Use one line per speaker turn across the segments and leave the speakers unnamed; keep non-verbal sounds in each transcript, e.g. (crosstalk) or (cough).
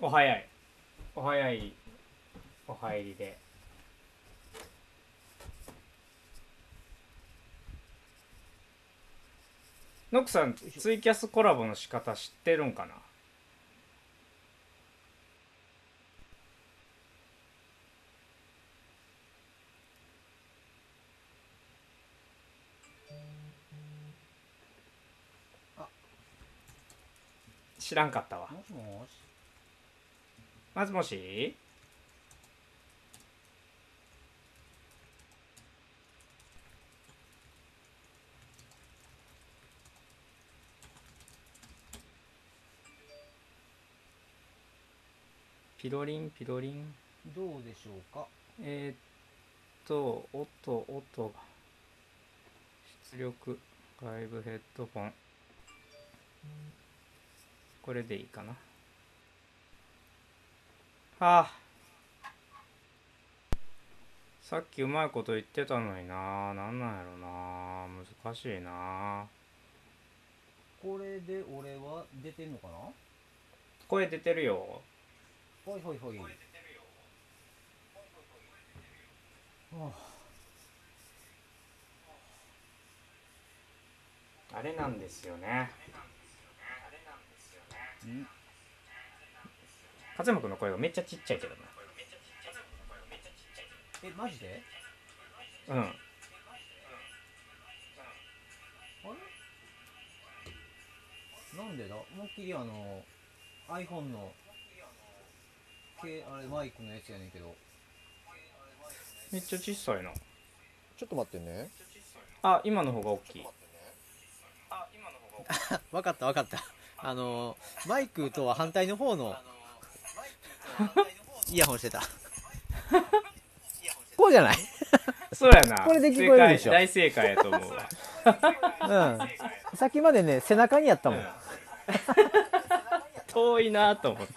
お早いお早いお入りでノックさんツイキャスコラボの仕方知ってるんかな知らんかったわ
もしもし
もしもしピロリンピロリン
どうでしょうか
えー、っと音音が出力外部ヘッドフォンこれでいいかなはあさっきうまいこと言ってたのにななんなんやろな難しいな
これで俺は出てんのかな
声出てるよ
はいはいはいはあ
あれなんですよね
うん
勝間君の声がめっちゃちっちゃいけど
えマジで
なうん
あれなんでだ思いっきりあの iPhone のけあれマイクのやつやねんけど
めっちゃ小さいな
ちょっと待ってね。
あ今の方が大きい
分かった分かったあのーマイクとは反対の方のイヤホンしてたこうじゃない
そうやな。
これで聞こえるでし
正解
ょ
大正解やと思うわ。
うんさっきまでね背中にやったもん
(laughs) 遠いなと思って。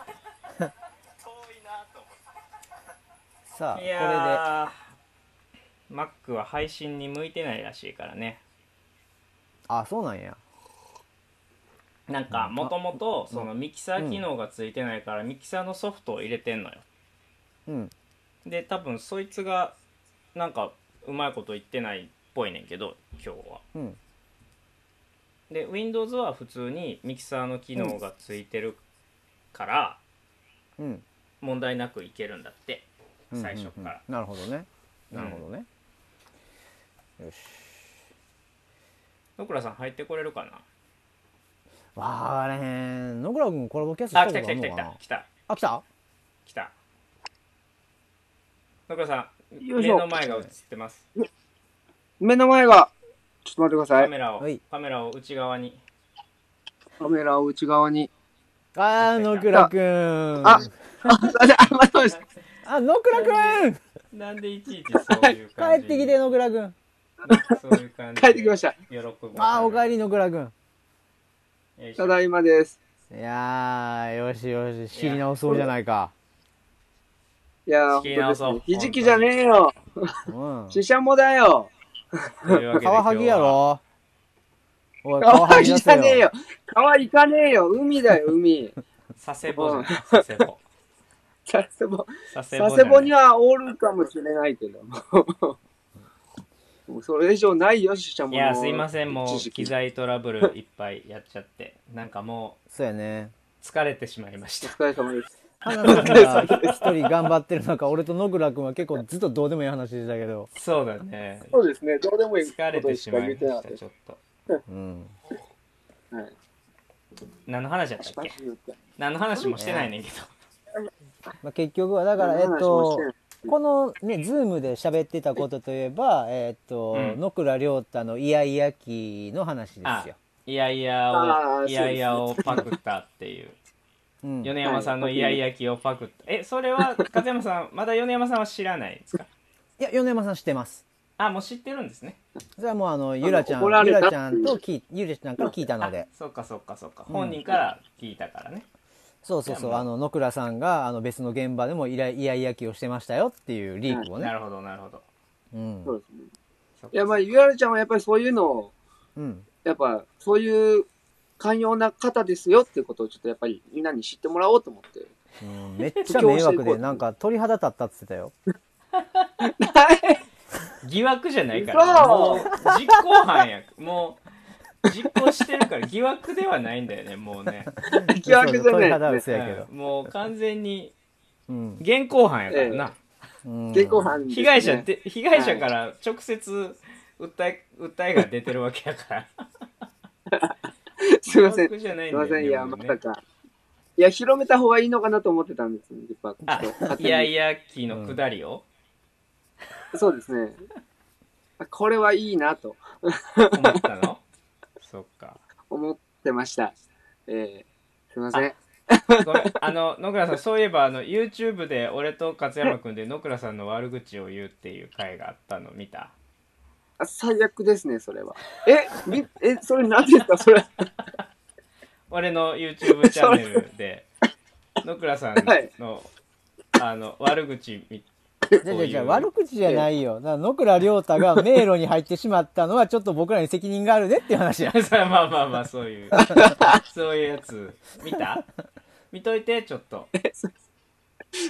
さあ
い
こ
やー、Mac は配信に向いてないらしいからね。
れであそうなんや
なんか、もともと、そのミキサー機能がついてないから、ミキサーのソフトを入れてんのよ。
うん
で、多分そいつが、なんか、うまいこと言ってないっぽいねんけど、今日は。
うん
で Windows は普通にミキサーの機能がついてるから
うん
問題なくいけるんだって、最初から、
うんうんなるほどねなるほどね、よし
野倉さん入ってこれるか
分かれへん野倉君コラボキャスト
なあ
し
来
た
た
こ
来
とあ
た
る
来た
の
来た
かな
来た
あ
来た野
来た
倉さん
よい
目
しょ
の前が映ってます
目の前が、ちょっと待ってくだ
カ
さい。
メラを
はい
カメラを内側に
カメラを内側に。
あー野倉君
あ、あ、すいませんあ、待ってました。
あ野倉君
なんでいち
(laughs)
いちそういう感
帰
じ
ってきて野倉君
そういう感じ
帰ってきました。
喜ぶ
ああおかえり野倉君
よいしたょ
だいまです。
いやーよしよし仕切り直そうじゃないか
いや
仕切り直
ー、
そう
本当ですねひじきじゃねえよ。
うん
ししゃもだよ。
というわけで
カワハギやろおい
か
カワ
わ
ハ
い
ギ出
じ
せ
ゃねえ
よ
よ。かわいかねえよ。海だよ、海。
今日は佐世保じゃない佐世
(laughs)
保
佐世保。
佐世保
佐世保に
は
はおるかもしれないけど。 (laughs) もうそれ以上ないよ、ししゃも
い
の。
やすいませんも
知
う
識
機材トラブルいっぱいやっちゃってなんかも
そうやね
う疲れてしまいまし
お
た
疲れ様です。
花子が一人頑張ってる中俺と野倉君は結構ずっとどうでもいい話してたけど
そうだね
そうですね、どうでもいいこ
疲れ
と
て
し
し
か
ま
言
い
ってなか
ま
っ
したた
です
ちょっと
うん
はい
何の話やったっ
マ
け
ジで言って
何の話もしてないねんけど
まあ、結局はだからえっ
話も
と
してない
このねズームで喋ってたことといえばえっと
うん
野倉亮太のイヤイヤ期の話ですよ
いやいや
あ
を
ー
いやいやをパクったって (laughs) いう
うん
米山さんのイヤイヤ期をパクったえそれは勝山さん (laughs) まだ米山さんは知らないんですか
いや米山さん知ってます
(laughs) あもう知ってるんですね
それはもうあのゆらちゃん
怒ら
ゆ
れた
らちゃんと聞いゆらちゃんから聞いたの
あ
で
そうかそうかそうか
うん
本人から聞いたからね
そうそうそ
いうや
あの野倉さんがあの別の現場でもイライヤイヤ期をしてましたよっていうリークを
な
ね
るほどなるほど
うん
そうですね。
そっか
いや、まあ、ゆらるちゃんはやっぱりそういうのを、
うん
やっぱ、そういう寛容な方ですよっていうことをちょっとやっぱりみんなに知ってもらおうと思って、
うん、めっちゃ迷惑で、なんか鳥肌立ったって言ってたよ。
疑惑じゃないから。も
嘘
う、実行犯や。もう、実行してるから疑惑ではないんだよね、もう
(laughs)
ね。
疑惑じゃ
鳥
な
肌
い
は
です
嘘
ね。
やけど
う。んもう完全に
うん。
現行犯やからな。
うん
現行犯ですね
被害者っ。て、被害者から直接訴え、訴えが出てるわけやから。
すいません。
疑
す
惑じゃないいんだ
ま
よね。
せん。いや、
も
ま
うね
さか。いや、広めた方がいいのかなと思ってたんですよ、ジッパー
あ
君と。
いやいや期のくだりを、
そうですね。あこれはいいなと
思ったのそっか。
思ってました。えー、すいません。
ごめんあの野倉さんそういえばあの YouTube で俺と勝山君で野倉さんの悪口を言うっていう回があったの見た
あ最悪ですね、それは。え、みえ、それ何ですか、それ。
俺の
(laughs)
YouTube チャンネルで野倉さんの,、あの悪口み
じゃあじゃあじゃあ悪口じゃないよ。だから野倉良太が迷路に入ってしまったのは、ちょっと僕らに責任があるねっていう話や。
さあ (laughs) まあまあまあそういうそういうやつ見た見といてちょっと、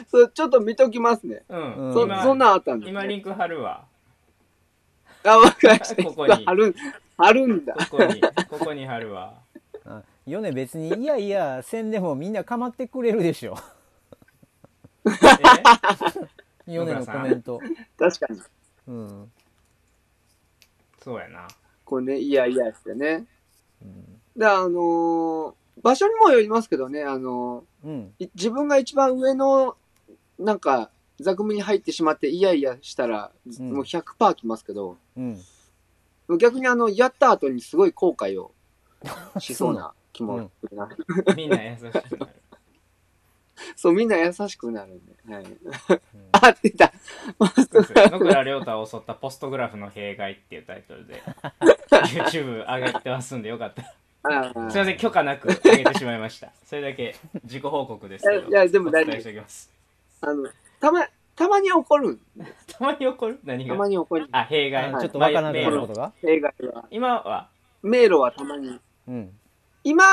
それちょっと見ときますね。
うん
うん
そ
今
そんなんあったんです、ね。
今リンク貼るわ
あ、わかりました。
ここに
ある、あるんだ。
ここにここに貼るわ
(laughs) うんヨネ別に、いやいや、せんでもみんな構ってくれるでし (laughs) ょ。
え
ヨネのコメント。
確かに。
うん。
そうやな
これね、いやいやですよね。で、あのー場所にもよりますけどね、あの
うん。
ーい自分が一番上の、なんか、座組に入ってしまって、いやいやしたら、
うん
もう100%きますけど、
うん。
逆にあの、やった後にすごい後悔をしそうな気もするな。 (laughs)
みんな優しくなる
そう、みんな優しくなるんで。はい。あ、ってた。
野倉亮太を襲ったポストグラフの弊害っていうタイトルで YouTube 上げてますんでよかったら
あ
すい
ー
ません許可なく上げてしまいましたそれだけ自己報告ですけど
いやいやでも大
お
丈夫
伝えしておきます
あの、たま、たまに怒る。
たまに怒る何
た
が
まに怒る。
あ弊
あ
害
のちょっとわからなく
迷
なるこ
路
とが。
映画は。
今は
迷路はたまに。
うん。
今、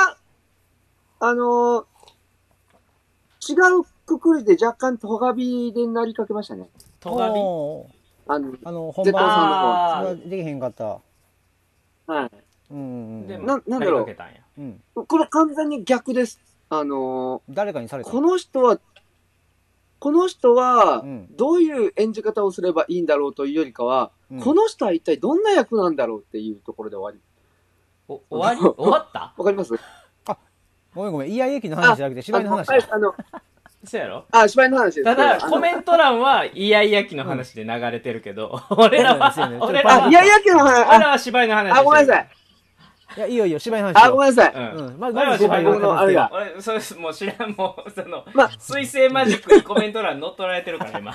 あのー違うくくりで若干トガビでなりかけましたね。
とがび
おー
あの、
あの、本
絶対
番、そ
あ
れは
ー
できへんかった。
はい。
うんうんう
で
ん。
も
ななんだろう
投げかけたんや
うん。
これ完全に逆です。あの
誰かにされ
ー
た
この人は、この人は
うん、
どういう演じ方をすればいいんだろうというよりかは、
うん
この人は一体どんな役なんだろうっていうところで終わり。
お終
(laughs)
わり終わった
わかります
ごめんごめん。イヤイヤ期の話じゃなくて芝居の話
あ
だ。
あの、
そうやろ
あ、芝居の話です。
ただ
あ
コ
の
メント欄はイヤイヤ期の話で流れてるけ
(laughs)
ど、俺ら
そうなんです
は
よね
俺ら
あ、
はい
やいやけど
俺ら
話、あ、
は芝居の話
あごめんなさい。
いや、いいよいいよ、芝居の話し
あ、
よ
ごめんなさい。
う
う。
ん
うん。ま
前は
まず
芝居の
僕のあれが
俺、そうです、もう知らん、もう、その、
まあ
水星マジックにコメント欄乗っ取られてるから、今。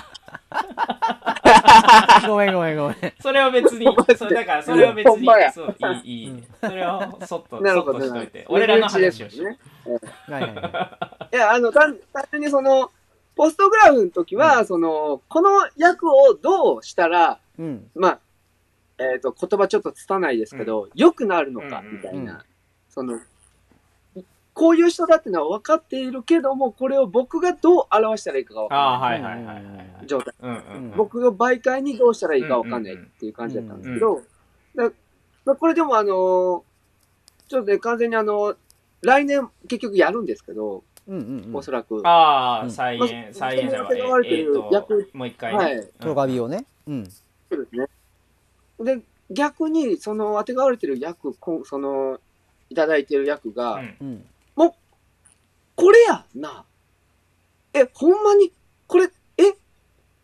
ごめんごめんごめん。
それは別に、そう、だから、それは別
ほん
に
まや、
そう、いい、いい。それは、そっと、
な
そ
る
っ
ほ
と
どな
しといて。俺らの話をしよう。
ね。
はいはいはい。
いや、あの、単単純にその、ポストグラフの時は、その、この役をどうしたら、
うん。
まあ、えっ、と、言葉ちょっとつたないですけど、良、くなるのか
う、んうん
みたいな、
うん
その、こういう人だってのは分かっているけども、これを僕がどう表したらいいかが分か
あ
ん
あ、はいはいはいはいはい。
ない状態。
うんうんうん。
僕が媒介にどうしたらいいか分かんないっていう感じだったんですけど、だまあこれでもあのーちょっとね、完全にあの来年結局やるんですけど、
うんうんうん
お。そらく。
あ
う
あ、
ん
再演、再演者は、え
手が割れて
え
る
ーと
役、
もう一回
は
ね
い。
う
ト
ん
ロカビをね。うん。
そうですね。で、逆に、その、当てがわれてる役、こその、いただいてる役が、
うん
うん。
これやんな。え、ほんまに、これ、え、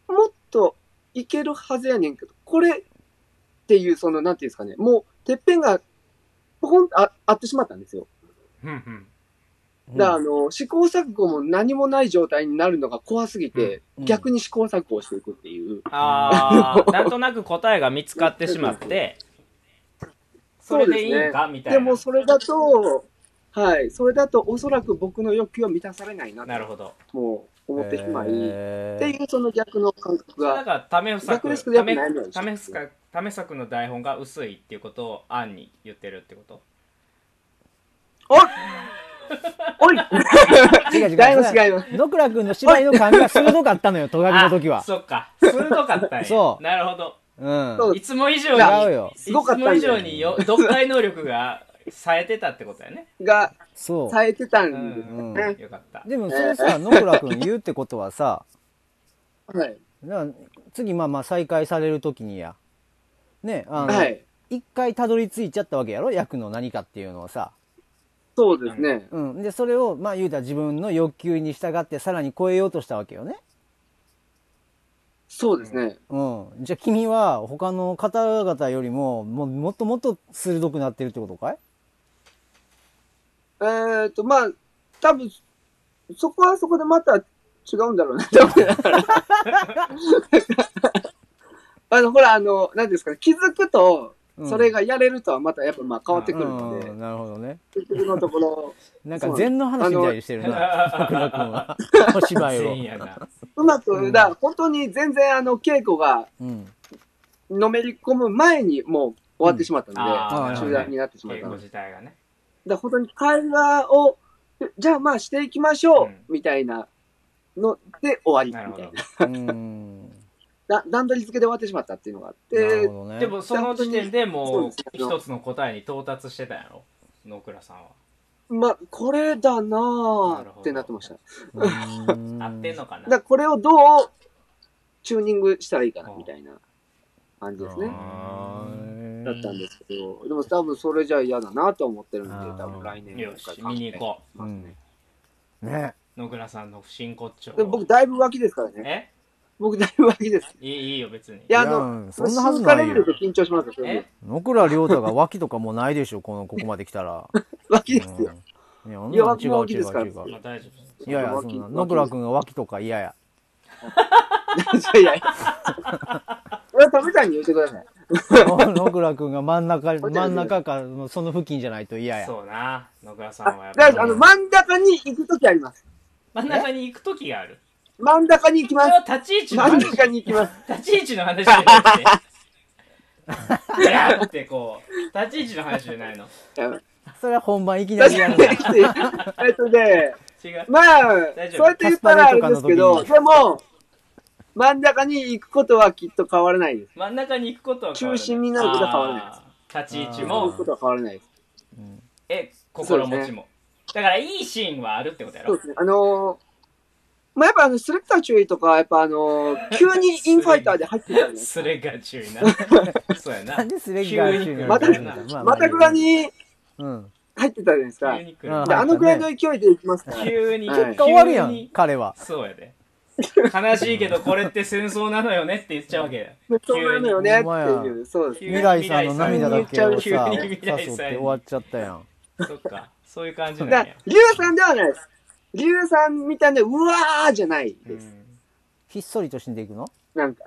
もっといけるはずやねんけど、これっていう、その、なんていうんですかね、もう、てっぺんが、ポコンとああってしまったんですよ。
うんうん。
だから、あの、試行錯誤も何もない状態になるのが怖すぎて、
うん
逆に試行錯誤をしていくっていう。
ああ、なんとなく答えが見つかってしまって、それでいいんかみたい
で
な。
もそれだと、はい、それだとおそらく僕の欲求は満たされないな
なる
と
ほど。
もう思ってしまい、
え
って
ー
いうその逆の感覚
だ
(laughs)
が、
から、ため
逆
作、
ですけど、や
た
っ
め
ぱ悩みは一緒
試すか試作の台本が薄いっていうことを案に言ってるってこと
おおい
違う違う
違います、違います。
野倉君の芝居の感が鋭かったのよ、戸
あ
隠の時は。
そっか鋭かったんや
そう
なるほど
うん。
そう
いつも以上に
違うよ。
すごかったんだよ
いつも以上によ読解能力が冴えてたってことやね
が、
そ
冴えてた
うん
です
ん、
ね。
よかった
う。でもそれさ、野倉君言うってことはさ、
はい。
だから次まあまあ再開される時にや、ね、あの、
はい。
一回たどり着いちゃったわけやろ役の何かっていうのをさ。
そうですね。
うん。で、それを、まあ言うたら自分の欲求に従ってさらに超えようとしたわけよね。
そうですね。
うん。じゃあ君は他の方々よりも、もうもっともっと鋭くなってるってことかい
えーっと、まあ、多分、そこはそこでまた違うんだろうな、多分。 (laughs) あの、ほら、あの、なんていうんですかね、気づくと、
うん
それがやれるとはまたやっぱまあ変わってくる
うん
で、
なるほどね。
結局のところ、
なんか禅の話みたいにしてるな、野倉君は。
(laughs)
お芝居を
全。員やな
うまく、
うん
だから本当に全然あの、稽古が
うん。
のめり込む前にもう終わってしまったので、
あ
ー
中断になってしまっ
稽
た
古
ので、
自体がね
だから本当に会話を、じゃあまあしていきましょう、
うん
みたいなので終わ
な
り、
る
み
ほ
たい
ど
な。
うん。
だ段取り付けで終わってしまったっていうのがあっ
なる
て、
ほどね。
でもその時点でもう
そうですね
一つの答えに到達してたんやろ野倉さんは
まあ、これだな
な
ぁ
るほど
ってなってました。だ
うん、
合ってんのか
から
な
これをどうチューニングしたらいいかなみたいな感じですね。
あー
だったんですけど、でも多分それじゃ嫌だなと思ってるんで、
あー
多分来年
よし見に行こ
う
うんね。
う野倉さんの不審骨頂
でも僕だいぶ脇ですからね。
え
僕だいぶ脇です。
いいいいよ別に
いや、あの、
の、そんなはずない
れる
よ
と。緊張しますよそれ
え
(laughs) で、
野倉良太が脇とかもうないでしょ、この、ここまで来たら。
脇ですよ。
うんいや、そん
いや
なの
脇も脇
違う違
ですから
う違う
まあ。大丈夫です
いやいや、そ
脇
んな、野倉君が脇とか嫌や。
いやいやいや。これはタメさんに言ってください。
野倉君が真ん
(laughs)
中、
こっち
真ん中か、その付近じゃないと嫌や。
そうな野倉さんはや
あ
っ、ぱ
だ
り
からあの、真ん中に行くときあります。
真ん中に行く時がある
真ん中に行き
そ
ま
れ
す。
は立ち位置の
真ん
話
中に行きます。
立ち位置の話じゃなくていやってこう立ち位置の話じゃないの
それは本番いきなり
確
や
か
る
に。えっとね、
違う
まあ、
大丈夫
そうやって言ったらあれですけど、
キャス
でも、真ん中に行くことはきっと変わらないです。
真ん中に行くことは変わらない
中心になることは変わらない
あー立ち位置
行く
も
ことは変わらないです。
え心持ちも、だからいいシーンはあるってことや
そう
ろ
ですね。あのー、まあやっぱあの、スレクター注意とか、やっぱあの
(laughs)
ー、急にインファイターで入ってきたんです。
スレッガー注意なそうや
な
(laughs)
なん
でスレッガー中に
また
またぐら。に
うん。
入ってたじゃないですか
急。に来
うん
る
であのぐらいの勢いで行きますから。
急に
はい
急に
結果終わるやん、彼は。
そうやで悲しいけどこれって戦争なのよねって言っちゃうわけだよ
そうなのよねって
ほん
いう、そうです
急
ね。
に
未来さんの涙だけを
急に
さ、
未
誘っ
来
て
さんに
終わっちゃったやん。
そっかそういう感じ
だ
な
か
ん
ら
や、
リュウさんではないです。リュウさんみたいな、うわーじゃないです。
ひっそりと死んでいくの
なんか。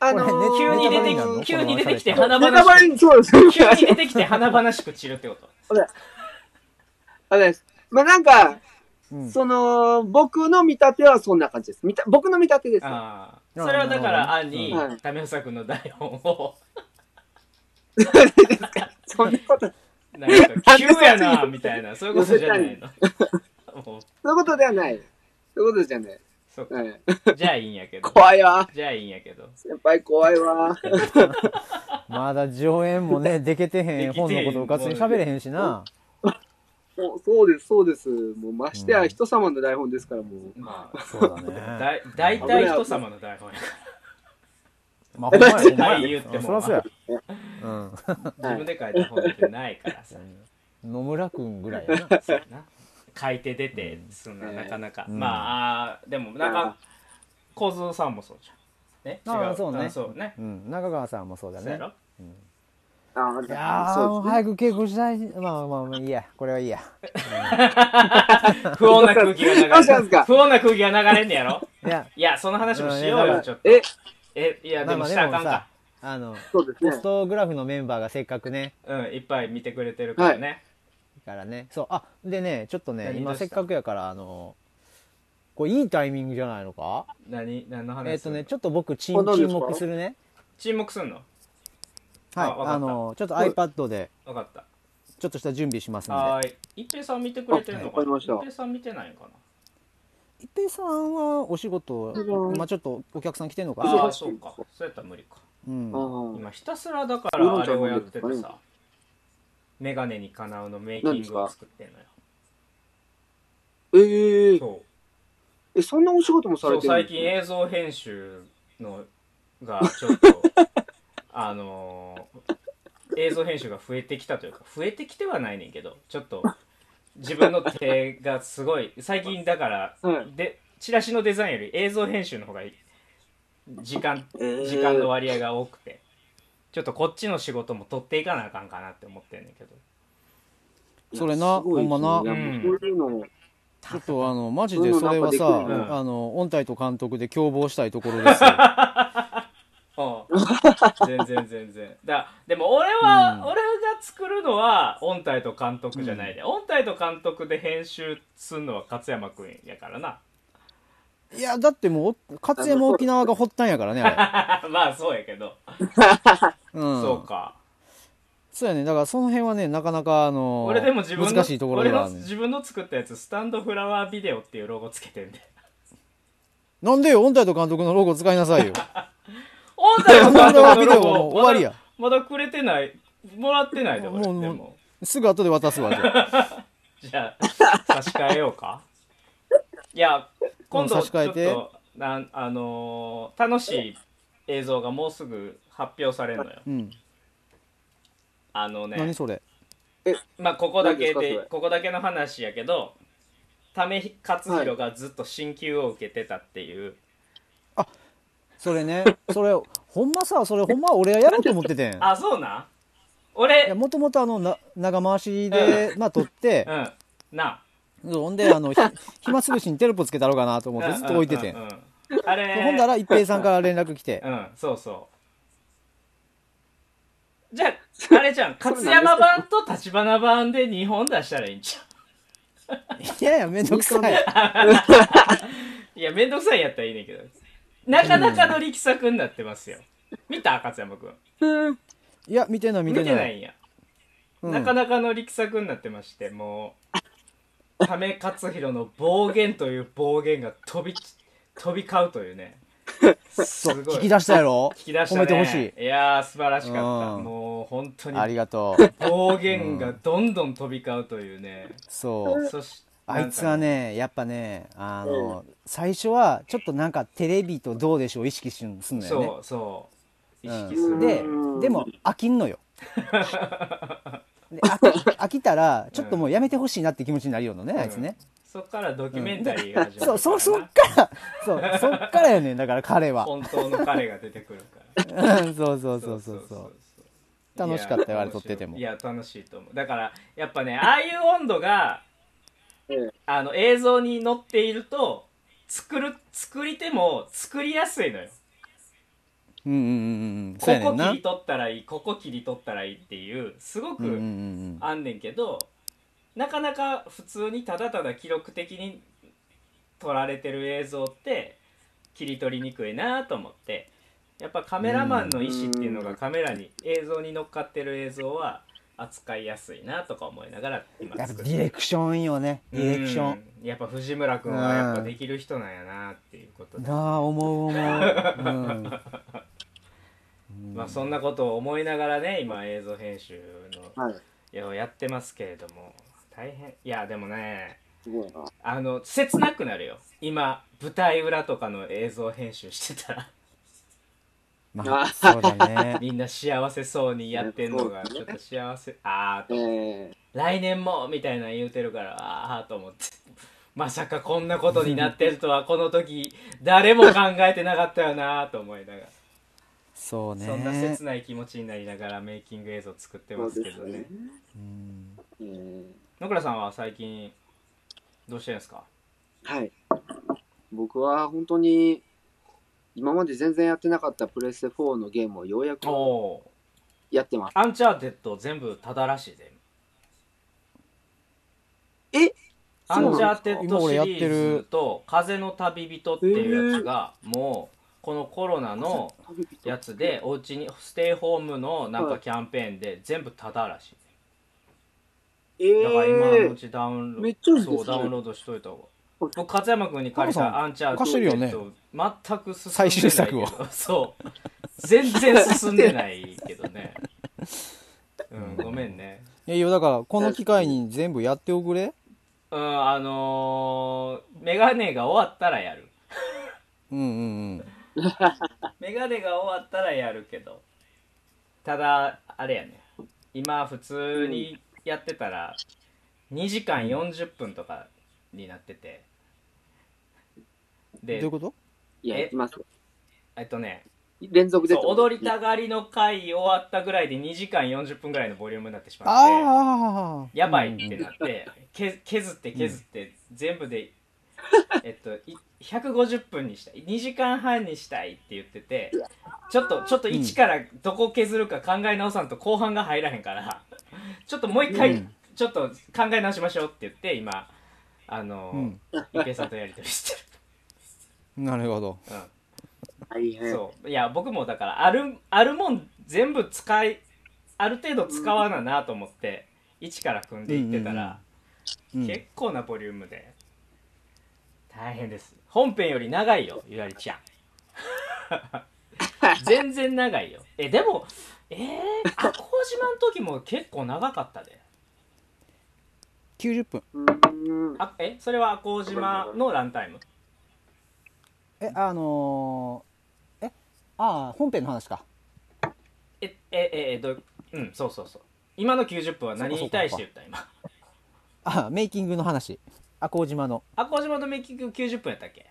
あの
こ
ー、
急
れ
に出
ねネタバレになる
て
の
急に出てきて
こ
華
ネタバ
々
レ
し
に、そうです。
く急に出てきて華々しく散るってこと
あれです。まあなんか、
うん。
その、僕の見立てはそんな感じです。見た僕の見立てですよ。は
ああ
あ
それはだから
な
案に
はい
為政君の台本を
そんなこと。
なんか急やなみたい
(laughs)
なそういうことじゃないのもう
そういうことではない。そういうことじゃない。
そっか
はい、
じゃあいいんやけど
怖いわ。
じゃあいいんやけど
先輩怖いわ。
まだ上演
(laughs)
もね、でけてへん本のことうかつに喋れへんしな。
もうそうです、そうです。もうまして
う
や
ん
人様の台本ですから、もう。
まあ
そうだね。
だい大体人様の台本や
まあ、ほんまや、ほんま
はい言
や
っ。て
うん
も
そら
(laughs)
そうや。うん。
自分で書いた本ってないからさ
野村くんぐらいやな。
そうやな書いて出てそんな
うん
なかなか
うん
まああーでもなんか小僧さんもそうじゃんね違
あー
う
そうね
あそうね
うん。中川さんもそうだ
そうや
ね。
ろ
ああ、
いやー、もう
そうですね。
早く稽古したい。まあまあまあ、いいや。これはいいや。
不穏な空気が流れ
どうしたんす
る
か
不穏な空気が流れんねやろ
いや、
いやその話もしよ
う
うん
い
よ
や
ちょっと
え、
えいや
ま
で
あま
も
あ
し
で
たらあか
も
んか
さ、あの、
そうです
ポ
ね
ス。トグラフのメンバーがせっかくね、
うんいっぱい見てくれてるからね
からね。そう、あ、でね、ちょっとね、
何
今
どうした
せっかくやから、あの、これいいタイミングじゃないのか
何何の
えっ
話す
と
る
ね、ちょっと僕、沈
これ何ですか
黙するね。
沈黙すんの
はい
あわ。かった
あの、ちょっと
はい
iPad で、
分かった
ちょっとした準備しますので。
はい。一平さん見てくれてるのか
あわかり
な
ました
一平さん見てないのか
一平さんはお仕事
う、ん
まあちょっとお客さん来てんのか
な
そう
あ
そ
あー、
う
そうか。そうやったら無理か。
うん。
ああ。
今ひたすらだからあれをやっててさ、メガネにかなうのメイキングを作ってんのよ。
ええ
そう。
え、そんなお仕事もさ
そ
れ
う
てるん
最
です
近
ね
映像編集のがち (laughs) ょっとあのー映像編集が増えてきたというか増えてきてはないねんけどちょっと自分の手がすごい最近だから、
はい
でチラシのデザインより映像編集の方が時間
ええ
時間の割合が多くて、ちょっとこっちの仕事も取っていかなあかんかなって思ってんねんけど
それなほんま
い
な
やすごいですねいやもうそういうの、
ちょっとあの、マジでそれは
そういうのなんかできる
の
さ、あの、音体と監督で共謀したいところです
う
よ。
ん全然全然だでも俺は、
うん
俺が作るのは音体と監督じゃないで、音体と監督で編集すんのは勝山君やからな
いや、だってもう、勝山沖縄が発端やからね、あれ。
まあそうやけど、 (laughs)
うん。
そう。か
そうやね。だからその辺はね、なかなか、あの、
俺でも自分の
難しいところではあ
俺
る
の
ね
自分の作ったやつスタンドフラワービデオっていうロゴつけてんで
なんでよ、音体と監督のロゴ使いなさ
(laughs)
いよ。
音体と
(laughs) ス
監
タンドフラワー
督
ビ
の
デ
ロ
オは
ゴ
もう終わりや
まだまだくれてないもらってないで俺
もうもう
でも
すぐ後で渡すわ、じゃ
(laughs)
あ。
じゃあ差し替えようかいや今度
うん
ち
差し
ょ
替
っ
えて
となんあのー楽しい映像がもうすぐ発表されるのよ
うん。
あの
何
ね
それ。
まあここだけ
何です
で
かそれ
ここだけの話やけど為勝弘がずっと進級を受けてたっていう、
それね、それ、ほんまさ、それほんま俺がやろうと思っててん。い
(laughs) あそうなん
や、
俺
もともとあの、な、長回しで、まあ、撮って
う、んな
そうほんで、あの、ひ暇つぶしにテロップつけたろうかなと思っ
あ
て、ずっと置いてて。
うんんうんうんあれ
ほんだら、一平さんから連絡来て
う、んそうそうじゃああれじゃん勝山版と立花版で2本出したらいいんちゃう
いやいや、めんどくさい。
いや、めんどくさいやったらいいねんけど。なかなかの力作になってますよ。見た勝山くん。
いや、見てない、見
見
て
て
な。
ないいんや。
うん
なかなかの力作になってまして、もう、ため勝弘の暴言という暴言が飛び、飛び交うという (laughs) ね。す
そう、
ごい。
聞き出したやろ
(laughs) 引き出した
褒
ね。
めてほし
い。やー、素晴らしかった。
うん
もう、本当
い。あり
に
がとう。
暴言がどんどん飛び交うというね。 (laughs)
そう。
そし
あいつは、ね、やっぱね、あの、最初は、ちょっとなんかテレビとどうでしょう意識しんすん
なんか
のよ
ね
ね。
そう、そう。意
うん
識する。
で
うん
でも飽き
(laughs)
んのよで飽き飽きたらちょっともうやめてほしいなって気持ちになるようなね、あいつね、
そっからドキュメンタリーが始ま
そう
る
そそ
か
っ
らな
からそうそっからやねんだから彼は
本当の彼が出てくるから
うん (laughs) そうそう (laughs) そうそうそう楽しかっ
い
たよ
や
あれ撮ってても
いや楽しいと思うだからやっぱねああいう温度が
ええ
あの映像に載っていると作る作り手も作りやすいのよ
うんうんうんうんそう
こ
やね
こ
ん
切
な
り取ったらいいここ切り取ったらいいっていうすご
うんうんうん
く
うん
あんねんけど、なかなか普通にただただ記録的に撮られてる映像って切り取りにくいなと思ってやっぱカメラマンの意思っていうの
う
が
ん
カメラに映像に乗っかってる映像は扱いやすいなとか思いながら今
やっぱ
作
デ
っ
ィレクションよねディレクション
うんやっぱ藤村君はやっぱできる人なんやなっていうことで
なあ思う思う、うん、
(laughs) まあそんなことを思いながらね今映像編集の
はい。
やをやってますけれども大変いやでもね
すごいな。
あの切なくなるよ今舞台裏とかの映像編集してたら (laughs)
まあそうだね
みんな幸せそうにやってんのがちょっと幸せああ
え
と
え
来年もみたいなの言うてるからああと思って (laughs) まさかこんなことになってるとはこの時誰も考えてなかったよなと思いながら
そうね
そんな切ない気持ちになりながらメイキング映像作ってますけ
そ
ど
うです
ね
ね
うん
ええ
野倉さんは最近どうしてるんですか
はい。僕は本当に、今まで全然やってなかったプレステ4のゲームをようやく
おお
やってます。
ーアンチャーテッド全部ただらしいで
え
アンチャーテッ
今
ドシ
俺
リ
やって
ーズ
る
と「風の旅人」っていうやつがもうこのコロナのやつでおうちにステイホームのなんかキャンペーンで全部ただらしい
え
だから今のう
ー、
ちダウンロ
め
ー
っちゃいい
ド、
ですね
そうダウンロードしといた方が僕勝山君に借り
タカさ
た
ん
アンチャー
貸してるよね
全く進んでないけど
最終作を
そう全然進んでないけどねうんごめんね
いやいや、だから、この機会に全部やっておくれ。
うんあのー、メガネが終わったらやる
うんうんうん。
メガネが終わったらやるけどただあれやね今普通にやってたら2時間40分とかになってて
どう
で
いうこと
いや、
え
いきますよ。
えっとね
連続で
そう踊りたがりの回終わったぐらいで2時間40分ぐらいのボリュームになってしまって
ああ。
やばいってなって、け削って削って全
(laughs)
部で、えっとい150分にしたい2時間半にしたいって言っててちょっとちょっと1からどこ削るか考え直さんと後半が入らへんからちょっともう一
う
回
ん
ちょっと考え直しましょうって言って今あ
う
の
ん。
一平さんとやり取りして
なるほど。
る。うん
大変。
そういや僕もだからあるあるもん全部使いある程度使わななと思って、一から組んでいってたら、
うん。
結構なボリュームで大変です本編より長いよゆらり
(laughs)
ちゃん全然長いよえでもえー、あ小島の時も結構長かったで
90分。
うーん。
あえそれは小島のランタイム
え、あのー、え、ああ、本編の話か。
ええええどううんそうそうそう今の90分は何に対して言った今
ああ、メイキングの話。あ、麹島の。
あ小島のメイキング90分やったっけ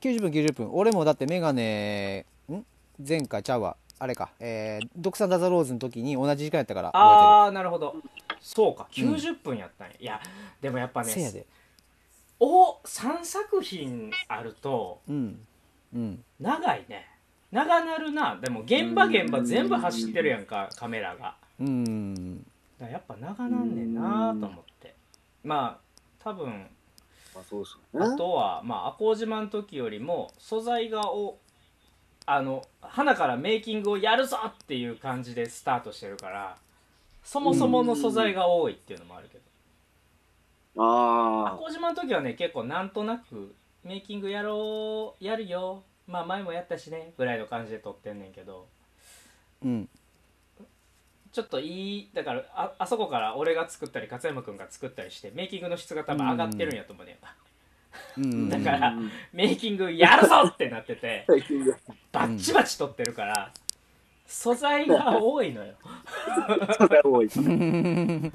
90分、90分。俺もだってメガネ、ん前回ちゃうわ。あれか。えー、ドクサンダザローズの時に同じ時間やったから覚
ああなるほどそうか
うん
90分やったんや、いやでもやっぱ
えてる。せや
ね
で。
お3作品あると
うん。うん。
長いね長なるなでも現場現場全部走ってるやんかカメラが
うん。
だからやっぱ長なんねんなと思ってまあ多分
まあ、そうそう
あ
ね。
とはまあ赤穂島の時よりも素材がおあの花からメイキングをやるぞっていう感じでスタートしてるからそもそもの素材が多いっていうのもあるけど
ああ。
小島の時はね結構なんとなくメイキングやろうやるよまあ前もやったしねぐらいの感じで撮ってんねんけど
うん。
ちょっといいだからああそこから俺が作ったり勝山君が作ったりしてメイキングの質が多分上がってるんやと思うね、
うん。
だ (laughs) から (laughs) メイキングやるぞってなってて
最
(laughs)
近で。
バッチバチ撮ってるから、素材が多いのよ
それ多い。
め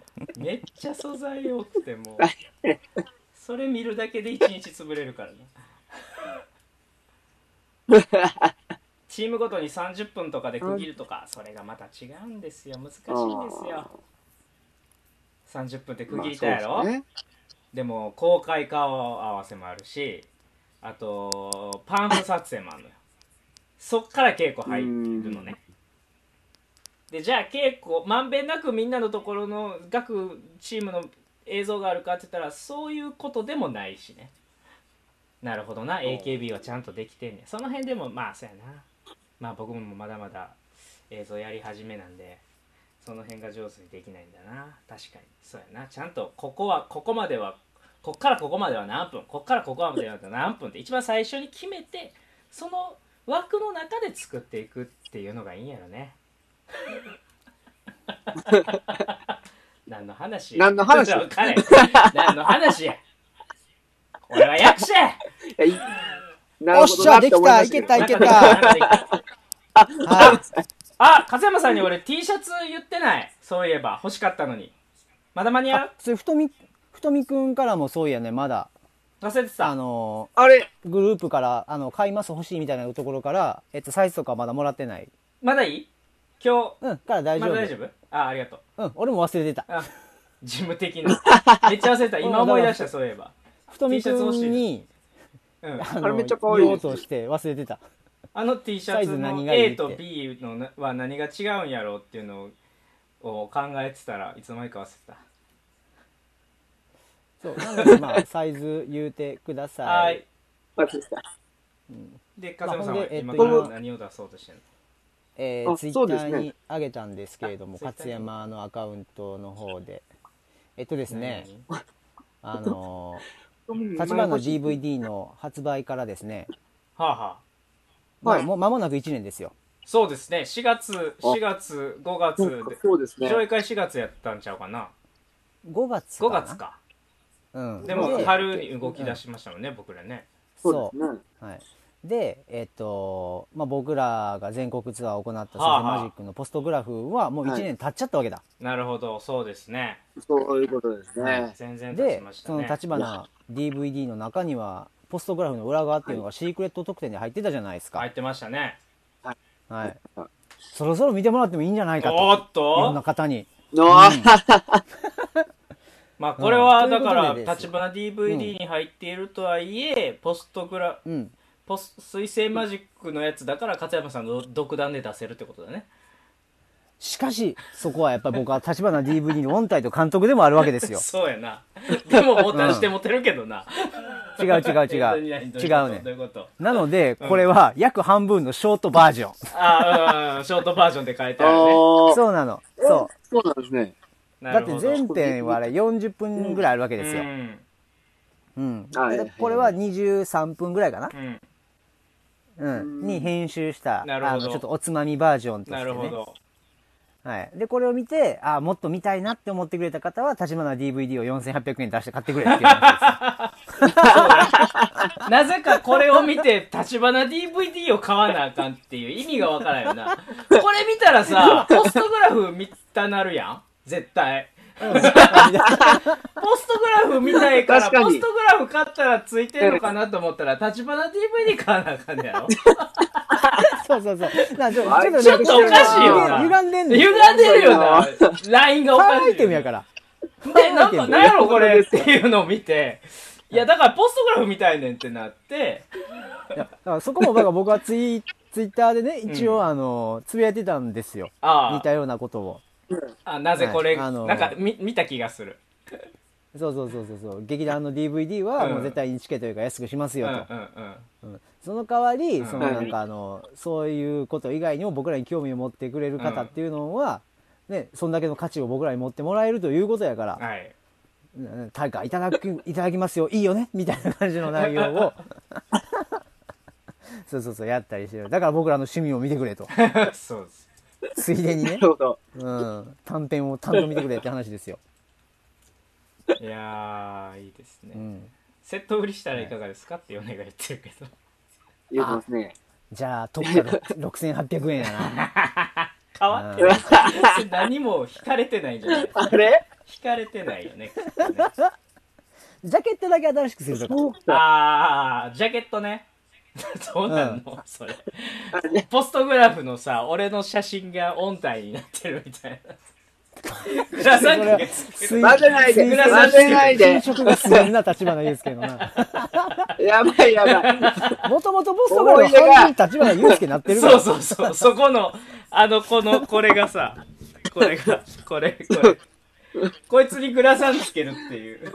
っちゃ素材多くてもう
大
それ見るだけで1日潰れるからな
(laughs)
チームごとに30分とかで区切るとかそれがまた違うんですよ難しいんですよ30分で区切りたいやろ、
まあそう
で
ですね
も公開顔合わせもあるしあとパンフ撮影もあるのよそっから稽古入るのねでじゃあ稽古まんべんなくみんなのところの各チームの映像があるかって言ったらそういうことでもないしねなるほどな AKB はちゃんとできてんねその辺でもまあそうやなまあ僕もまだまだ映像やり始めなんでその辺が上手にできないんだな確かにそうやなちゃんとここはここまではこっからここまでは何分こっからここまでは何分って一番最初に決めてその枠の中で作っていくっていうのがいいんやろ
(laughs)
ね何の話
何の話
ちょっと分かれん何の話や俺は役者や
いやいいな
お
る
っ
ほど
しゃ、
な
で
て
き
思い
た、
ま
いけ
したど
た、いけ
なん
た。
かできた
はい。
あ、勝山さんに俺 T シャツ言ってない。そういえば、欲しかったのに。まだ間に合う
それ、太み、太みくんからもそういやね、まだ、
忘れて
あ
た。
の
あれ
ー、グループから、あの、買います欲しいみたいなところから、えっと、サイズとかまだもらってない。
まだいい今
うん、から
日、
大
まだ
丈夫。
大丈夫あ、ありがとう。
うん、俺も忘れてた。
あ、事務的
(laughs)
な。めっちゃ忘れてた。今思い出した、そういえば。
太み
T
く
シャツ欲しい
んに、 (laughs)
うん。
あ
あれ
の、
めっちゃ可愛い
言おうとして忘れてた。
あの T シ
サ
ャ
イ
ツ
ズ何
の
がいい
A
って
と B のなは何が違うんやろうっていうのを考えてたらいつの間にか忘れてた。
そう、なので、
(laughs)
まあ、サイズ言うてください。
はーい。
忘れてた
で、勝山さんは
まあほんでえっと
今から何を出そうとしてるの
え
あ
ー、ツイ
そ
ッ
うで
タ
すね
ーに上げたんですけれども、
あツイッター
勝
に
山のアカウントの方で、えっとですね、あのー、立
立
花の DVD の発売からですね、
はあはあ
はい
もう間もなく1年ですよ。
そうですね4月4月5月で
そうですね。
上映会4月やったんちゃうかな
5月か
5
な。
月か
うん。
でも春に動き出しましたもんね、僕らね
そ
そう
ですね。
う。はい。で、えっと、まあ、僕らが全国ツアーを行った
は
サ
あ
ン
はあ
マジックのポストグラフはもう1年経っちゃったわけだ。
なるほどそうですね
そういうことですね。
全然経ち
で、
ました
その
ね
立花 DVD の中には、ポストグラフの裏側っていうのがシークレット特典で入ってたじゃないですか。は
入
い
っ。てましたね
はい
そろそろ見てもらってもいいんじゃないかと。
おーっ
いろんな
と
方に。
の、
まあこれは
うんとい
だ
うこ
か
とで
ら
です
立花 DVD に入っているとはいえポストグラ
うん。
ポス水星マジックのやつだから勝山さんの独断で出せるってことだね
しかし、そこはやっぱり僕は立花 DVD の音体と監督でもあるわけですよ。
そうやなでも持たして持てるけどな、
違う
(laughs)
違う違う。違う
どうい
ね。
うこと
なので、これは約半分のショートバージョン。
ああ、ショートバージョンで書いて
あ
あるね。
ー
そうなの。
そ。
そう
そうなんですね。
う。
な
だっ
る
て
ほど
全編はあれ40分ぐらいあるわけですよ
う。ん。
うん。
はい
だからこれは23分ぐらいかな
う。ん。
うん。に編集した、
なるほ
あ
ど
の、ちょっとおつまみバージョンとし
な
て
るほ
ね。
ど。
はい。で、これを見て、あもっと見たいなって思ってくれた方は、立花 DVD を4800円出して買ってくれっていう話です。
なぜかこれを見て、立花 DVD を買わなあかんっていう意味がわからんよな。これ見たらさ、ポストグラフ見たなるやん。絶対。ポストグラフ見たいから、
確かに
ポストグラフ買ったらついてるのかなと思ったら、立花 DVD 買わなあかんねやろ。
そうそうそう。なちょ
あれ
ちょっとおかしいよな。
歪んでんの
歪んでるよな。ラインがお
カ
か
ー
しいよな。
アイテムやから。
で、なん
カーアイテ
か、
ム
なんやろこれっていうのを見て、いや、だからポストグラフみたいねんってなって、
いやだからそこもだから僕はツイツイッターでね、一応あの、つぶやいてたんですよ。似
あ
たようなことを。
あ、あなぜこれ、
はいあのー
なんか見見た気がする。
そうそうそうそうそう。劇団の DVD は
うん
もう絶対にチケットよりか安くします
うん
よ
う
と
ん。うん。
うんその代わり、
うん
そのなんかあの、そういうこと以外にも僕らに興味を持ってくれる方っていうのは、ね、そんだけの価値を僕らに持ってもらえるということやから、
はい。
うん対価いただく、
(laughs)
いただきますよ、いいよねみたいな感じの内容を、そうそうそう、やったりしてる。だから僕らの趣味を見てく
(laughs)
れと。
そうです。
ついでにね
な。るほど。
うん、短編を担当見てくれって話ですよ。
いやー、いいです
う
ね。
ん、
セット売りしたらいかがですかってお願い言ってるけど。
言うてますね。
じゃあ、特価ろく6800円やな。
(laughs) (laughs) 変わってる。何も惹かれてないんじゃない
(laughs) あれ
(laughs) 惹かれてないよね。きっとね
ジャケットだけ新しくするとか。
そうか。
あー、ジャケットね。 (laughs) どうなんの、それ。ポストグラフのさ、俺の写真が音体になってるみたいな。 (laughs) グラサンかけつけ
水
る
混ぜないで、
グラサン
混ぜないで
水。色がすごいな立花祐介のな。
やばいやばい。
もともとポストから半分立花祐介になってるか
そう
ら。
そうそう、そこの、あの、この、これがさ、これが、これ、こ (laughs) れ。こいつにグラサンつけるっていう。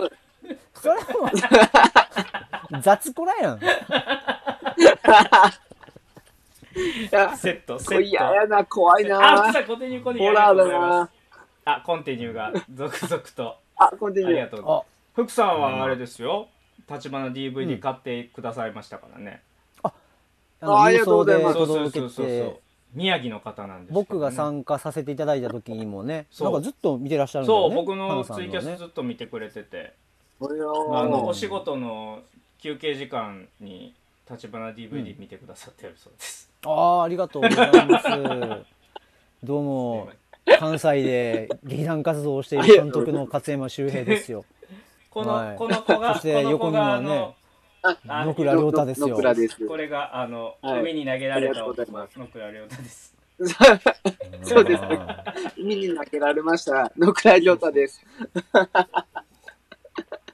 それも、雑コラやん。
い
(laughs)
や
セッ
(laughs)
ト、セ
こい
ッ
や
ト。
やな、怖い
あ、
な
来。た、コンティニューコンティニ
ホ
ュー。あ
ラ
りがとう
ーだ
ございます
な。
あ、コンティニューが続々と。
(laughs)
あ、コンティ
あ
ニ
り
ュ
が
ー。
とうござい
あ
ます。、福さんはあれですよ。立花 DVD 買ってくださいましたからね。
あの
ありがとうございます
郵
そう
送
そうそう
で届け
そうそう
て、。
宮城の方なんですけどね
僕が参加させていただいた時にもね、
そ
な
うん
かずっと見てらっしゃるんだ
そ
よ
う、
ね。
僕の
花さん
ツイキャ
ね
スずっと見てくれてて、
これ
あの
は
お仕事の休憩時間に立花 DVD 見てくださってるそうです。
ああ、ありがとうございます。どうも、関西で劇団活動をしている監督の勝山修平で
(laughs)
すよ。
(laughs) この、
はい
この子が
そし
こ
て
の子があ
横にはね
の、あ
野倉良太ですよ
野。倉です。 (laughs)
これがあの、
はい
海に投げられた
ありがとうございま
野倉亮太です。
そうですね。見に投げられました。野倉亮太です。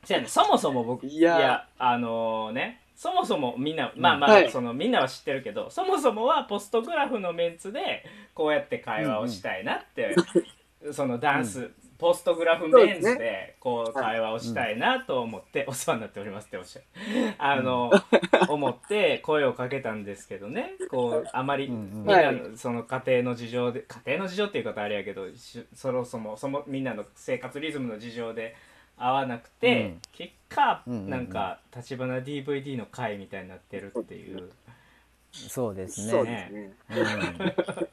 せやね、 (laughs) そもそも僕
いやー
あのねそもそもみんなまあまあ、
はい
そのみんなは知ってるけどそもそもはポストグラフのメンツでこうやって会話をしたいなって、そのダンス、ポストグラフメンズでこう会話をしたいなと思って、お世話になっておりますっておっしゃるあの、思って声をかけたんですけどねこうあまり
うんう
みん
ん
な
はい
のその家庭の事情で家庭の事情っていう方あれやけどしそろそもそもみんなの生活リズムの事情で合わなくて、
うん
結果、
うんうんうん
なんか立花 DVD の会みたいになってるっていう
そうです
そう
ね。
ですね。
うん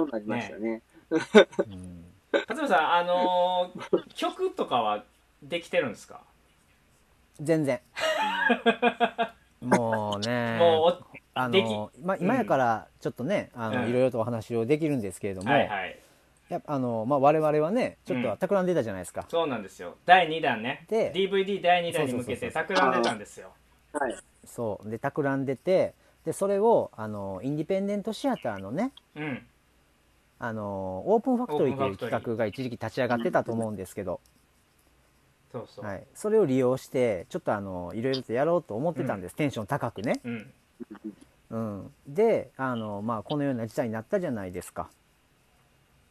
そうなりましたね。
うん
勝村さんあの
(laughs)
ー曲とかはできてるんですか
全
(laughs)
然。もうね。
もう
あ
でき
のまあ、今やからちょっとね、あの
うん
いろいろとお話をできるんですけれど
お
も、
はいはい
やっぱあの、まあ、我々はねちょっと企んでたじゃないですか、
そうなんですよ第2弾ね
で
DVD 第2弾に向けて
そう
企んでたんですよ
はい。
そうで企んでてでそれをあのインディペンデントシアターのね
うん
あのオープンファクトリーと
オー
い
プン
う
ファクトリー
企画が一時期立ち上がってたと思うんですけど、
そうそう、
はい、それを利用してちょっとあのいろいろとやろうと思ってたんです、テンション高くね、
うん
うん、であの、まあ、このような事態になったじゃないですか、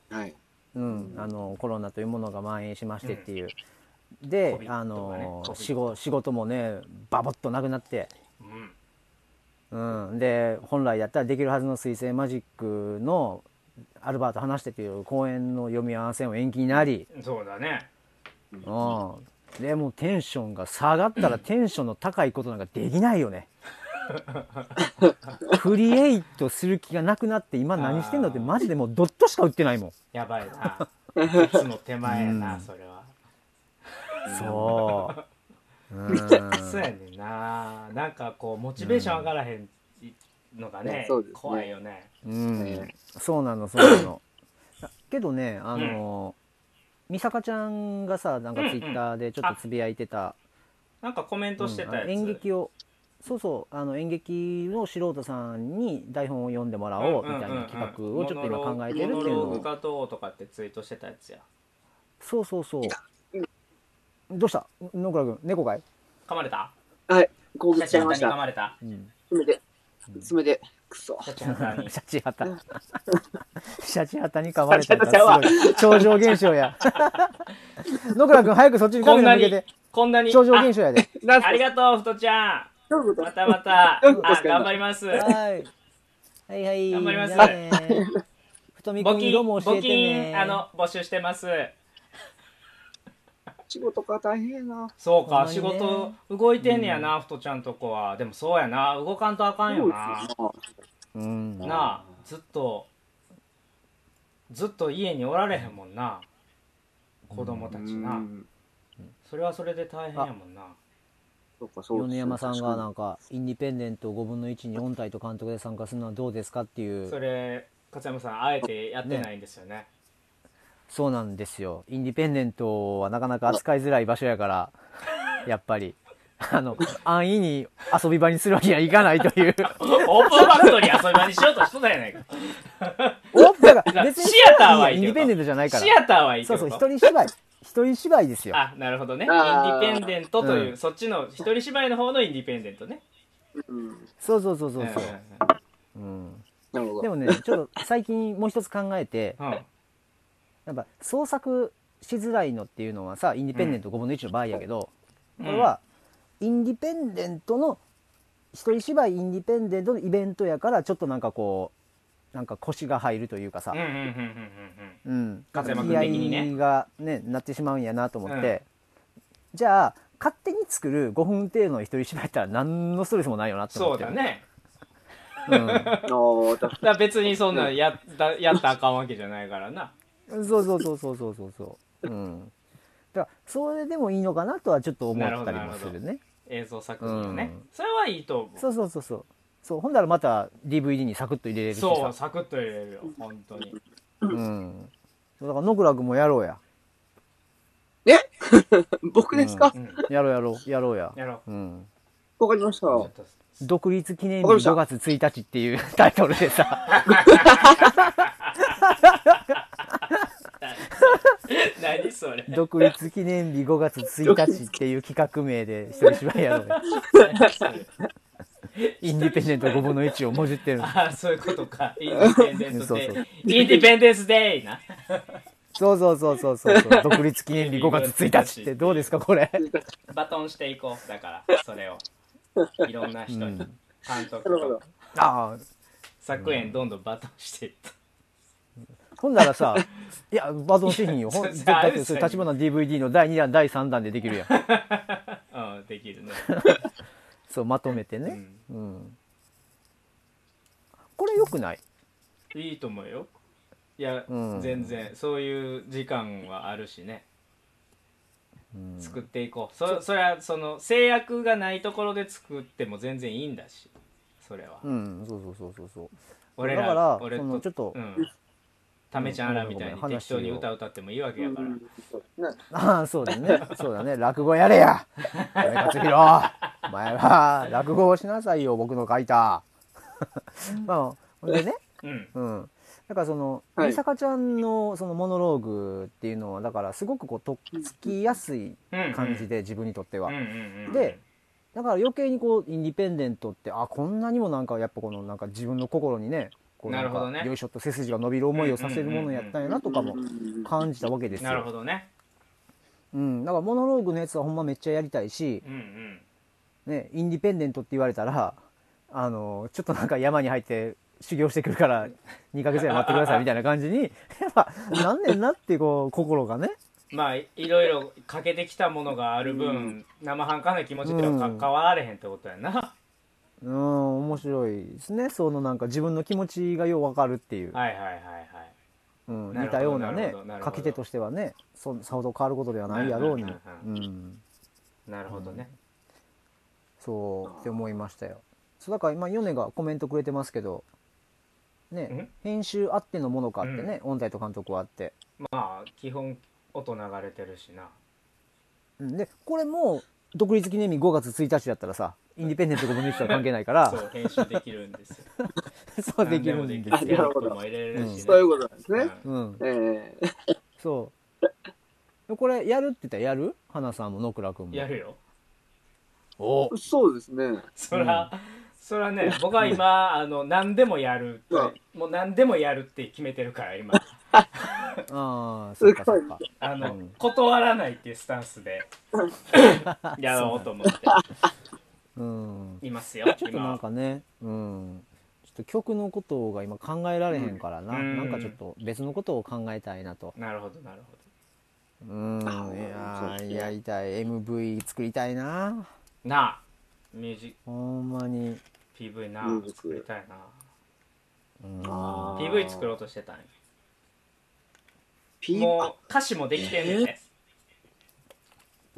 はい。
うん、あのコロナというものが蔓延しましてっていう、で、
COVID
あ
と
の
かね COVID
仕事仕事もねバボッとなくなって、
うん
うん、で本来だったらできるはずの「水星マジック」の「アルバート話して」という公演の読み合わせも延期になり、
そうだね
うん、でもうテンションが下がったらテンションの高いことなんかできないよ (laughs) ね。クリエイトする気がなくなって今何してんのってマジでもうドットしか打ってないもん
やばい
(laughs)
ないつも手前やな、
うん
それは
そう。うん
そうやねんななんかこうモチベーション上がらへんのがね,、
うんそうですね
怖いよね
うん、そうなのそうなのだけどねあの、美坂ちゃんがさなんか
うんうん
ツイッターでちょっとつぶやいてた、
なんかコメントして
うん
たやつ、
演劇をそうそうあの演劇の素人さんに台本を読んでもらおうみたいな企画をちょっと今考えてるっていうの
モノローグ
を
がどうとかってツイートしてたやつや
そうそうそうどうした野倉君猫かい、
噛まれた
攻
シャ
撃しち
チ
ゃい
ハタに噛
ました。
まれた
うん、 (laughs)
爪で、爪で、くそ。
シャチハタ (laughs) に
シャチハ (laughs) タ
うん
シャチハタに噛まれたのがすごい超常現象や (laughs) 野倉君早くそっちにカ
こん
メラ
な
向けて
にこんなに
超常現象やで。
なん
あありがとうふとちゃ
どういうこ
ん
と
またまたあ
どういうことですか今
頑張ります
はい。はいはい。
頑張ります
じゃあね。太み
募
君
金
色も教え
募
てね。
金あの募集してます
仕事が大変やな。
そうか、
ほんまに
仕
ね
事動いてんねやな、ふとちゃんとこはでもそうやな動かんとあかんよな
そう
うん。
なあずっとずっと家におられへんもんな子供た
です
ち
よ
な、
うん
それはそれで大変やもんな
そうかそうです
米山さんがな
なん
かインディペンデント5分の1に4体と監督で参加するのはどうですかっていう
それ勝山さんあえてやってないんですよね
そうなんですよインディペンデントはなかなか扱いづらい場所
(laughs)
やからやっぱりあの安易に遊び場にするわけにはいかないという
(laughs) オープンファクトリー遊び場にしようとしてたやないか
おっだか
な
ら別に
シアターはいい
イン
けど
ディペンデントじゃないから
シアターはいいけ
そ
ど
うそう一人芝居一人芝居ですよ
あなるほどねインデ
あ
ィ
ー
ペンデントという、
うん
そっちの一人芝居の方のインディペンデントね
そうそうそう
ん
そうそ
ん
う、うん、
なるほど。
でもね、ちょっと最近もう一つ考え
(laughs)
て、
うんうん
やっぱ創作しづらいのっていうのはさ、インディペンデント5分の1の場合やけど、
うん
これは、インディペンデントの、一人芝居インディペンデントのイベントやから、ちょっとなんかこう、なんか腰が入るというかさ
うん、うんうんうんうん
うん、なん
勝
か
山
気
君
合
的にね
いがね、なってしまうんやなと思って、じゃあ、勝手に作る5分程度の一人芝居やったら何のストレスもないよなって思
そ
っ
う
て
だ
る。
ね
うん
あー
だ
だ
から別にそんなんやったやったらあかんわけじゃないからな
そうそうそうそうそうそうそう。うん。だからそれでもいいのかなとはちょっと思ったりもするね。
映像作品をね、
うん
それはいいと思う
そうそうそうそう。そうほんだらまた DVD にサクッと入れれるしさ。
そうサクッと入れるよ本当に
うん。そうだから野倉君もやろうや。
僕ですか
うん
やろうやろうやろうや。
やろ
うん。
わかりました。
うちょっと (laughs)
独立記念日
わかりました
5月1日っていうタイトルでさ。
何それ
独立記念日5月1日っていう企画名で一人芝居やろうや。インディペンデント5分の1をもじってるの。
ああそういうことかインディペンデンス
(laughs) そう
デ
そう
イインディペンデンスデイな
そうそうそうそう (laughs) そうそう。独立記念日5月1日ってどうですか、これ。
バトンしていこうだからそれをいろんな人に、
うん
監督
なるほ
と
ど
か
ああ、
作演どんどんバトンしていった
ほんならさ、いや、バトン製品よ。ほん
それ
だってそれ、立花 DVD の第2弾、第3弾でできるやん。
うん、できるね。
そう、まとめてね。うん。これ良くない
いいと思うよ。いや、
うん
全然、そういう時間はあるしね。
うん
作っていこう。そ、そりゃ、その、制約がないところで作っても全然いいんだし。それは。
うん、そうそうそうそうそう。
俺ら、
だから
俺
そのちょっと
うん。ためちゃんらみたいに
ごめんごめん
適当に歌歌ってもいいわけやから。
な
ああ、そうだね。そうだね。落語やれや。俺勝弘。お前は落語をしなさいよ、僕の書いた。まあ、ほんでね、
うん。
うん。だからその、
はい
美坂ちゃんのそのモノローグっていうのは、だからすごくこう、とっつきやすい
うん。
感じで、自分にとって
う
は
ん。。うん。うん
で、だから余計にこう、インディペンデントって、あ、こんなにもなんか、やっぱこのなんか自分の心にね、こうなん
なるほ
か
どね
よいしょっと背筋が伸びる思いをさせるものやったんやなとかも感じたわけですよ。
なるほどね。
うん、だからモノローグのやつはほんまめっちゃやりたいし、
うんうん。
ね、インディペンデントって言われたらあのちょっとなんか山に入って修行してくるから2ヶ月ぐらい待ってくださいみたいな感じに (laughs) やっぱなんねんなってこう心がね
まあ、いいろいろ欠けてきたものがある分、生半可な気持ちではか
うん
関わられへんってことやな。
うん面白いですねそのなんか自分の気持ちがようわかるっていう、
はいはいはいはい。
うん、
なるほど
似たような
なる
ね
ほどなるほ
書
ど
き手としてはねそさほど変わることではないやろうに、
うんう
うん、
なるほどね。
そうって思いましたよそうだから今米がコメントくれてますけどね
ん
編集あってのものかってね、音大と監督はあって
まあ、基本、音流れてるしな。
うんでこれも独立記念日5月1日だったらさインディペンデント5分の1とは関係ないから
そう、編集できるんですよ。
(laughs) そう (laughs) できるんで
何
す
もでき
な
る
る
よ、
ほど
音も入れれるしね。
そういうことなんです
うん
ね。
うん、
ええ
そうこれやるって言ったらやる花さんも野倉君も
やるよ。
お
そうですね。
そら、そらね、僕は今、あの、何でもやるって
うん
もう何でもやるって決めてるから、今。
ああそっかそっか
あの、
うん
断らないっていうスタンスで、 (laughs) やろうと思って
うん
います
(laughs)
よ、
ちょっと
今
な
は
んかねうんちょっと曲のことが今考えられへんからな、
うん
なんかちょっと別のことを考えたいなと
なるほど、なるほ
うんい
あ
や
そうです
ー
ね
やりたい MV 作りたいな
ど。なあ、ミュージ
ほんまに、
ック、PV な
ミュージック
作りたいな。
うん、
あー
PV 作ろうとしてたんよ
P
もう、歌詞もできてんねんね。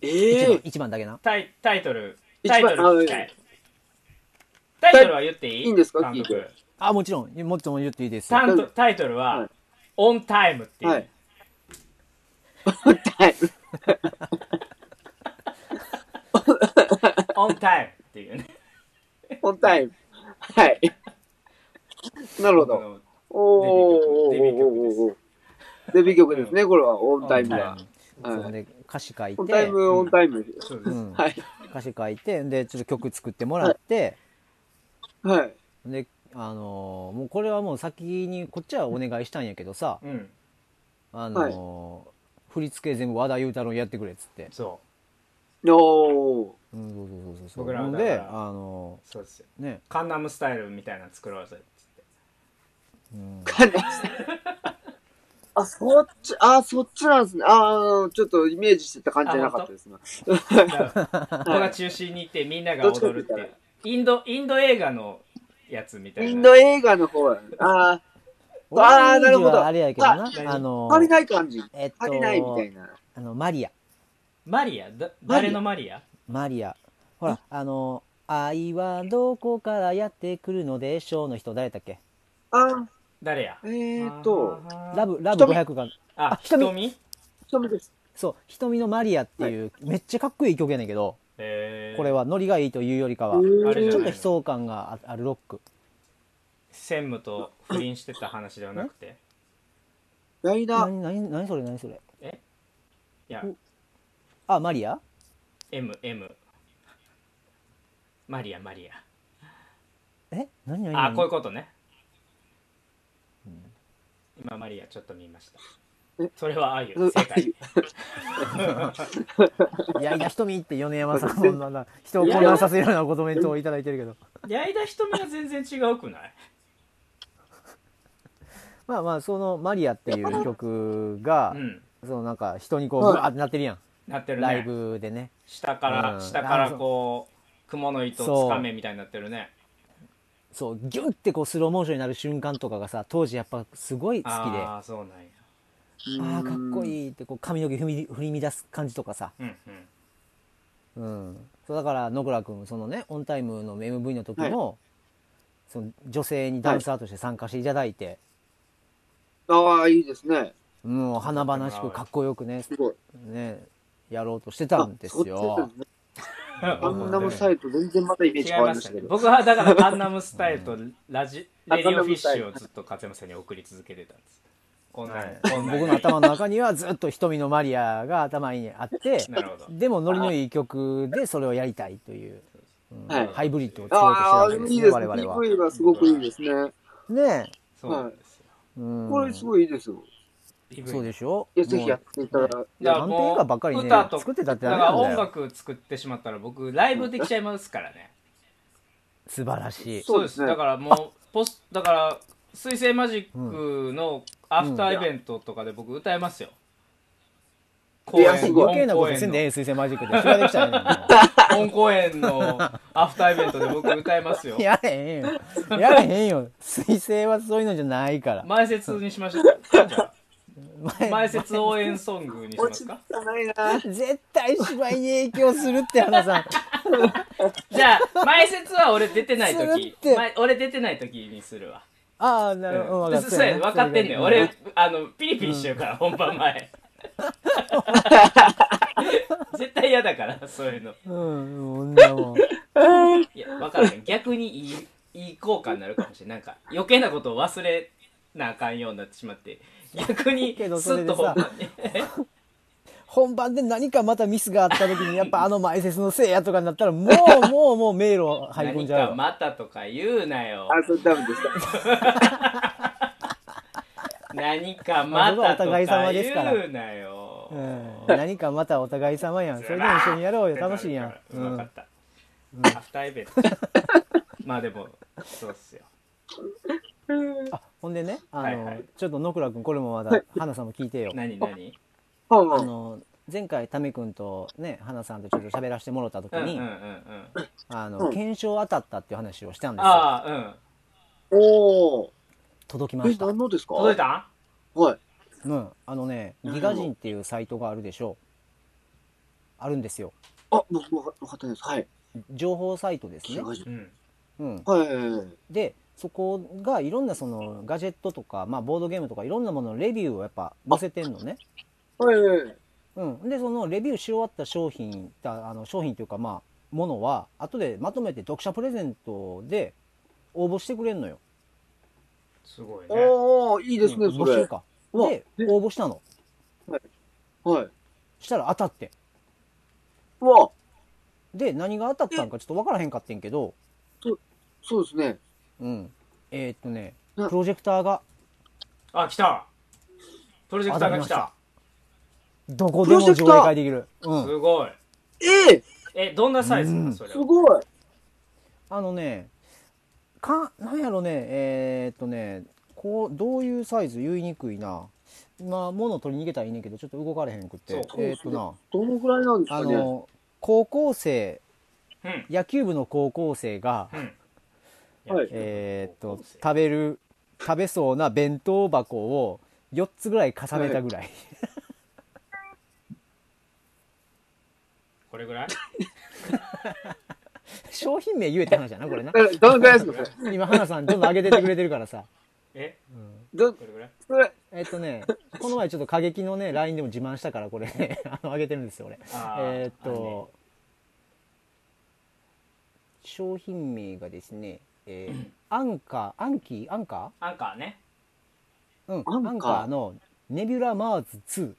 え
一
え
番一番だけな
タイタイトル、
一
タ
番
イトル聞きたい。タイトルは言っていい
いいんですか
監督
聞い
あ、もちろん、もちろん言っていいですよ。
タントタイトルは、
はい
オンタイムっていう。
はいはい。
オンタイムっていうね。
オンタイム。はい。なるほど。おお
デビュー曲です
ー。デビュー曲ですね、これは。オンタイム
オン
が
タ。
そうで歌詞書い
オンタイ
て、
ム、オンタイム。
そう
う
です。
ん、
(laughs) はい。
歌詞書いて、で、ちょっと曲作ってもらって、
はい。
で、あのーもうこれはもう先に、こっちはお願いしたんやけどさ、
うん、
あのー振り付け全部和田裕太郎にやってくれっつって。
そう。
お (laughs) ー。
うん、そうそうそうそう。
僕らは
ほん
だから
で、あの
そうですよ。
ーね、
カンナムスタイルみたいなの作ろうぜっつって。
うん、
あ、そっち、あ、そっちなんですね。ああ、ちょっとイメージしてた感じじゃなかったですね。
だから僕が中心にいてみんなが踊るって
どっちかって言っ
いう。インド、インド映画のやつみたいな。
インド映画の方ああー、あーなるほど。
あれやけどな
あ、
あのー
足りない感じ。
えっと
足りないみたいな。
あの、マリア、
マリアだ誰のマリア
マリア。ほら、あのー愛はどこからやってくるのでしょうの人、誰だっけ
あ
誰や
ー、えーと、、
ラブ、ラブ500が、
あ、
瞳
瞳
ちょっとです。
そう、瞳のマリアっていう、めっちゃかっこいい曲やねんけど、
えー、
これはノリがいいというよりかは、
えー
あれじゃない
ちょっと悲壮感がああるロック。
専務と不倫してた話ではなくて。
ライダー、
何、何、何それ、何それ。
いや、
あ、マリア
M、M。マリア、マリ
え何、何、
ア。あ、
何
こういうことね。今、マリアちょっと見ました。それはあゆ
うん
正解
いやいや、瞳って米山さんもなんだ、人を混乱させるようなごコメントをいただいてるけど。
矢井田瞳は全然違うくない
まあまあ、そのマリアっていう曲が
う、ん
そのなんか人にこう、
はい
ブワーってなってるやん。
なってる
ライ
ね
ブでね。
下から、
うん
下から
あそう
こう雲の糸をつかめみたいになってるね
そう、ギュンってこうスローモーションになる瞬間とかがさ、当時やっぱすごい好きで、あ
ああそうなんや
あ、かっこいいってこう髪の毛振り振り乱す感じとかさ。
うんうん
うん、そうだから野倉君そのねオンタイムの MV の時も、その女性にダンサーとして参加していただいて、
ああ、いいですね。
もう華々しくかっこよくね
すごい。
ねやろうとしてたんです
あそっ
よ
ち。ですねガンダムサイト全然またイメージ
違い
変わ
ま
りまし
したた
け
ね
ど。
僕はだからガンダムスタイルとラジ、
あ
レディオフィッシュをずっと勝山さんに送り続けてたんですこんなん、こんなん
僕の頭の中にはずっと瞳のマリアが頭にあって
なるほど
でもノリのいい曲でそれをやりたいという、うん
はい
ハイブリッドを作ろうとしてた
あ
わ
あ、
け
い
で
い
す
です
ね我
ね。
々は。
PV がすごくいいですね。
ね
そうなんですよ、
え、うん、
これすごいいいですよ。
そうでしょ
いや、ぜひやっていただ
いや短編映画ばっかりね
歌と
作ってたって
だ
ダ
か
メなん
ら
だよ
音楽作ってしまったら僕ライブできちゃいますからね
素晴らしい。
そ
そうう
で
ですす
ね
だからもうポスだから水星マジックのアフターイベントとかで僕歌えますよ、公
いやす
演
ごい
余計なことせんでええ、水星マジックで。それはできちゃうねん
本公演のアフターイベントで僕歌えますよ
やれへんよ。やれへんよ。水星はそういうのじゃないから。
前説にしましょうかじゃあ
前
前説応援ソングにしますか
ないな。
(laughs) 絶対芝居に影響するって
(laughs)
花さん。
じゃあ前説は俺出てない
する
時
って
前俺出てない時にするわ
ああ、なるほど。
うん、そう (laughs) や分かってんねん。俺、あの、ピリピリしてるから、本番
(laughs)
前。絶対嫌だから、そういうの。
うん、女も。
いや、分からへん。逆にいい、いい効果になるかもしれん。なんか、余計なことを忘れなあかんようになってしまって、逆に、ス
けどそれ
ッと
で
本
さ
番に。
本番で何かまたミスがあった時に、やっぱあの前説のせいやとかになったら、もう、もう、もう迷路入り込ん
何
じゃう
か
よ。
またとか言うなよ。
あ、それダメでした。
何かまたと
まあ僕はお
か
互い様ですから
言うなよ。
うん、何かまたお互い様やん。それでも一緒にやろうよ。楽しいやん。う
分か
ん
っ、た。アフターイベ
(laughs)
ント。まあでも、そうっすよ。
ほんでね、あの、
はいはい
ちょっと野倉君、これもまだ、花さんも聞いてよ。
何何
はい
あ
はい
の前回タメ君とね花さんとちょっと喋らせてもらった時
うんうんうん
に、
うん。
あの
うん
検証当たったっていう話をしたんですよ
ああ、うん。
おお。
届きま
え
し、た、う
何のですか
届いた
はい。
ん、あのねギガ人っていうサイトがあるでしょあるんですよ
あ、僕わかってないです。はい。
情報サイトです
気
ね
が、はい。
うん。
うん、
はい。
でそこがいろんなそのガジェットとか、まあ、ボードゲームとかいろんなもののレビューをやっぱ載せてんのね
はい。
うん、でそのレビューし終わった商品だあの商品というかまあものは後でまとめて読者プレゼントで応募してくれるのよ。
すごいね。
おお、いいです
う
ね、
ん
そ
募集
れ。
か。
うわ
で応募したの。
はい。
したら当たって。
うわ、
で何が当たったんかちょっと分からへんかってんけど、
そうですね。
うん、えーっとね
うん
プロジェクターが
あ、来たプロジェクターが来た。
どこでも上映会できる。うん、
すごい。
ええ
え、どんなサイズ
う
なんそれ
す
は。
ごい。
あのねかなんやろねえーっとねこうどういうサイズ言いにくいな。まあ物取りに行けたらいいねんけどちょっと動かれへんくって。
そう
えーっとな。
どのぐらいなんです
あ
かね。
の、高校生、
うん。
野球部の高校生が、
うん。
はい
えーっ
高
と
校生、
食べる、食べそうな弁当箱を4つぐらい重ねたぐらい。
これぐらい
商品名言えって話だな、これな。
えどのぐらいですかそれ
今、花さん、どんどん上げてってくれてるからさ。
え、
ど
これぐらい
それ、
えーっとね、この前ちょっと過激のね、LINE でも自慢したから、これ、ね、 (laughs) あの、上げてるんですよ、俺。
あー
えーっ
あの
と、商品名がですね、えーアンカー、アンキー、アンカー
アンカーね。
うん、
ア
ア
ン
ン
カー
カーのネビュラマーズ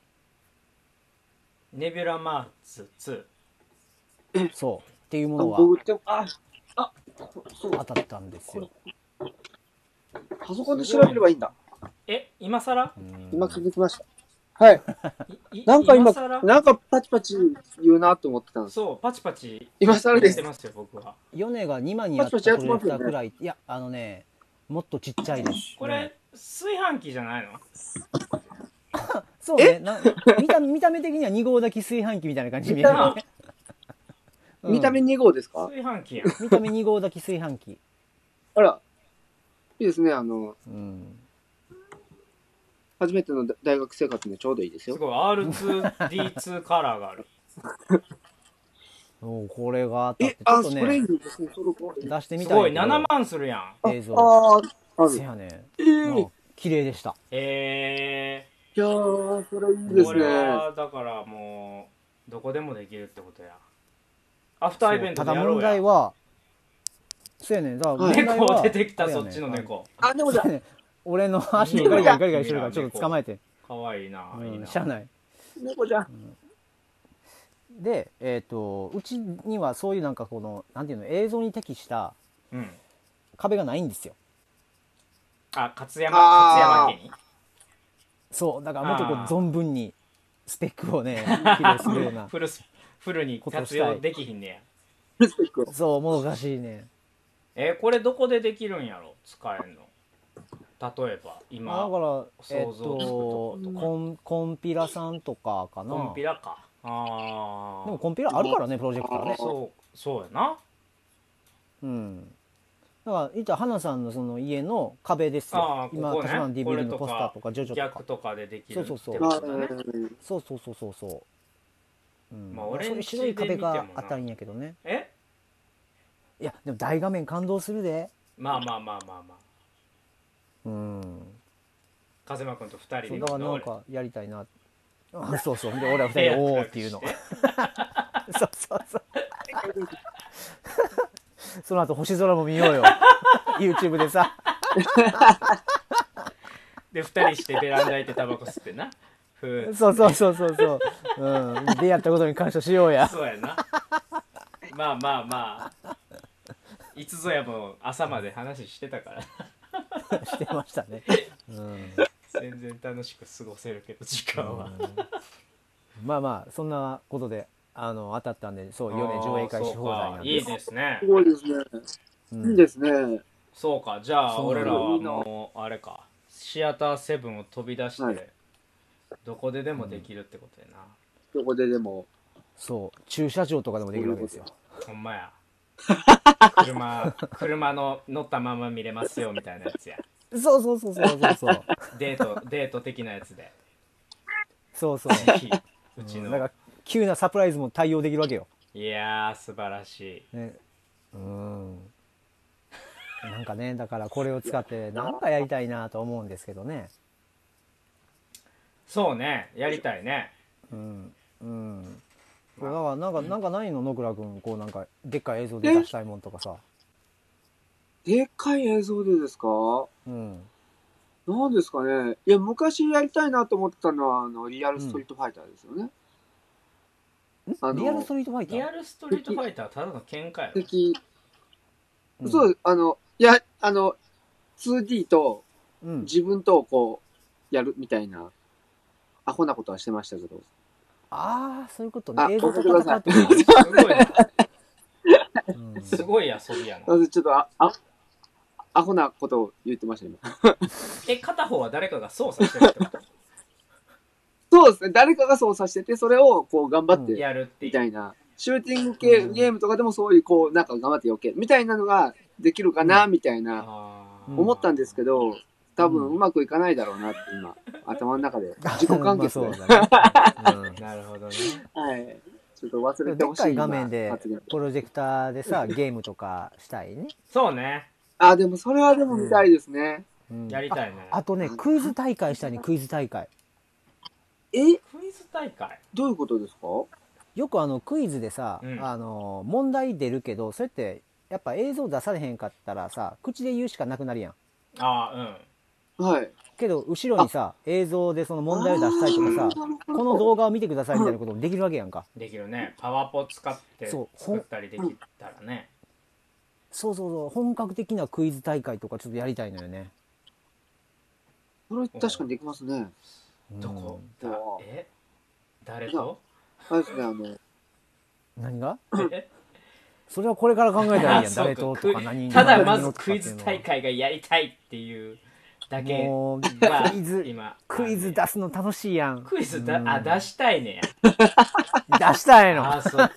ネビュラマーツ2。
2そうっていうも
あ
のは
僕でもあ、あ、こそう、
当たったんですよ。
パソコンで調べればいいんだ。
え、今更
うん
今気づきました。はい。
いい
(laughs) なんか今、
更
なんかパチパチ言うなと思ってたんです。
そう、パチパチ
今更で
言っ
す
て。ますよ、僕は。
ヨネが2万にあったプロジェクターくらい、いや、あのね、もっとちっちゃいです。
これ、炊飯器じゃないの
そうね、な見た見た目的には2号だけ炊飯器みたいな感じに見えるよね。うん
見た目2号ですか
炊飯器やん。
見た目2号だけ炊飯器。
あら、いいですね。あの、
うん。
初めての大学生活にはちょうどいいです
す
よ。
ごい、R2D2 カラーがある。
もうこれがあったっ
え
て、、ちょ
あ、
っと
それい
ね、
いですね。それこ
出してみ
す
たい
ご
け
い、
ど
7万するやん。
映像。
ああ、ある。
せ
え
やねん。
え
うん綺麗でした。
え
いやー、それいい
ー、
で
こ
す
れ
ね。
は、だからもう、どこでもできるってことや。アフターイベント
た
で
だ
やろ
問
う
題
や。
は、そうやねん。だから問題は
猫出てきた、
そうや
そ
ね
っ
ん
ちの猫。
あ、でも (laughs) だ。
(laughs) 俺の足にガリガリガリガリしてるから、ちょっと捕まえて。、。
かわいいな、いいうなん
車内。
猫じゃん。
で、えっ、と、うちにはそういうなんかこの、なんていうの、映像に適した
うん。
壁がないんですよ。
あ、勝山、
あー
勝山家に。
そう、だからもっとこう
あー
存分にスペックをね、 (laughs) 披露するような。
フルス、フルに活用できひんねや。
ルスペックを
そう、もどかしいね。
えーこれどこでできるんやろ使えんの。例えば、
まあ、
今
だ、から、えっ、
想像つく
と
とことか
コン、コンピラさんとかかな。
コンピラか。あ
で
あ。
もコンピラあるからね、プロジェクターね。
そう、そうやな。
うん。だから、いったら花さんのその家の壁です
あ
よ
ー。
今、
ここね
鹿島の DVD のポスターとか、ジョジョと
逆
か。
とかでできるって
そうそうそう
ことだね。
うん
そうそうそうそうそう。うん
まあ
まあ
俺ん
それ
家
白い壁
で
が
見てもな
あったらいいんやけどね。
え
いや、でも大画面感動するで。
まあまあまあまあまあ。
うん。
風間君と二人で
そ
見る
うだからな
の
ん
俺
かやりたいな。あそうそう。で、俺ら二人
手
で
や、
おーっていうの。 (laughs) そうそうそう。その後星空も
(laughs)
見ようよ。YouTube でさ。
で二人してベランダ行ってタバコ吸って
(laughs)
なふー
そうそうそうそうそう。うん。出会ったことに感謝しようや。
そうやなまあまあまあいつぞやもう朝まで話してたから
してましたね。うん。
全然楽しく過ごせるけど時間は
まあまあ、そんなことで、あの、当たったんで、そう、4年上映会し放題なん
あーそうか
で。
いいですね
すごいですね。
うん
いいですね。
そうかじゃあ
そう
俺
な
ら
の
はもうあれかシアターセブンを飛び出して、
はい
どこででもできるってことやな、
どこででも。
そう、駐車場とかでもできるわけですよ。
ほんまや車車の乗ったまま見れますよみたいなやつや
そうそうそうそうそうそう。
デートデート的なやつ
(laughs)
で
そうそう。
ぜひ (laughs) うち
なん
の
か、急なサプライズも対応できるわけよ。
いやー素晴らしい
ね。うん。なんかね、だからこれを使って、なんかやりたいなと思うんですけどね。
そうねやりたいね
うん。うん。これだから、なんか、なんかないの野倉君、こうなんか、でっかい映像で出したいもんとかさ。
でっかい映像でですか
うん。
なんですかね。いや、昔やりたいなと思ってたのは、あの、リアルストリートファイターですよね。あ
リアル
の
ス、トリートファイタ
リ
ー
アルストリートファイターはただの喧嘩やろ
敵、
ん
そうです。あの、いや、あの、2D と
うん。
自分とこう、やるみたいな、アホなことはしてましたけど。
ああ、そういうことね
あ。
映像と戦ってことね
すごいな
うん
すごい遊びや
な
な
ので、ちょっと、あ、あ、アホなことを言ってました、今。
え片方は誰かが操作してるってこ
そうですね。誰かが操作してて、それをこう、頑張っ
と
て
やるってい
み
う
たいな、シューティング系ゲームとかでもそういう、こう、なんか頑張ってよけ、みたいなのができるかな、みたいな、
あー
思ったんですけど、多分うまくいかないだろうなって、今、頭の中で。自己完
(laughs)
結
まあ
で。
そうだね。うん
なるほどね
はい。ちょっと忘
で
れ
ってか
ほしい。
い画面で
今発言
プロジェクターでさゲームとかしたいね、
そうね
あ、でもそれはでも見たいですね。
うん
やりたいね
ああとねクイズ大会したいねクイズ大会
え、
クイズ大会
どういうことですか
よくあのクイズでさ、
うん
あの問題出るけどそれってやっぱ映像出されへんかったらさ口で言うしかなくなるやん
あ
はい。
けど後ろにさ映像でその問題を出したりとかさ
あー
この動画を見てくださいみたいなこともできるわけやんか
うんできるねパワポ使って
そう
作
ほん
ったりできたらね
そうそうそう本格的なクイズ大会とかちょっとやりたいのよね
それ確かにできますね。
どこだ
うん
え誰と
マジであの、
何が
え
それはこれから考えたらいい
あ
やん。
そう
誰ととか何
クイ
に
ただま
何
ず
のとか
ク
って
イ
い
ズ
うのは
大会がやりたいっていうだけ
もう、
が
クイズ
今
クイズ出すの楽しいやん。
クイズだあ
うん
出したいね
出したい
や
の。
あそう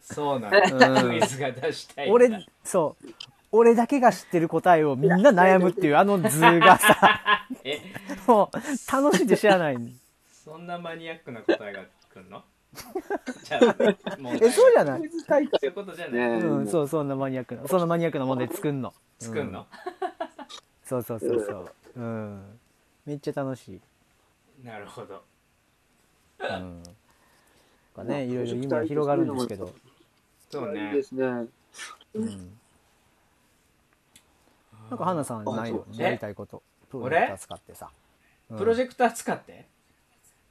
そうなんだ
う
ク
ん
イズが出したいんだ
俺、そう。俺だけが知ってる答えをみんな悩むっていうあの図がさ、
(laughs) え
もう楽しいで知らない。
そんなマニアックな答えが来
(laughs)
んのじゃあ問題
え、そうじゃ
ない
ない
そういうことじゃない、
ね、
うん、
う。
そう、そんなマニアックな、そんなマニアックな問題作んの。
作んの、
そうそうそうそう。うん。めっちゃ楽しい。
なるほど
うん。とかね、いろいろ夢が広がるんですけど。
そう
いい
ね
ですね。
うん。なんか、花さんないの
あ
そう
やりたいこと。プロ
俺
ジェクター使ってさ。
プロジェクター使って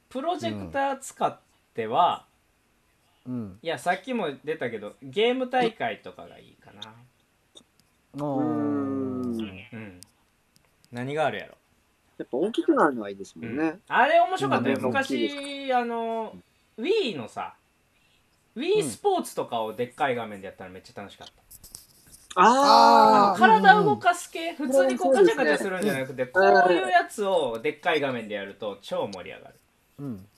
プロジェクター使っては、
うん。
いやさっきも出たけどゲーム大会とかがいいかな
お
う
ー
ん
うん何があるやろ
やっぱ大きくなるのはいいですもんね。
あれ面白かったよ、
うん
昔あの Wii のさ Wii スポーツとかをでっかい画面でやったらめっちゃ楽しかった、あの
ああ
体動かす系、普通にこう
そ
ガ
う
チ
で
ャガ
すね
チャするんじゃなくて、こういうやつをでっかい画面でやると超盛り上がる
うん。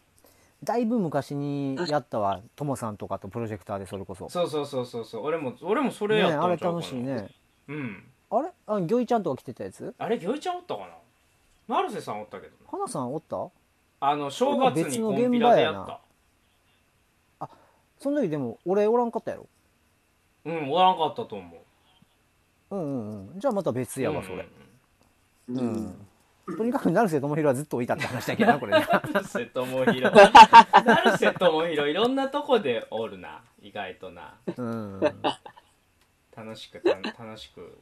だいぶ昔にやったわ、ともさんとかとプロジェクターでそれこそ。
そうそうそうそうそう俺も俺もそれ
ね
やった
あれ
んちゃうかな
楽しいね。
うん
あれあ、ギョイちゃんとか来てたやつ
あれギョイちゃんおったかなマルセさんおったけどな
花さんおった
あの正月にコンピラでやった
その時でも俺おらんかったやろ
うんおらんかったと思う
うんうんうんじゃあまた別やわ
うん
それ
う。
うんん、とにかく成瀬智弘はずっと置いたって話だけどな
(laughs)
これね
成瀬智弘成瀬智弘いろんなとこでおるな意外とな
うん、
楽しくた楽しく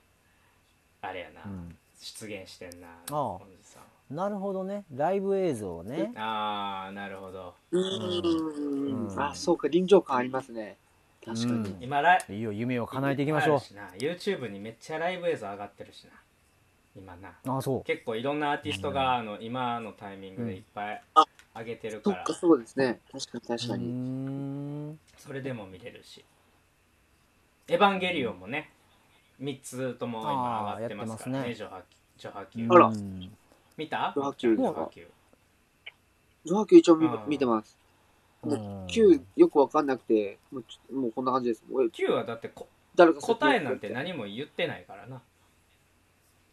あれやな、
うん、
出現してんな
あ
本地さん
なるほどねライブ映像ね
ああなるほど
うん。あ、そうか、臨場感ありますね。確かに。
今ライ
いいよ夢を叶えていきましょ
っぱいあるしな YouTube にめっちゃライブ映像上がってるしな今な
うあそう
結構いろんなアーティストが、あの今のタイミングでいっぱい
あ
上げてるか
そ
ら
っ、か、そうですね。確かに確
うー
かに。
ん
それでも見れるし「エヴァンゲリオン」もね3つとも今上がってますから
あー
ね「
や
ジョハジョハ級」
あら
うん
見た
ジョハ級
ジョハ級
ジョハキ一応見
うん
見てます。
うん
9よくわかんなくて、もうちょもうこんな感じです。おい
9はだってこ
誰か
答えなんて何も言ってないからな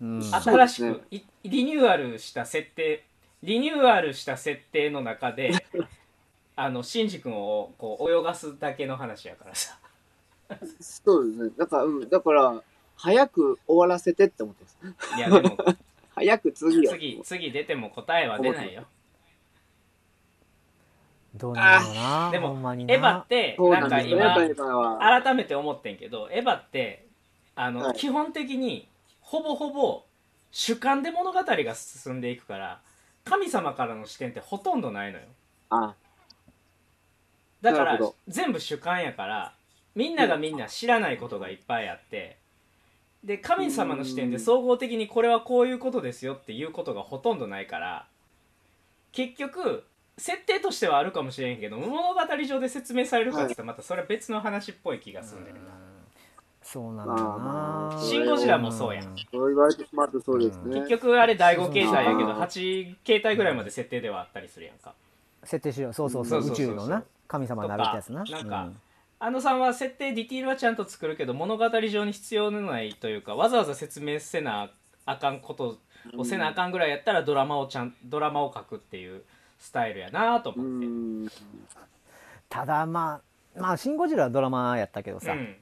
うん
そう
新
で
し
すね
くいリニューアルした設定リニューアルした設定の中
(laughs)
であのシンジ君をこう泳がすだけの話やから
(laughs)
さ
そうですね。だから、うん、だから、早く終わらせてって思ってます。
いやでも
早く次を。
次次出ても答えは出ないよ
どうなんだろうな
で
ほん
も
まにな
エヴァって
そう
な
なんん
か
ですよ。やっ
今
ぱり今は。
改めて思ってんけどエヴァってあの、
はい
基本的にほぼほぼ主観で物語が進んでいくから神様からの視点ってほとんどないのよ
あ、
だか
な
ら
るほど
全部主観やからみんながみんな知らないことがいっぱいあってで神様の視点で総合的にこれはこういうことですよっていうことがほとんどないから結局設定としてはあるかもしれんけど物語上で説明されるかって言ったらまたそれは別の話っぽい気がするんだよな
そうなんだよな
まあ
シン・ゴジラもそうやん
そう言われてしまうとそうですね
結。局あれ第5形態やけど
うん
8形態ぐらいまで設定ではあったりするやんか
設定しようそうそうそう
そうそう
宇
そうそう
宙のな神様になるってやつな
とかなんか
うん
あのさんは設定ディティールはちゃんと作るけど物語上に必要のないというかわざわざ説明せなあかんことをせなあかんぐらいやったらドラマをちゃんドラマを書くっていうスタイルやなと
う
思って
ん。
ただまあまあ「シン・ゴジラ」はドラマやったけど
う
さ、
ん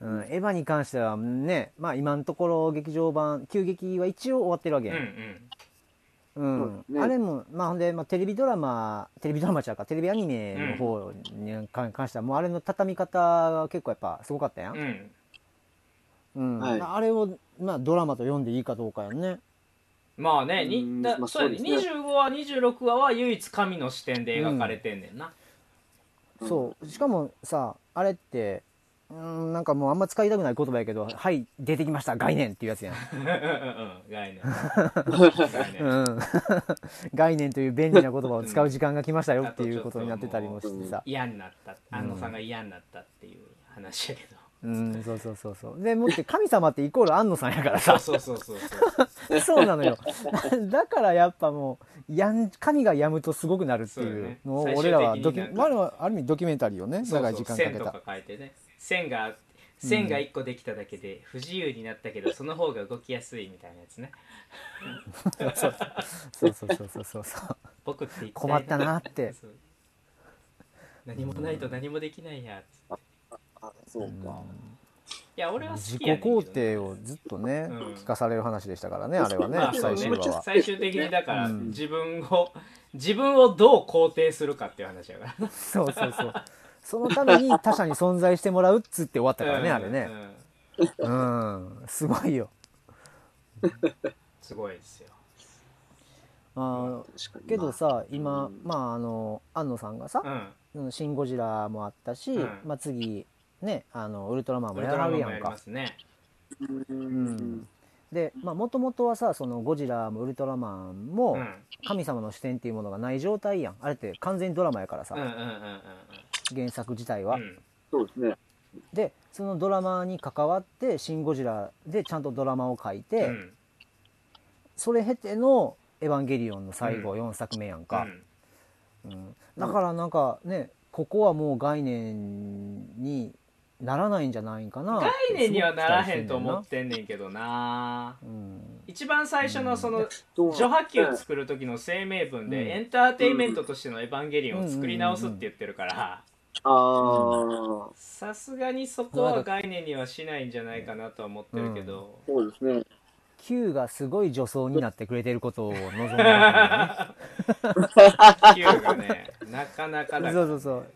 うん、エヴァに関してはね、まあ、今のところ劇場版急激は一応終わってるわけ
うん
や、
うんん
うん
そうですね
あれも、まあ、ほんで、まあ、テレビドラマテレビドラマちゃうかテレビアニメの方に関関しては、もうあれの畳み方が結構やっぱすごかったやん、
うん
うん
はい
あれを、まあ、ドラマと読んでいいかどうかやんね
まあね
う
に
ん
だ
まあ
そうやね
そうです
25話26話は唯一神の視点で描かれてんねんな
うん
そうしかもさあれってうーんなんかもうあんま使いたくない言葉やけど「はい出てきました概念」っていうやつやん、
うん概念概
う
念
ん、 (laughs) 概念という便利な言葉を使う時間が来ましたよっていうことになってたりもしてさ
嫌になった安野さんが嫌になったっていう話やけど、
うんそうそうそうそうでもって神様ってイコール安野さんやか
(laughs)
らさ
そうそうそうそう
そうなのよ (laughs) だからやっぱもうやん神が病むとすごくなるって
そうよ
いう
ね
のを俺らは
最終
ド
的
キ
になんか
ュ
まあでもある意味ドキュメンタリーをね
そう
長い
そ
時間か
う線
け
と
た
か変えてね線が線が1個できただけで不自由になったけどその方が動きやすいみたいなやつね
そうそうそうそうそうそう
僕って一体
困ったなって
(laughs) そう何もないと何もできないやつって
あ、そうか。
いや俺は好
自己
きやねんけどね
肯定をずっとね、
うん
聞かされる話でしたからねあれはね
まあそう
最
ね
終話は
最終的にだから、
うん
自分を自分をどう肯定するかっていう話やから
そうそうそうそのために他者に存在してもらうっつって終わったからねあれ
う
ね
んうん
うんすごいよ
すごいですよ
あー
確かに。
けどさ今
うん
まああの安野さんがさ
うん
「シン・ゴジラ」もあったし、
うん
まあ、次ねあのウルトラマン
ウ
も
ル
や
トラ
ら
マ
れ
ン
る
も
や
やり
んか
ますね
う
うん。でもともとはさそのゴジラもウルトラマン
う
も
ん
神様の視点っていうものがない状態やんあれって完全にドラマやからさ、
うんうんうんうん
原作自体
うん
は、
うん
そうですね。
でそのドラマに関わって「シン・ゴジラ」でちゃんとドラマを書いて、
うん
それ経ての「エヴァンゲリオン」の最後4作目やんか、
うん
うんだからなんかねここはもう概念にならないんじゃないんかな
概念にはならへんと思
う
っ、てんねんけどな
うん、
一番最初のその
どう
序波球作る時の声明文
うん
でエンターテインメントとしての「エヴァンゲリオン」を作り直すって言ってるから
ああ、
さすがにそこは概念にはしないんじゃないかなとは思ってるけど
そうですね。
Q がすごい女装になってくれてることを望んでるん
(laughs)
だ
球が
(laughs)
ねなかなか
よね
だか
そうそう
ら
そう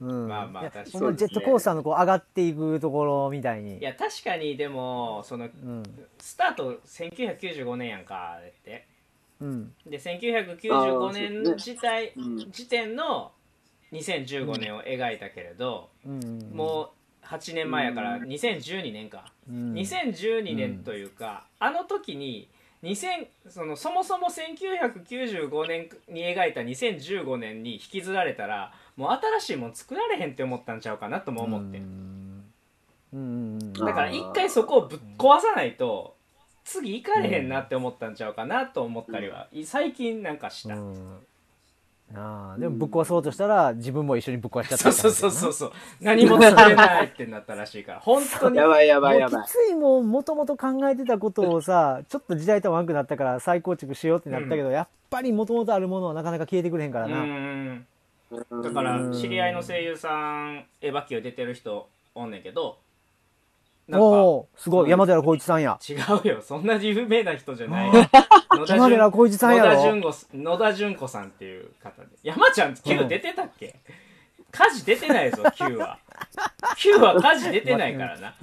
うん、
まあまあ
いや
確かに
ほんまジェットコースターのこう上がっていくところみたいに
いや確かにでもその
うん
スタート1995年やんかあれって
うん
で1995
あーそう
年
です
時代
うん
時点の2015年を描いたけれど、
うん
もう8年前やから2012年か、
うん
2012年というか、あの時に2000そのそもそも1995年に描いた2015年に引きずられたらもう新しいもん作られへんって思ったんちゃうかなとも思って、
うんうんうん
だから一回そこをぶっ壊さないと次行かれへんなって思ったんちゃうかなと思ったりは、最近なんかした、
うんああでもぶっ壊そうとしたら自分も一緒にぶっ壊しちゃった
そう
みた
そ
いな
うそうそうそう何も作れないってなったらしいから本当に
やばいやばいや
も
ば
う
い
き。ついももともと考えてたことをさちょっと時代と悪くなったから再構築しようってなったけど、やっぱりもともとあるものはなかなか消えてくれへんから
う
な、
ん
だ
だから知り合いの声優さんエヴァキを出てる人おんねんけどなんか
おおすごい山寺宏一さんや
違うよそんな有名な人じゃない野田
山
純
寺宏一さん
野
や
田
ろ
純子野田純子さんっていう方で山ちゃん Q 出てたっけ家事出てないぞ Q は Q は家事出てないからな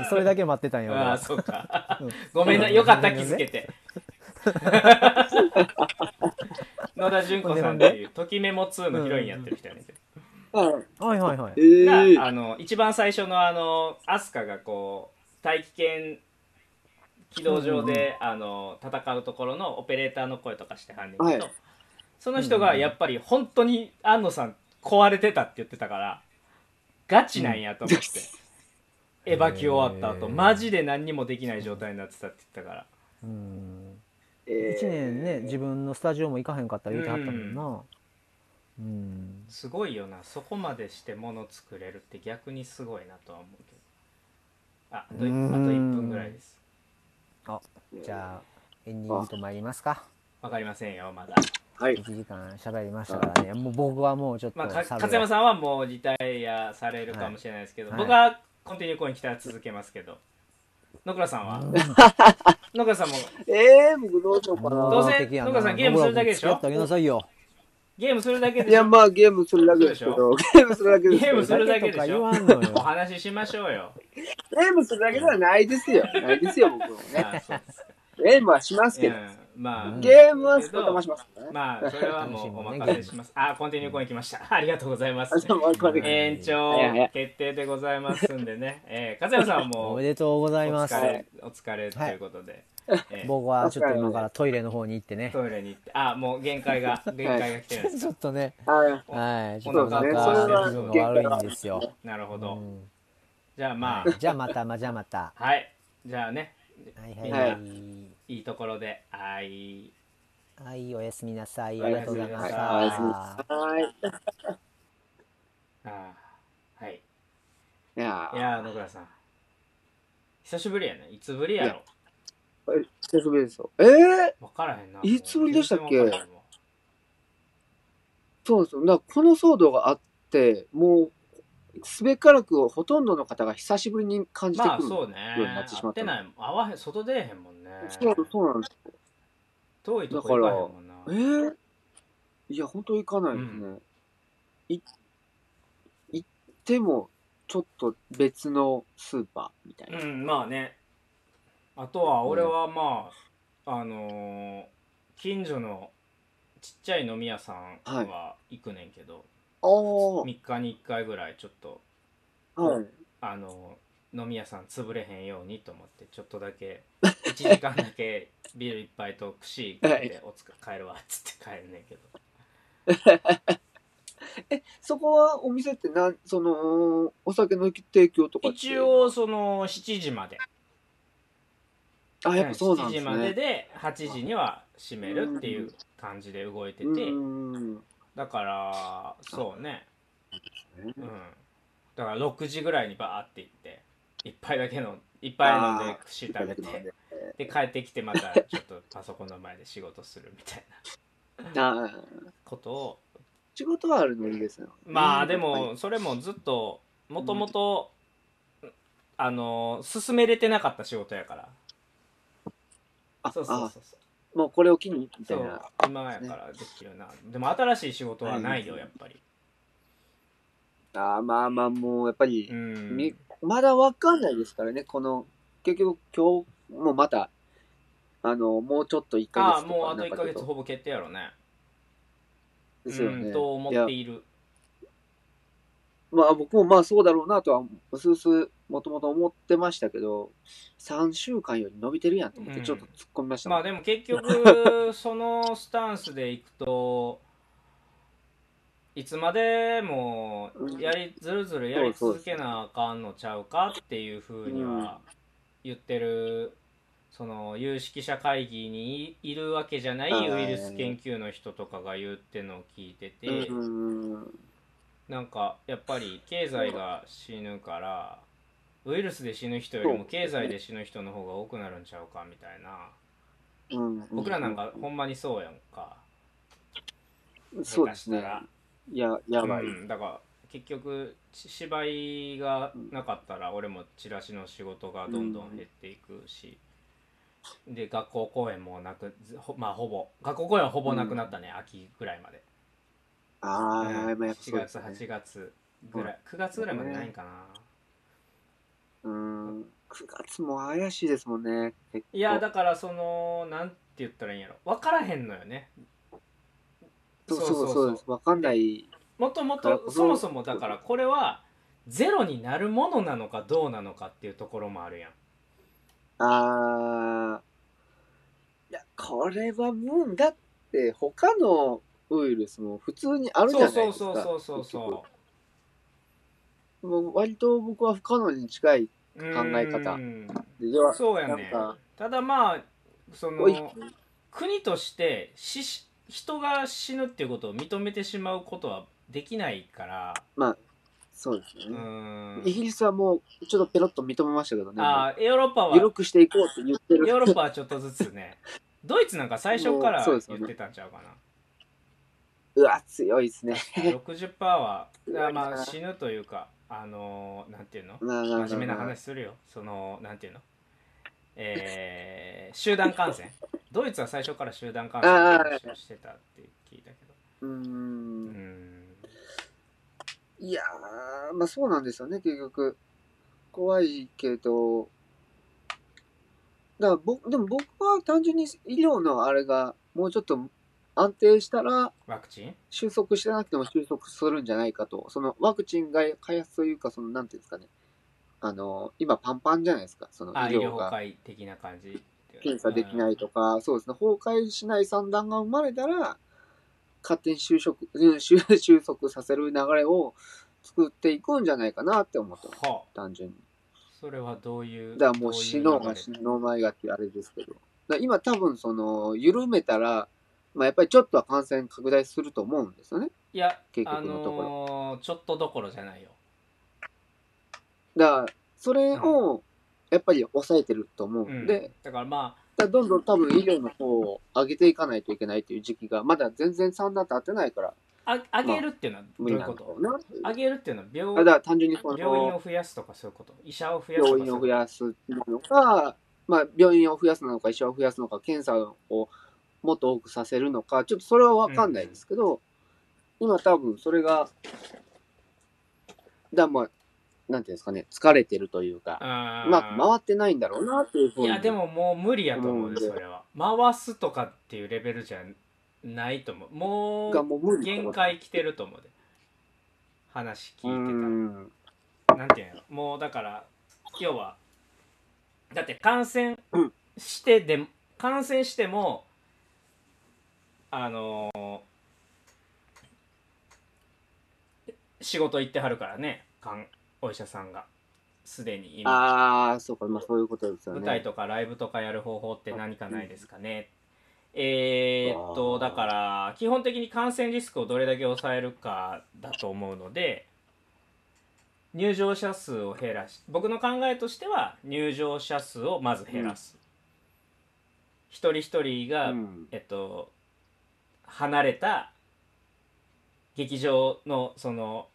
うん、それだけ待ってたん
ああ
や
そうかごめんなよかった気づけ (laughs) て野田純子さんっていう「ときメモ2」のヒロインやってる人やねんけど
はい。
俺はいはいはい
ええ
が、あの一番最初のあの飛鳥がこう大気圏軌道上で、あの戦うところのオペレーターの声とかしてはんねんけど、
はい
その人がやっぱり本当に安野さん壊れてたって言ってたからガチなんやと思って、 (laughs) エヴァキ終わった後マジで何にもできない状態になってたって言ってたから
うん
え
1年ね自分のスタジオも行かへんかったら言うてはったもんなうん
すごいよなそこまでして物作れるって逆にすごいなとは思うけどああといあと
う
1
ん
分ぐらいです
じゃあエンディングと参りますか
わかりませんよまだ。
はい
1。時間喋りましたからねもう僕はもうちょっと
まあ、か
猿
勝山さんはもうリタイアされるかもしれないですけど、
はい
僕はコンティニューコイン来たら続けますけど野倉さんは (laughs) 野倉さんも
ええ、僕どうしようか
も
な。
どうせ
的や
野
な
村さんゲームするだけでしょ
僕らも付き合ってあげなさいよ
ゲームするだけ
い
でし
や、
ょ
まあ、ゲームするだけですけど、ゲームするだけです
ゲー
けど
ムするだけで
とか
し
言
ょ
わんの
お
よ
話ししましょう
(laughs)
よ
ゲームするだけではないですよ。ないですよ、僕もね。
あそうですか
ゲームはします
い
けど。
やまあ、
ゲームはスパッと回しますからね。
まあ、それはもうお任せします。あ、コンティニューコイン来ました。 (laughs) ありがとうございます
あ、。じゃあ、もうこれで。
延長決定でございますんでね。えー、和也さんは
お
も
め
う
でとうござ
お
います
疲。れ、お疲れということで。えー
僕はちょっと今からトイレの方に行ってね。
トイレに行って、あ、もう限界が、限界が来てるんです。
ちょっとね、
はい。
はい、ちょっ
そ
と
うだ
な
ねそれ
んか
は
気分が悪いんですよ。
なるほ
う
ど。
ん
じゃあま
じゃあまた、まあじゃあまた。
あ、はい。じゃあね、
はいはい
は
はいい。
いいところで、はい。
はい、おやすみなさい。ありがとうございま
は
した。
いお
やすみなはい。
あーはい。
いや
いやー、野倉さん。久しぶりやね。いつぶりやろ。
ー、久しぶりですよ。ええ
わからへんな。
いつぶりでしたっけ
もう全然わからへんわ
そうですよ。だからこの騒動があって、もう、すべからくほとんどの方が久しぶりに感じて
まあ
くる。
そうね。
ようになってし
会
ま
っ
ってた
ないもん。会わへん、外出えへんもんね。
そう、そうなんですよ。
遠いとこ行かへんもんな。
ええいや、本当行かないですね。い行っても、ちょっと別のスーパーみたいな。
うん、まあね。あとは、俺はまあ、あのー近所のちっちゃい飲み屋さんは行くねんけど、
あ
3日に1回ぐらいちょっと、
あ、はい。
あのー飲み屋さん潰れへんようにと思ってちょっとだ
(laughs)
け1時間だけビール一杯と串食っておつか帰るわっつって帰るねんけど
そこはお店ってなん、その、お酒の提供とかってい
一
うのは
応、その7時まで
あ、やっぱそうな
7
んで
時
す
まで
ね。
で8時には閉めるっていう感じで動いてて、
うーん。
だからそうね
そうで
う
すね
んだから6時ぐらいにバーって行って一杯だけの一杯飲んで
あー
串食べて
一杯だけ飲んで
で帰ってきてまたちょっとパソコンの前で仕事するみたいな
ああ、
ことを
仕事はあるのいいですよね。
まあ
うん
で、もそれもずっともともとあの進めれてなかった仕事やから
あ
そうそうそうそう
あもうこれを機に、みた
そ
いうな。
今やからできるなでも新しい仕事はないよやっぱり
ああ、まあまあ、もうやっぱり
う、ん
みまだわかんないですからね、この、結局今日もまた、あの、もうちょっと1
あ
ヶ
あ
月とか。
もうあと1
なん
ヶ
かちょっ
月ほぼ決定やろね
ですよ
う
ね。
ん、と思
いや
っている
まあ僕もまあそうだろうなとは、うすうすもともと思ってましたけど、3週間より伸びてるやんと思っ
う
て
ん
ちょっと突っ込みました、
まあでも結
(laughs)
局そのスタンスでいくといつまでもやりずるずるやり続けなあかんのちゃうかっていうふうには言ってるその有識者会議にいいるわけじゃない
はい
ウイルス研究の人とかが言ってんのを聞いてて
うん
なんかやっぱり経済が死ぬからウイルスで死ぬ人よりも経済で死ぬ人の方が多くなるんちゃうかみたいな。
うん、
僕らなんかほんまにそうやんか、
そうで
下手し
すね
た。ら
いや、やばい。
うんだから結局し芝居がなかったら俺もチラシの仕事がどんどん減っていくし、で学校公演もなくずほまあほぼ学校公演はほぼなくなったね、秋ぐらいまで、
あ
う
あ、
ん
やっぱやっぱ
7
そうで
月
すね。
8月ぐらい、9月ぐらいまでないんかな、
うん、9月も怪しいですもんね。結構
いやだからそのなんて言ったらいいんやろ分からへんのよね
そうそうそうです。わかんない。
もともとそもそもだからこれはゼロになるものなのかどうなのかっていうところもあるやん
ああ、いや、これはもう、だって、他のウイルスも普通にあるじゃ
そ
な
う
いです
そう
か。
そうそうそうそ
結局もう割と僕は不可能に近いう結構考え方
うん
で。要は、
そうやね
なんか
ただまあそ
おい
の国として死し人が死ぬっていうことを認めてしまうことはできないから
そうです
う
よね。
ん
イギリスはもう、ちょっとペロッと認めましたけどね。も
あーヨーロッパ
う
は
緩くしていこうって言ってる。
ヨーロッパはちょっとずつねドイツなんか最初から
もうそうですよ
言
ね
ってたんちゃうかな
うわ、強いですね。
60%はだからまあ死ぬというかあのーなんていうの
なあなあなあ
真面目な話するよそのなんていうのえー集団感染ドイツは最初から集団感染の話をしてたって聞いたけど
うー。
うんん
いやー、まあそうなんですよね、結局。怖いけど、だから僕、でも僕は単純に医療のあれがもうちょっと安定したら
ワクチン
収束してなくても収束するんじゃないかと。そのワクチンが開発というか、そのなんていうんですかね。あの、今パンパンじゃないですか。その
あ
医
医療
療
崩
が
壊的な感じ
検査できないいとか、そうですね。崩壊しない算段が生まれたら、勝手に収束、 (laughs) うん収収束させる流れを作っていくんじゃないかなって思ってます。
はあ
単純に。
それはどういう
だからもう
どい
死のう
流れ
が死のうまいがってあれですけど。だから今多分その、緩めたら、まあやっぱりちょっとは感染拡大すると思うんですよね。
いや
結
あ
局のところ
のーちょっとどころじゃないよ
だから、それを、やっぱり抑えてると思うんで、
うん、だからまあ
だからどんどん多分医療の方を上げていかないといけないっていう時期が、まだ全然3段経ってないから、
あ上げるっていうのはど
無
ういう
理な
こ
んだろ
と
うな。
上げるっていうのは
あ
病
だから単純にそ
病院
の
を増やすとかそういうこと医者を増やすとか
病院を増
す
やすのか、まあ、病院を増やすのか、医者を増やすのか、検査をもっと多くさせるのか、ちょっとそれは分かんないですけど、今多分それが、だまあ、なんていうんですかね、疲れてるというか、うまく回ってないんだろうなっていうふ
い
うに。
やでももう無理やと思うね
うん
それは回すとかっていうレベルじゃないと思うも
がもう無
う
理って
限
こと
界来てると思うで話
う
聞い
ん
てたらなんていうのもうだから要はだって感染
うん
してでも感染してもあのー仕事行ってはるからねかんお医者さんがすでに今
ああ、そうか、まあそういうことですよね。
舞台とかライブとかやる方法って何かないですかね、えーっと
あー
だから基本的に感染リスクをどれだけ抑えるかだと思うので入場者数を減らし僕の考えとしては入場者数をまず減らす、一人一人が、
うん
えっと離れた劇場のその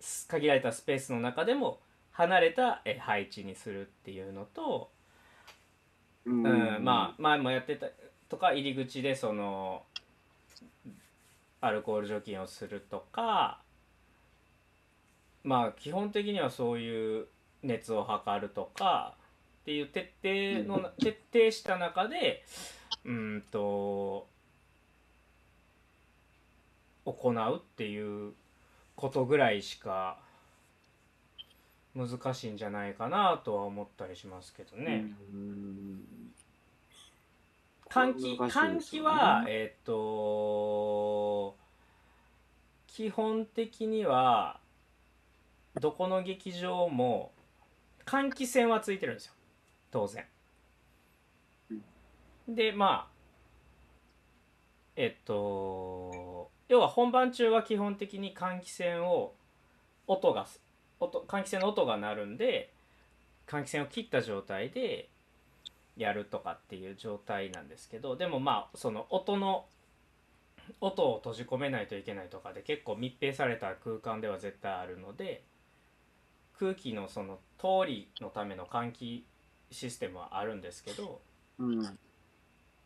す限られたスペースの中でも離れたえ配置にするっていうのと、
うん
うんまあ前もやってたとか入り口でそのアルコール除菌をするとかまあ基本的にはそういう熱を測るとかっていう徹底のな徹底した中でうーんと行うっていうことぐらいしか難しいんじゃないかなとは思ったりしますけどね。
うん
換気、
難しいですよね
換気は、えーっと、基本的には、どこの劇場も、換気扇はついてるんですよ。当然。で、まあ、えっと、要は本番中は基本的に換気扇を、音が、音換気扇の音が鳴るんで、換気扇を切った状態で、やるとかっていう状態なんですけどでもまあその音の音を閉じ込めないといけないとかで結構密閉された空間では絶対あるので空気のその通りのための換気システムはあるんですけど
うん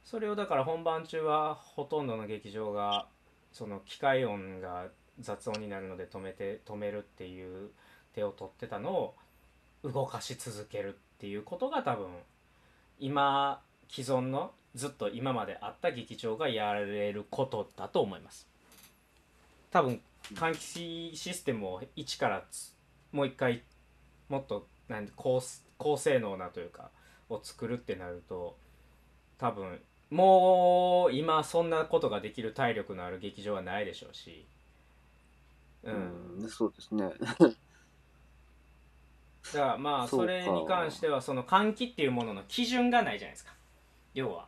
それをだから本番中はほとんどの劇場がその機械音が雑音になるので止めて止めるっていう手を取ってたのを動かし続けるっていうことが多分今既存のずっと今まであった劇場がやれることだと思います多分換気システムを一からつもう一回もっとなん高高性能なというかを作るってなると多分もう今そんなことができる体力のある劇場はないでしょうしう
うんん、そうで
(laughs)
すね。
だからまあ
そう
そ
か
れに関してはその換気っていうものの基準がないじゃないですか要は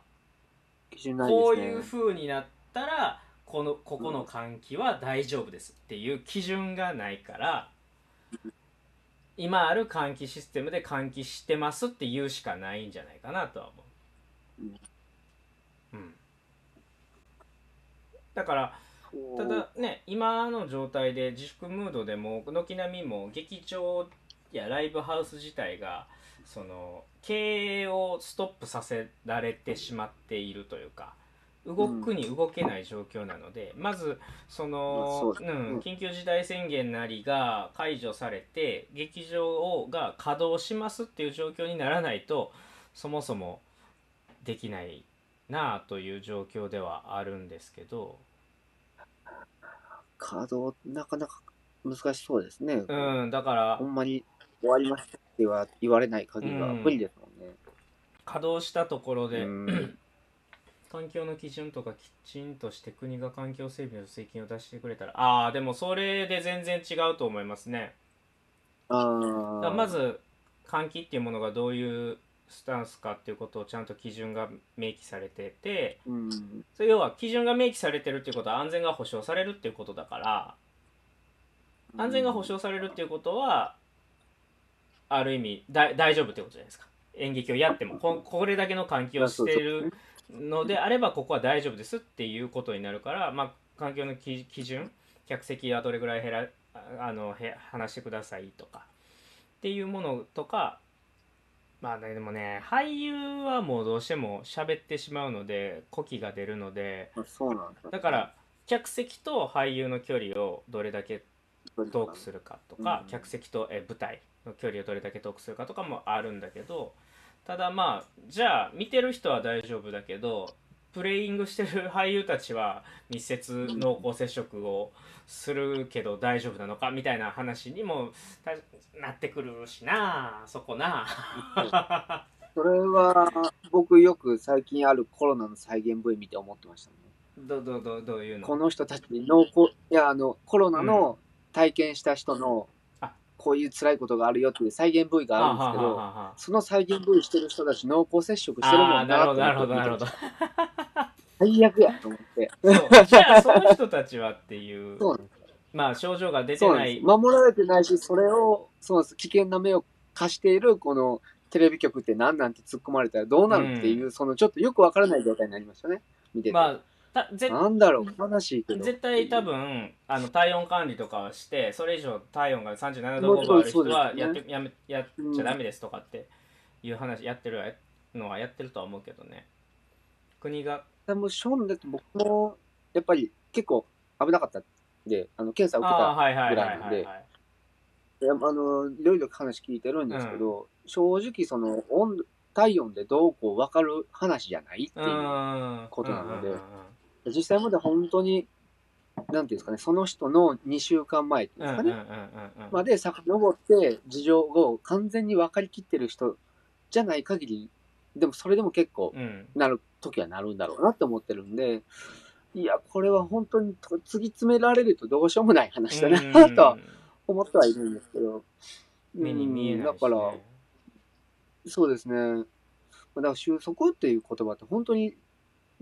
基準ない
こうい
で
う
すね。
風になったらこのここの換気は大丈夫ですっていう基準がないから今ある換気システムで換気してますって言うしかないんじゃないかなとは思う、うん、だからただね今の状態で自粛ムードでも軒並みも劇場やライブハウス自体がその経営をストップさせられてしまっているというか動くに動けない状況なので、まずその、
まあそうだね
うん緊急事態宣言なりが解除されて劇場をが稼働しますっていう状況にならないとそもそもできないなあという状況ではあるんですけど、
稼働、なかなか難しそうですね。
うん、だから
ほんまに終わりましたっては言われない限りは無理ですもんね。
稼働したところで、 (coughs)
うん
環境の基準とかきちんとして国が環境整備の税金を出してくれたらああでもそれで全然違うと思いますねだか
あ
ら
あ。
ま、ず換気っていうものがどういうスタンスかっていうことをちゃんと基準が明記されてて
うん。
それ要は基準が明記されてるっていうことは安全が保障されるっていうことだから安全が保障されるっていうことはある意味だ大丈夫ってことじゃないですか演劇をやってもここれだけの換気をしているのであればここは大丈夫ですっていうことになるから、まあ、環境の基基準客席はどれぐらい減らああのへ話してくださいとかっていうものとかまあねでもね俳優はもうどうしても喋ってしまうので呼気が出るので
あそうなんですね
だから客席と俳優の距離をどれだけトークするかとか、
うん
客席とえー舞台の距離をどれだけトークするかとかもあるんだけどただまあじゃあ見てる人は大丈夫だけどプレイングしてる俳優たちは密接濃厚接触をするけど大丈夫なのかみたいな話にもたなってくるしなそこな
それは、僕よく最近あるコロナの再現 V 見て思ってましたね。
どどどどういうの
この人たちに濃厚、いや、あの、コロナの体験した人の
あ、
こういう辛いことがあるよっていう再現 V があるんですけ
はは
ど、
はは
その再現 V してる人たち濃厚接触してる
あ
も
あ
ん
なるほどな
な
るほ
と思
ど
って
なるほど
最悪やと思って。
そうじゃあその人たちはっていう
そうなんです。
まあ症状が出て
そうな
なん
で
い
す。守られてないし、それを、そうなんです。危険な目を貸している、この、テレビ局って何なんて突っ込まれたらどうなるっていう、そのちょっとよくわからない状態になりましたね。見てて。
まあたぜ
なんだろう、悲しいけど。
絶対多分あの体温管理とかはしてそれ以上体温が37度オーバーある人
もちろんそう
は
です
や
ね
って、やめやっちゃダメですとかっていう話やってるわのはやってるとは思うけどね国が
でも、ショーンだって僕も、やっぱり結構危なかったんで、あの、検査受けた
ああはいはい
ぐ
はい
らいなん
はい
で
はい
いやあの、いろいろ話聞いてるんですけど、正直、その、温度、体温でどうこう分かる話じゃないって
う
い
ーん
ことなので
うんうん
う。実際まで本当に、なんていうんですかね、その人の2週間前っていうんですか
うんうんうんうん
ね、
うんうん
まで遡って事情を完全に分かりきってる人じゃない限り、でもそれでも結構
うん
なる時はなるんだろうなって思ってるんで、いや、これは本当に突き詰められるとどうしようもない話だな (laughs) とは思ってはいるんですけど。
目に見えないし、ね、
うんだから、そうですね。まあだから収束っていう言葉って本当に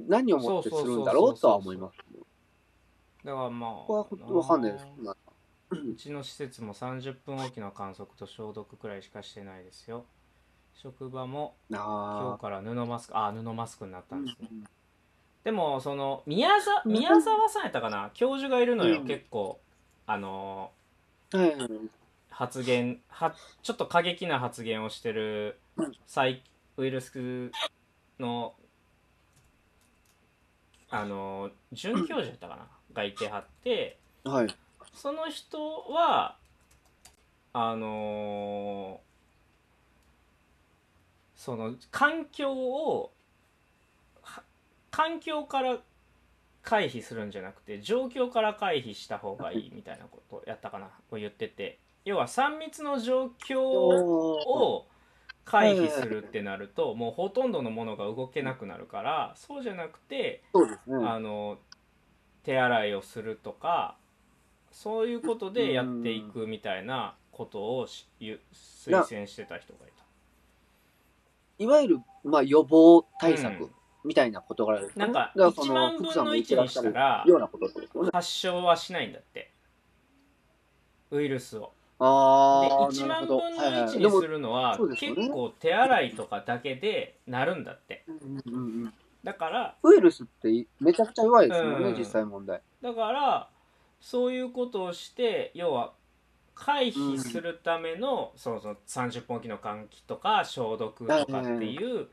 何をもってするんだろうとは思います。
だからまあ
ここはわかんないです。まあ
うちの施設も30分おきの観測と消毒くらいしかしてないですよ職場も今
あ
日から布マスクあー布マスクになった
ー
んですね、でもその宮沢宮沢さんやったかな教授がいるのよ、
うん
結構あの
はいはいはい。
ー発言はちょっと過激な発言をしてる
うん
最ウイルスのあのー准教授やったかながいてはって
はい。
その人はあのーその環境をは環境から回避するんじゃなくて状況から回避した方がいいみたいなことをやったかなを言ってて要は3密の状況
おー
を回避するってなるともうほとんどのものが動けなくなるからそうじゃなくて
そうですね。
あの手洗いをするとかそういうことでやっていくみたいなことをしゆ推薦してた人がい
いわゆる、まあ、予防対
う
策
ん
みたいなことからです
た
ね
なんか
だらそ
1万分
福さん
の
も言って
1
らっ
に
しゃ
し
る
たら
ようなことってことね。
発症はしないんだってウイルスをで
ああ、
1
な
万
るほど。
分の
はいは
1
い。で
に
も
す、るのは
そうですよね
結構手洗いとかだけでなるんだって
うんうんうん
だから
ウイルスってめちゃくちゃ弱いですもんね、
うん
実際問題。
だからそういうことをして要は回避するための,、そのその30分おきの換気とか消毒とかっていう、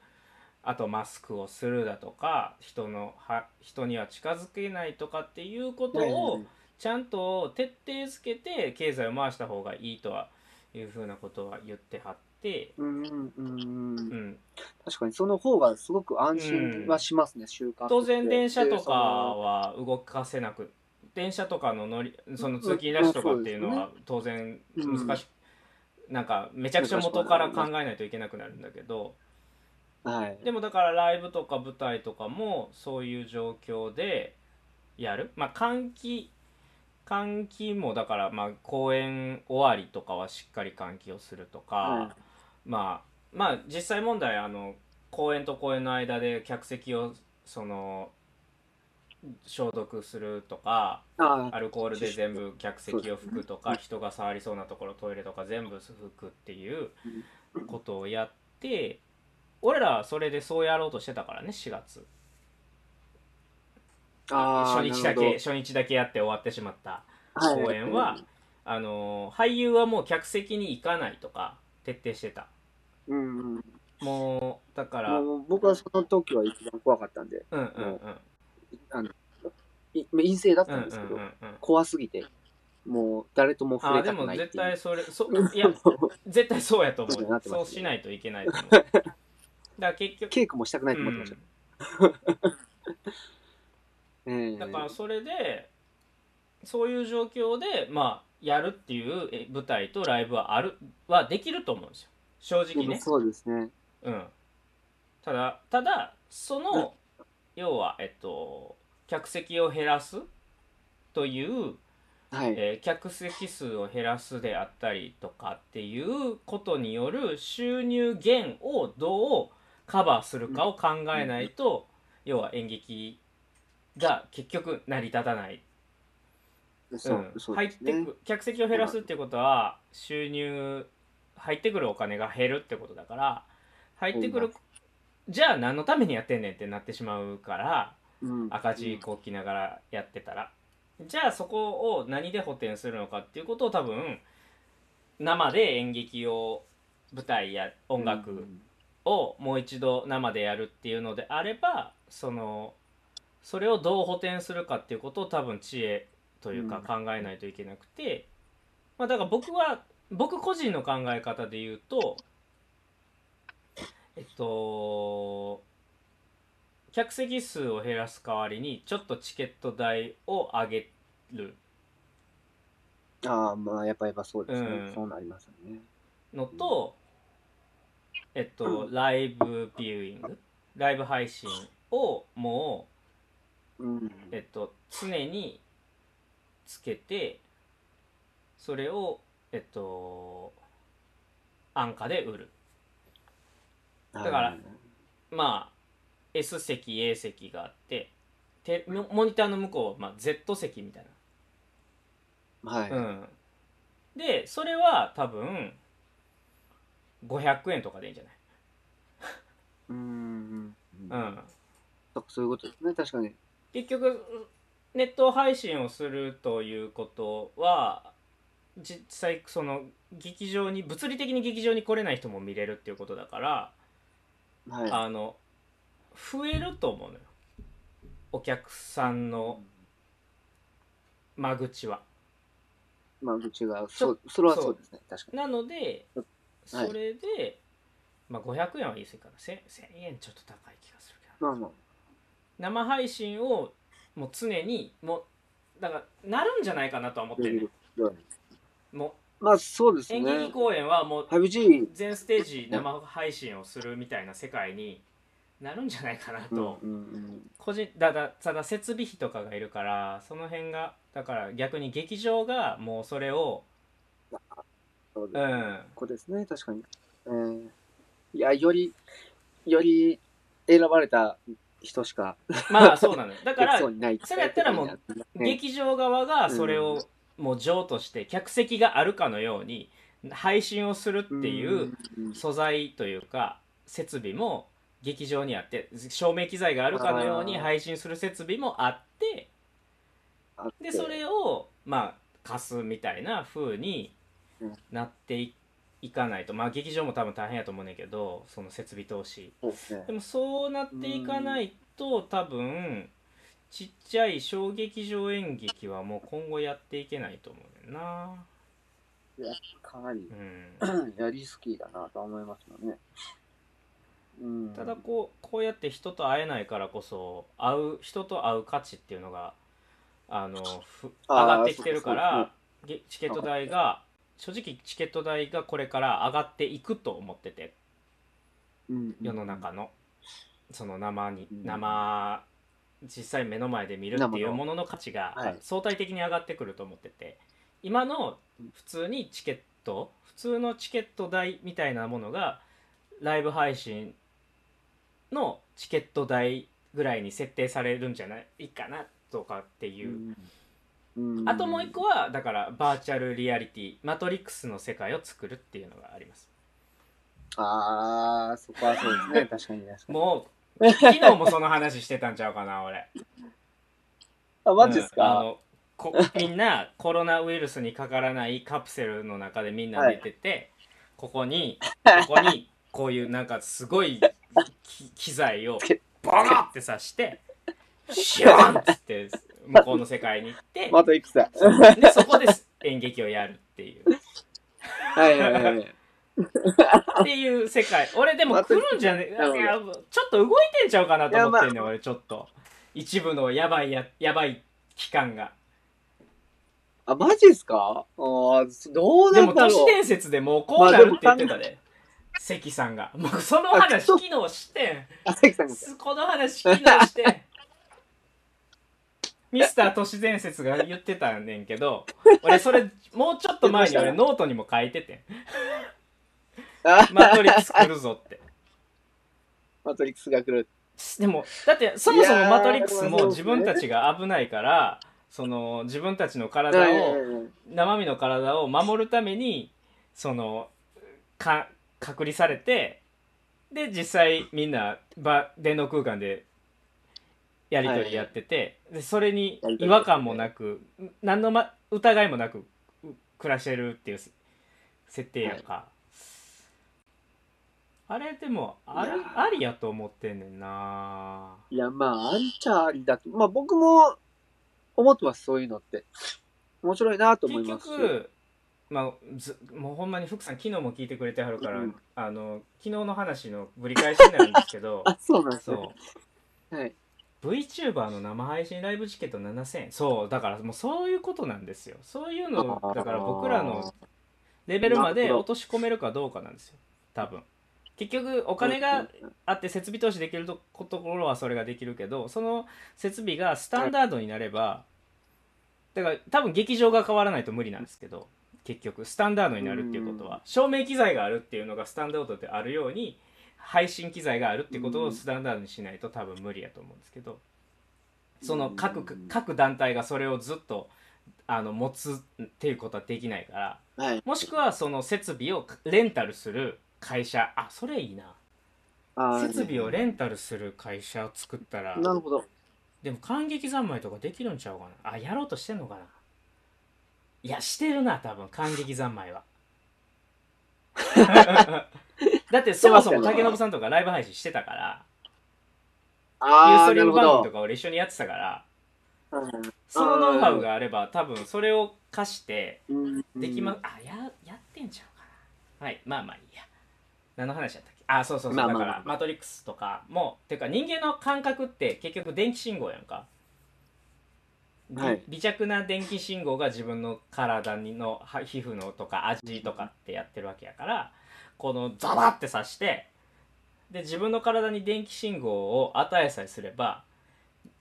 あとマスクをするだとか人のは人には近づけないとかっていうことをちゃんと徹底づけて経済を回した方がいいとはいうふうなことは言ってはって、
うんうんうんうん
うん、
確かにその方がすごく安心はしますね、習慣
当然電車とかは動かせなく電車とかの乗りその通勤ラッシュとかっていうの
ま
は当然
うん
難しくなんかめちゃくちゃ元から考えないといけなくなるんだけど
はい。
でもだからライブとか舞台とかもそういう状況でやるまあ換気換気もだからまあ公演終わりとかはしっかり換気をするとか、
は
まあまあ実際問題あの公演と公演の間で客席をその消毒するとか
あ
アルコールで全部客席を拭くと
う
か
ん
人が触りそうなところトイレとか全部拭くっていう
うん
ことをやって俺らはそれでそうやろうとしてたからね4月
あ
初
ー
日だ
なるほど
け初日だけやって終わってしまった
はい
公演はあの俳優はもう客席に行かないとか徹底してた
うんうん。
もうだからうん
もう僕はその時は一番怖かったんで、
うんうん
あのい陰性だっ
うん
た
うん
んですけど、
うんうん
怖すぎて、もう誰とも
あ
触
あ
れ
で
たく
も
ないっていう。
絶対それそい
い
や
や、
絶対そうやと思
そうなっ
う
てます
そ
ね
うしないといけないと
(laughs)
思うだから結局
稽古もしたくないと思ってまし
う
た。ええ
ん、だからそれでそういう状況でまあやるっていうえ舞台とライブはあるはできると思うんですよ正直
でも
ね
そうですね。
うんただただその要はえっと客席を減らすという
はい。
えー客席数を減らすであったりとかっていうことによる収入減をどうカバーするかを考えないと、要は演劇が結局成り立たない、
そう、
うん
そう
入っ
です
て
ね。
く客席を減らすっていうことは収入入ってくるお金が減るってことだから入ってく
う
るじゃあ何のためにやってんねんってなってしまうから
うん
赤字こきながらやってたら、じゃあそこを何で補填するのかっていうことを多分生で演劇を舞台や音楽をもう一度生でやるっていうのであればそのそれをどう補填するかっていうことを多分知恵というか考えないといけなくて、まあ、だから僕は僕個人の考え方で言うとえっと客席数を減らす代わりにちょっとチケット代を上げる
ああ、まあ、やっぱやっぱそうですね。
うん
そうなりますよね。
のと、えっとライブビューイングライブ配信をもう
うん。
えっと、常につけてそれをえっと安価で売る
だ
からまあ S 席 A 席があっててモモニターの向こうは、まあ、Z 席みたい
はい。
な、うん、でそれは多分500円とかでいいんじゃ
うん。
ない、うん、
そういうことですね、確かに。
結局ネット配信をするということは実際その劇場に物理的に劇場に来れない人も見れるっていうことだから
はい。
あの増えると思うのよお客さんの間口は。
まあ、うちが、そう、それはそうですね、確かに。
なので
はい
それで、まあ、500円は言い過ぎかな 1000, 1000円ちょっと高い気がするけど
まあまあ、
生配信をもう常にもうだからなるんじゃないかなとは思って
で
る、
き
ね
る、ように
もう
まあ、そうです
演劇
ね。
公演はもう
5G、
全ステージ生配信をするみたいな世界になるんじゃないかな
うん、う
と、
ん、
個人だだただ設備費とかがいるからその辺がだから逆に劇場がもうそれを
そう
う
です。
ん
ここですね、確かに。えー、いや、より、より選ばれた人しか、
まあそうなの
(laughs)
よだか
でき
ら
そうにない。
それやったらもう
ね、
劇場側がそれをもう譲渡して客席があるかのように配信をするっていう
うん、
素材というか設備も劇場にあって照明機材があるかのように
あー
配信する設備もあって
あって
でそれをまあ貸すみたいな風に
うん
なっていいかないとまあ劇場も多分大変やと思うねんけどその設備投資
そうですね
で。もそうなっていかないと多分ちっちゃい小劇場演劇はもう今後やっていけないと思うねんな
かなり
うん
やりすぎだなとは思いますよね。うん。うん
ただこうこうやって人と会えないからこそ会う人と会う価値っていうのがあのふ
あー
上がってきてるか
そう
らげチケット代が正直チケット代がこれから上がっていくと思ってて
うん
世の中のその生に
うん
生実際目の前で見るっていうものの価値
は
が
い
相対的に上がってくると思ってて今の普通にチケット普通のチケット代みたいなものがライブ配信のチケット代ぐらいに設定されるんじゃないかなとかっていう、
うん
あともう一個はだからバーチャルリアリティマトリックスの世界を作るっていうのがあります
ああそこはそう
(laughs)
ですね確かに確かに
も
(laughs)
う昨日もその話してたんちゃうかな俺
あマジです
うんあ
か、
のこ (laughs) みんなコロナウイルスにかからないカプセルの中でみんな寝てて、ここにここにこういうなんかすごいき機材をボロって刺してシュワンっつって向こうの世界に行って
また行きたい
でそこで演劇をやるっていう
はいはいはいはい
っていう世界俺でも来るんじゃね
なるほど
いやちょっと動いてんちゃうかなと思ってんねん俺ちょっと一部のやばいややばい期間が。
あマジですかあーそどう
で
なん
も
だ
都
ろ
市
う
伝説でもうこうなるって言ってたで。関さんが。もうその話昨日して
あ関さん
ん
が
す。 (laughs) この話昨日してん。ミスター都市伝説が言ってたんねんけ (laughs) ど、俺それ、もうちょっと前に俺ノートにも書いてて
あ
ん。マトリックス来るぞって。
マトリックスが来る
(laughs) でも、だってそもそ
い
も
やー
マトリックス
まあそ
も
うです
自
ね
分たちが危ないから、その自分たちの体
はい
を
はいはい
生身の体を守るためにそのか隔離されてで実際みんなば電脳空間でやり取りやってて、でそれに
やり取り
違和感もなく何の、ま、疑いもなくう暮らしてるっていうせ設定やんか、あれでもあり
いやー
ありやと思ってんねんない
や、まあ、あんちゃありだと。まあ、僕も思ってます、そういうのって。面白いなと思い
結
ますし。
局、まあ、ずもうほんまに福さん昨日も聞いてくれてはるから、
うん
あの昨日の話のぶり返しになるんですけど
(laughs) あ、そうなんですね。
そ
はい。
う VTuber の生配信ライブチケット7000円そうだからもうそういうことなんですよそういうの
あー
だから僕らのレベルま
な
で
るほど
落とし込めるかどうかなんですよ多分結局お金
う
が
ん、
あって設備投資できるとこところはそれができるけどその設備がスタンダードになればだから多分劇場が変わらないと無理なんですけど結局スタンダードになるっていうこと
うん
は照明機材があるっていうのがスタンダードであるように配信機材があるっていうことを
うん
スタンダードにしないと多分無理やと思うんですけどその
う
各
ん
各団体がそれをずっとあの持つっていうことはできないから
はい。
もしくはその設備をレンタルする会社あそれいいな
あー
設備をレンタルする会社を作ったら
なるほど。
でも感激三昧とかできるんちゃうかなあやろうとしてんのかないやしてるな多分感激三昧はだってそもそも竹信さんとかライブ配信してたからユー
あ
ス
あ、
トリ
な
ーム
るほ
番組と
ど。
か俺一緒にやってたから
はいはい
そのノウハウがあれば多分それを貸して
うん
できまあややってんちゃうかなはいまあまあいいや何の話やったっけあそうそうそう、
まあま
だ
あ
から、マトリックスとかもていうか人間の感覚って結局電気信号やんか、び
はい
微弱な電気信号が自分の体にのは皮膚のとか味とかってやってるわけやからこのザバって刺してで自分の体に電気信号を与えさえすれば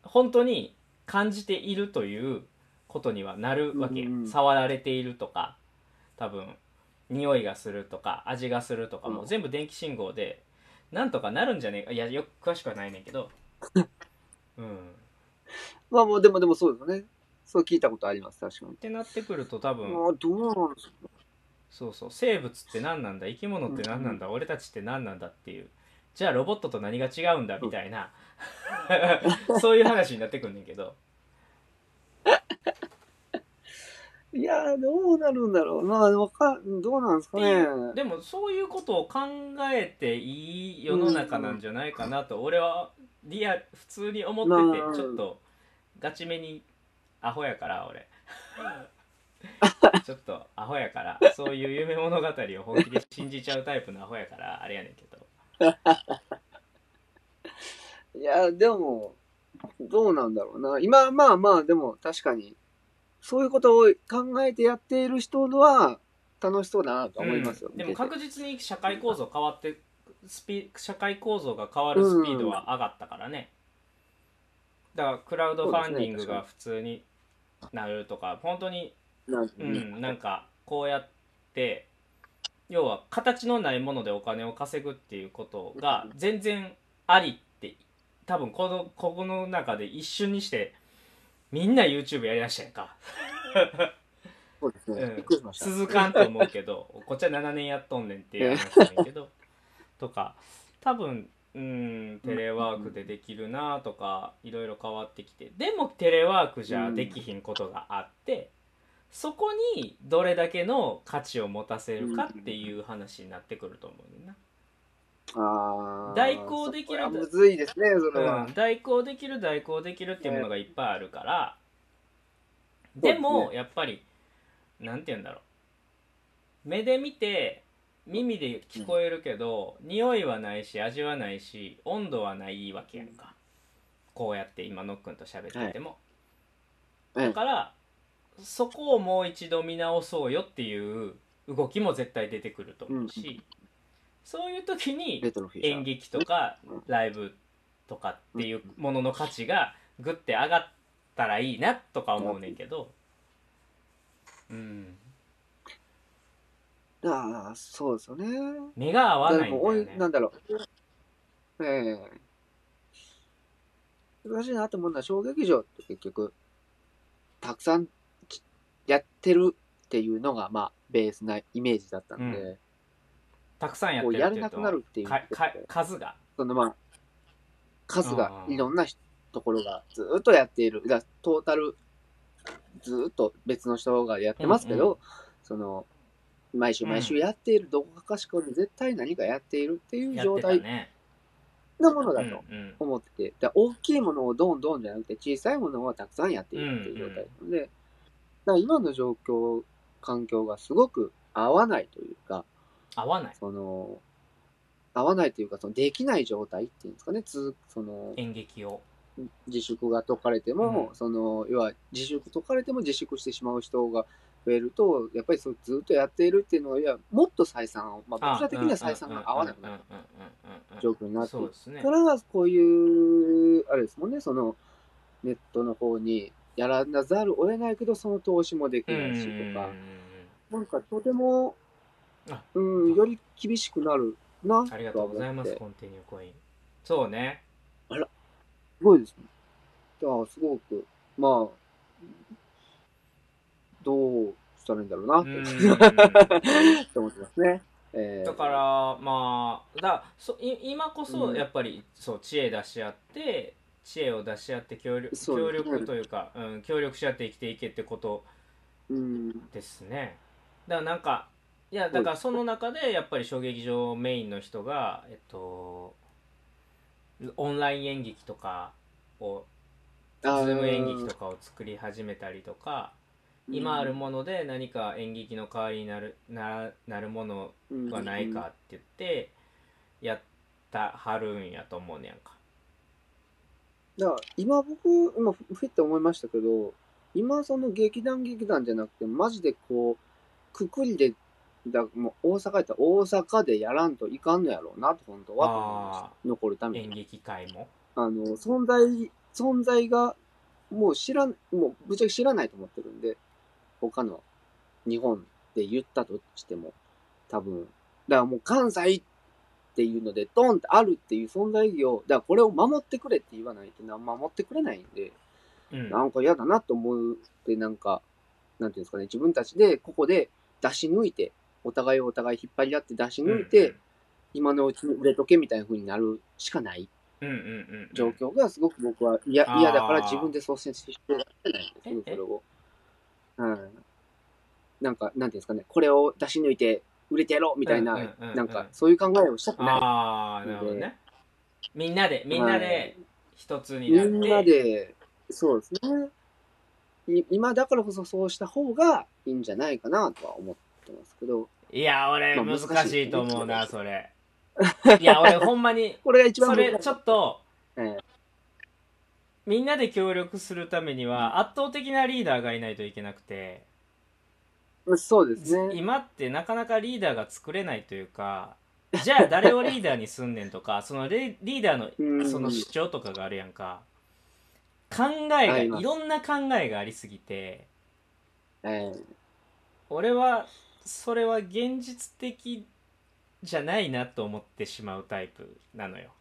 本当に感じているということにはなるわけや、
うんうん
触られているとか多分匂いがするとか味がするとかも
うん
全部電気信号でなんとかなるんじゃねえかいやよく詳しくはないねんけ
(laughs)
どうん
まあ、もう、でも、でもそうですよね。そう聞いたことあります、確か
っ。
に
てなってくると多分
ああ、どうなんですか
そうそう生物って何なんだ生き物って何なんだ、俺たちって何なんだっていうじゃあロボットと何が違うんだみたいな、 (laughs) そういう話になってくんねんけど
いやー、どうなるんだろう。まあ、わか、どうなんですかね。
でもそういうことを考えていい世の中なんじゃないかなと、俺はリアル普通に思って
うん
てちょっとガチめにアホやから俺ちょっとアホやからそういう夢物語を本気で信じちゃうタイプのアホやからあれやねんけど
や、でも、どうなんだろうな。今、まあまあ、でも確かに、そういうことを考えてやっている人のは楽しそうだなと思いますよ。
うんで
見
も
てて
確実に社会構造変わってスピ社会構造が変わるスピードは上がったからね、だからクラウドファンディングが普通になるとか本当に
なん
うん、なんかこうやって要は形のないものでお金を稼ぐっていうことが全然ありって多分このここの中で一瞬にしてみんな YouTube やりだしたやんか
そうです
う
ね
ん。
びっくりしました。
続かんと思うけ
(laughs)
どこっちは7年やっとんねんっていう話なんやけどとか多分うんテレワークでできるなとかいろいろ変わってきてでもテレワークじゃできひんことがあってそこにどれだけの価値を持たせるかっていう話になってくると思うねんな。
あー
代行できる
そこはむずいですね、それは
うん。代行できる代行できるっていうものがいっぱいあるから、
ね
でもやっぱりなんて言うんだろう目で見て耳で聞こえるけど、匂いはないし味はないし温度はないわけやんか、こうやって今のっくんと喋ってても、
はい
だからそこをもう一度見直そうよっていう動きも絶対出てくると思うし、そういう時に
レトロフィッシャー
演劇とか
うん
ライブとかっていうものの価値がグッて上がったらいいなとか思うねんけどうん
ああ、そうですよね。
目が合わないんだ
多
よ
い
ね
なんだろう。ええ難しいなと思うのは、小劇場って結局、たくさんちやってるっていうのが、まあ、ベースなイメージだったんで、
たくさんやっ
こ
てる
う
っ
や
てい
れ
う
な
と
くなるっていう
かか数が
そのまあ、数
あ
が
ー
いろんなひところがずーっとやっている。だからトータル、ずーっと別の人がやってますけど、
うんうん
その、毎週毎週
うん
やっている、どこかしこに絶対何かやっているっていう
やっ
状
てた
態
ね
なもの
う
だ
ん
と
うん
思ってて、だから大きいものをどんどんじゃなくて、小さいものはたくさんやっているっていう状態なので、だから今の状況、環境がすごく合わないというか、
合わない
その、合わないというか、そのできない状態っていうんですかね、つその、
演劇を
自粛が解かれても、
うん
その要は自粛解かれても自粛してしまう人が増えるとやっぱりそうずっとやっているっていうのはいやもっと採算を、まあ、僕ら的には採算が合わなくなる状況になってい
そう
る
ですね
からこういうあれですもんねそのネットの方にやらなざるを得ないけどその投資もでき
うんうん
な
う
い
ん
し
うん
とか、なんかとても
あ、
うん、より厳しくなるな
ありがと
とは
うござい
思
ま
って
す
す
コンティニューコインそうね
ごいですね。だからすごくまあどうしたらいいんだろうな
う
って。 (laughs)
ん
って思ってますね。えー
だから、まあだそい今こ
う
そ
ん
やっぱり、そう知恵出し合って知恵を出し合って協力
そう
協
ですね
力というか、うん、協力し合って生きていけってこと
うん、
ですねだからなんかいやだからその中でやっぱり小劇場メインの人がえっとオンライン演劇とかをズ
あー
ーム演劇とかを作り始めたりとか今あるもので何か演劇の代わりになるななるものをがないかって言ってやったはるんやと思うねやんか
うん。だから今僕、今ふふって思いましたけど、今その劇団劇団じゃなくて、マジでこう、くくりで、だもう大阪やったら大阪でやらんといかんのやろうなと、本当はと思いました
あ。
残るため
演
に。
劇界も
あの、存在、存在が、もう知らん、もうぶっちゃけ知らないと思ってるんで、他の日本で言ったとしても、多分、だからもう関西っていうので、ドンってあるっていう存在意義を、だからこれを守ってくれって言わないとな、守ってくれないんで、
うん
なんか嫌だなと思って、なんか、なんていうんですかね、自分たちでここで出し抜いて、お互いをお互い引っ張り合って出し抜いて、今のうちに売れとけみたいな風になるしかない
うんうんうんうん
状況がすごく僕は嫌
あー
嫌だから自分で率先してしようがないんですよ、
ええ
それを。うん。なんか、なんていうんですかね、これを出し抜いて売れてやろうみたいな、
うんうんうんうん
なんかそういう考えをしたくな
ああなるほどねみんなでみんな
はい
で一つ
い。
に
み
なって
んなで、そうですね。い今だからこそそうした方がいいんじゃないかなとは思ってますけど、
いや俺
まあ
難
難
し
しい
いと思うなそれいや俺ほんまに
(laughs) これが一番
それ
僕
ちょっと
ええ
みんなで協力するためには圧倒的なリーダーがいないといけなくて、
そうですね。
今ってなかなかリーダーが作れないというか、じゃあ誰をリーダーにすんねんと
(laughs)
か、そのレリーダーの
うん
その主張とかがあるやんか。考えが、
あ
い
ります
ろんな考えがありすぎて、
ええ
俺は、それは現実的じゃないなと思ってしまうタイプなのよ。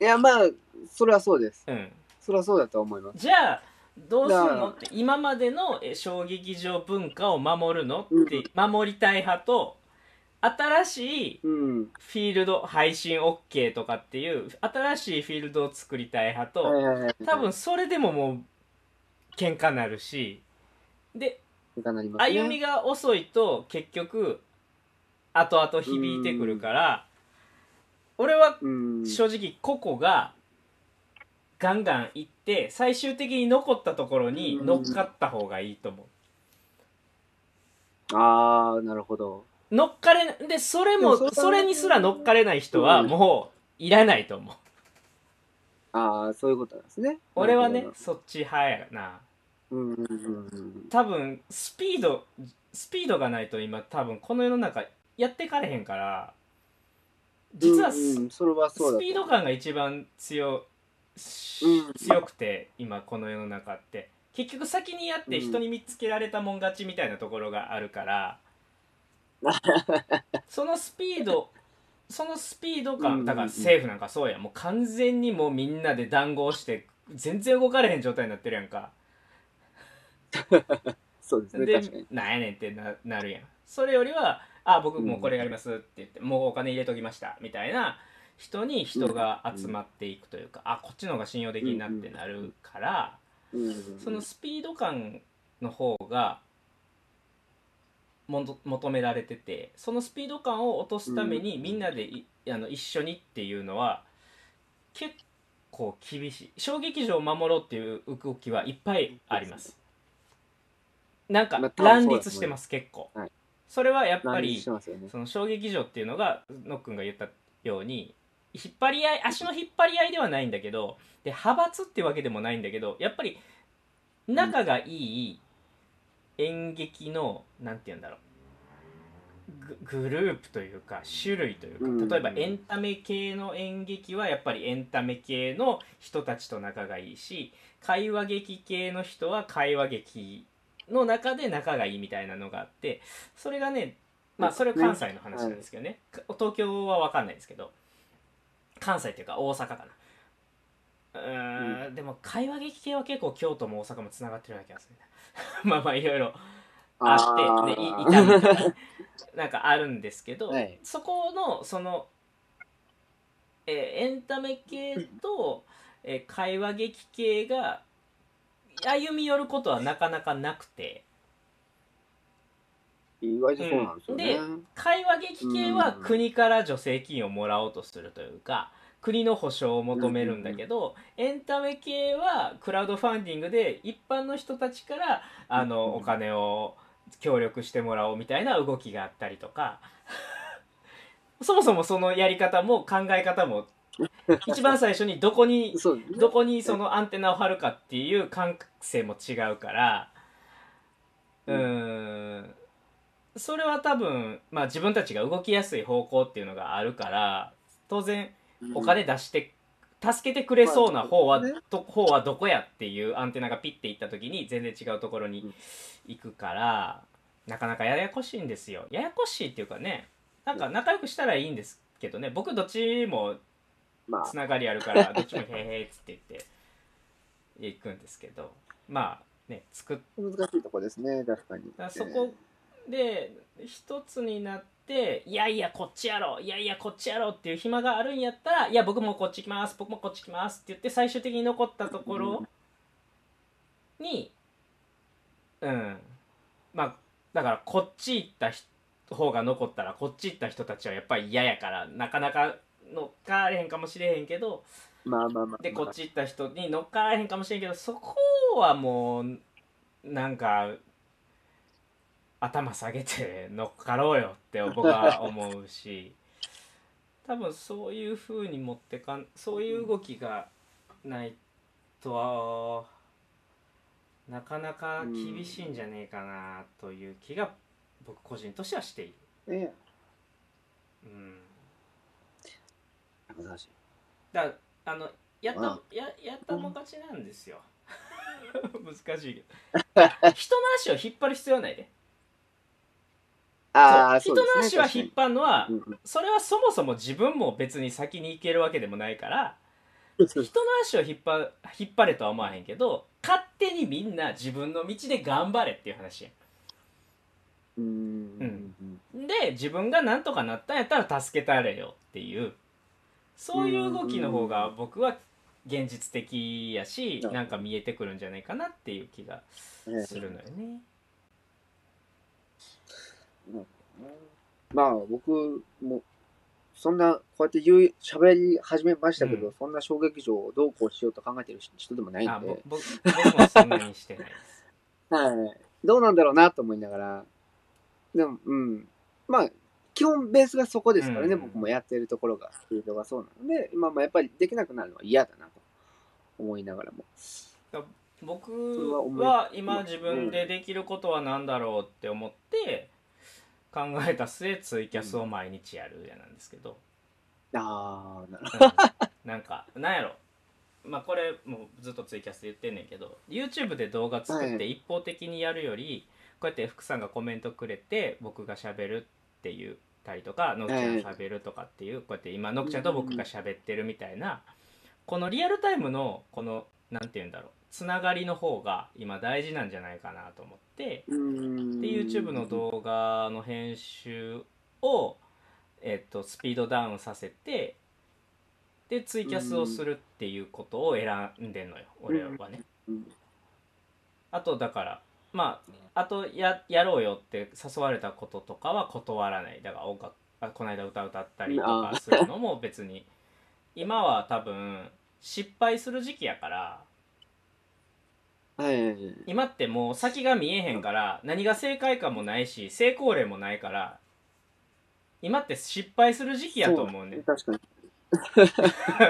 いや、まあ、それはそうです。
うん。
それはそうだと思います。
じゃあ、どうする
だから
のって、今までのえ衝撃場文化を守るのって、守りたい派と、新しい
うん。
フィールド配信 OK とかっていう新しいフィールドを作りたい派
え
と
え
多分それでももう喧嘩なるしで
がなりますね。
歩みが遅いと結局後々響いてくるから俺は
うん。
正直個々がガンガン行って最終的に残ったところに乗っかった方がいいと思う。
ああ、なるほど。
乗っかれなでそれも
でもそれは
それにすら乗っかれない人はもういらないと思う。
ああ、そういうことなんですね。
俺はね
なるほ
そっち派やな
どうんうんうん
多分スピードスピードがないと今多分この世の中やってかれへんから実はス,、
うんうんそれはそうだと思う
ピード感が一番強し
うん
強くて今この世の中って結局先にやって人に見つけられたもん勝ちみたいなところがあるから、
(laughs)
そのスピードそのスピード
うんうんう
感
ん
だから政府なんかそうやもう完全にもうみんなで談合して全然動かれへん状態になってるやんか
そうですね、
で
確かに。
なんやねんってななるやんそれよりは「あ僕もうこれやります」って言って、もうお金入れときました」みたいな人に人が集まっていくというか、あこっちの方が信用できんなってなるから、
うんうんうん
そのスピード感の方がもど求められててそのスピード感を落とすために
うん
みんなでいあの一緒にっていうのは結構厳しい小劇場を守ろうっていう動きはいっぱいありますなんか
まあ多分
乱
そうだと思います
立してます結構、
はい
それはやっぱ
乱立
り
してますよね。
その小劇場っていうのがのっくんが言ったように引っ張り合い足の引っ張り合いではないんだけどで派閥ってわけでもないんだけどやっぱり仲がいい演劇のなんて言うんだろうググループというか種類という
うん
か例えばエンタメ系の演劇はやっぱりエンタメ系の人たちと仲がいいし会話劇系の人は会話劇の中で仲がいいみたいなのがあってそれがねまあそれは関西の話なんですけどね、か東京は分かんないんですけど関西というか大阪かなうーん、でも会話劇系は結構京都も大阪もつながってるような気がするな (laughs) まあまあいろいろあってねい痛みとかねなんかあるんですけど、 (laughs)
はい
そこのその、えーエンタメ系と、えー会話劇系が歩み寄ることはなかなかなくて
意外とそうなんですよね。
会話劇系は国から助成金をもらおうとするというか国の保証を求めるんだけど、エンタメ系はクラウドファンディングで一般の人たちからあの、
うん
お金を協力してもらおうみたいな動きがあったりとか (laughs) そもそもそのやり方も考え方も一番最初にどこに
そうですね。
どこにそのアンテナを張るかっていう感性も違うからう
う
ーんそれは多分、まあ、自分たちが動きやすい方向っていうのがあるから当然お金出して助けてくれそうな方は,
まあ
ど、方はどこやっていうアンテナがピッていった時に全然違うところに行くからなかなかややこしいんですよややこしいっていうかねなんか仲良くしたらいいんですけどね僕どっちも
まあ
つ、ながりあるから (laughs) どっちも「へーへー」っつって言って行くんですけどまあね作っ
難しいとこですね、確かに。
たそこで一つになって「いやいやこっちやろいやいやこっちやろ」っていう暇があるんやったら「いや僕もこっち来ます僕もこっち来ます」って言って最終的に残ったところにうんまあだからこっち行った人方が残ったらこっち行った人たちはやっぱり嫌やからなかなか乗っかれへんかもしれへんけど
えまあまあまあ。
でこっち行った人に乗っからへんかもしれんけどそこはもうなんか頭下げて乗っかろうよって僕は思うし (laughs) 多分そういう風に持ってかんそういう動きがないとはなかなか厳しいんじゃねえかなという気が僕個人としてはしている。
え
うん、
え難しい。
だからあのやった
うん
ややったも勝ちなんですよ。難しいけ
(laughs)
ど人の足を引っ張る必要はないで
ああ、
そ
そうう
人
で
の
す
足
ね。
は引っ張るのは、
確かに
それはそもそも自分も別に先に行けるわけでもないから
うん
人の足を引っ張引っ張れとは思わへんけど勝手にみんな自分の道で頑張れっていう話や
うん
う
うん
んで自分が何とかなったんやったら助けたれよっていうそういう動きの方が僕は現実的やし
うん
なんか見えてくるんじゃないかなっていう気が
ええ
するのよね。
まあ僕もそんなこうやって言う喋り始めましたけど、
うん
そんな小劇場をどうこうしようと考えてる人でもない
あ
んで
ぼ、ぼ僕もそんなにしてないです。
はい、どうなんだろうなと思いながらでもうんまあ基本ベースがそこですからね、
うん
僕もやってるところがフィールドがそうなので今もやっぱりできなくなるのは嫌だなと思いながらも
僕
それは思い
は今自分でできることは何だろうって思って考えた末ツイキャスを毎日やるやなんですけど、
ああなるほ
うんなんかなんやろまあこれもうずっとツイキャスで言ってんねんけど YouTube で動画作っ
は
て一方的にやるより、こうやって福さんがコメントくれて僕が喋るっていうたりとかのくちゃんが喋るとかっていう、こうやって今のくちゃんと僕が喋ってるみたいな、このリアルタイムのこのなんて言うんだろうつながりの方が今大事なんじゃないかなと思って、
どうん
で YouTube の動画の編集を、えっとスピードダウンさせてでツイキャスをするっていうことを選んでんのよ俺はね
うん
あとだからまああとややろうよって誘われたこととかは断らないだから音楽あこの間歌歌ったりとかするのも別に今は多分失敗する時期やから
はいはいはい
今ってもう先が見えへんから何が正解かもないし成功例もないから今って失敗する時期やと思うね
確かに
(laughs)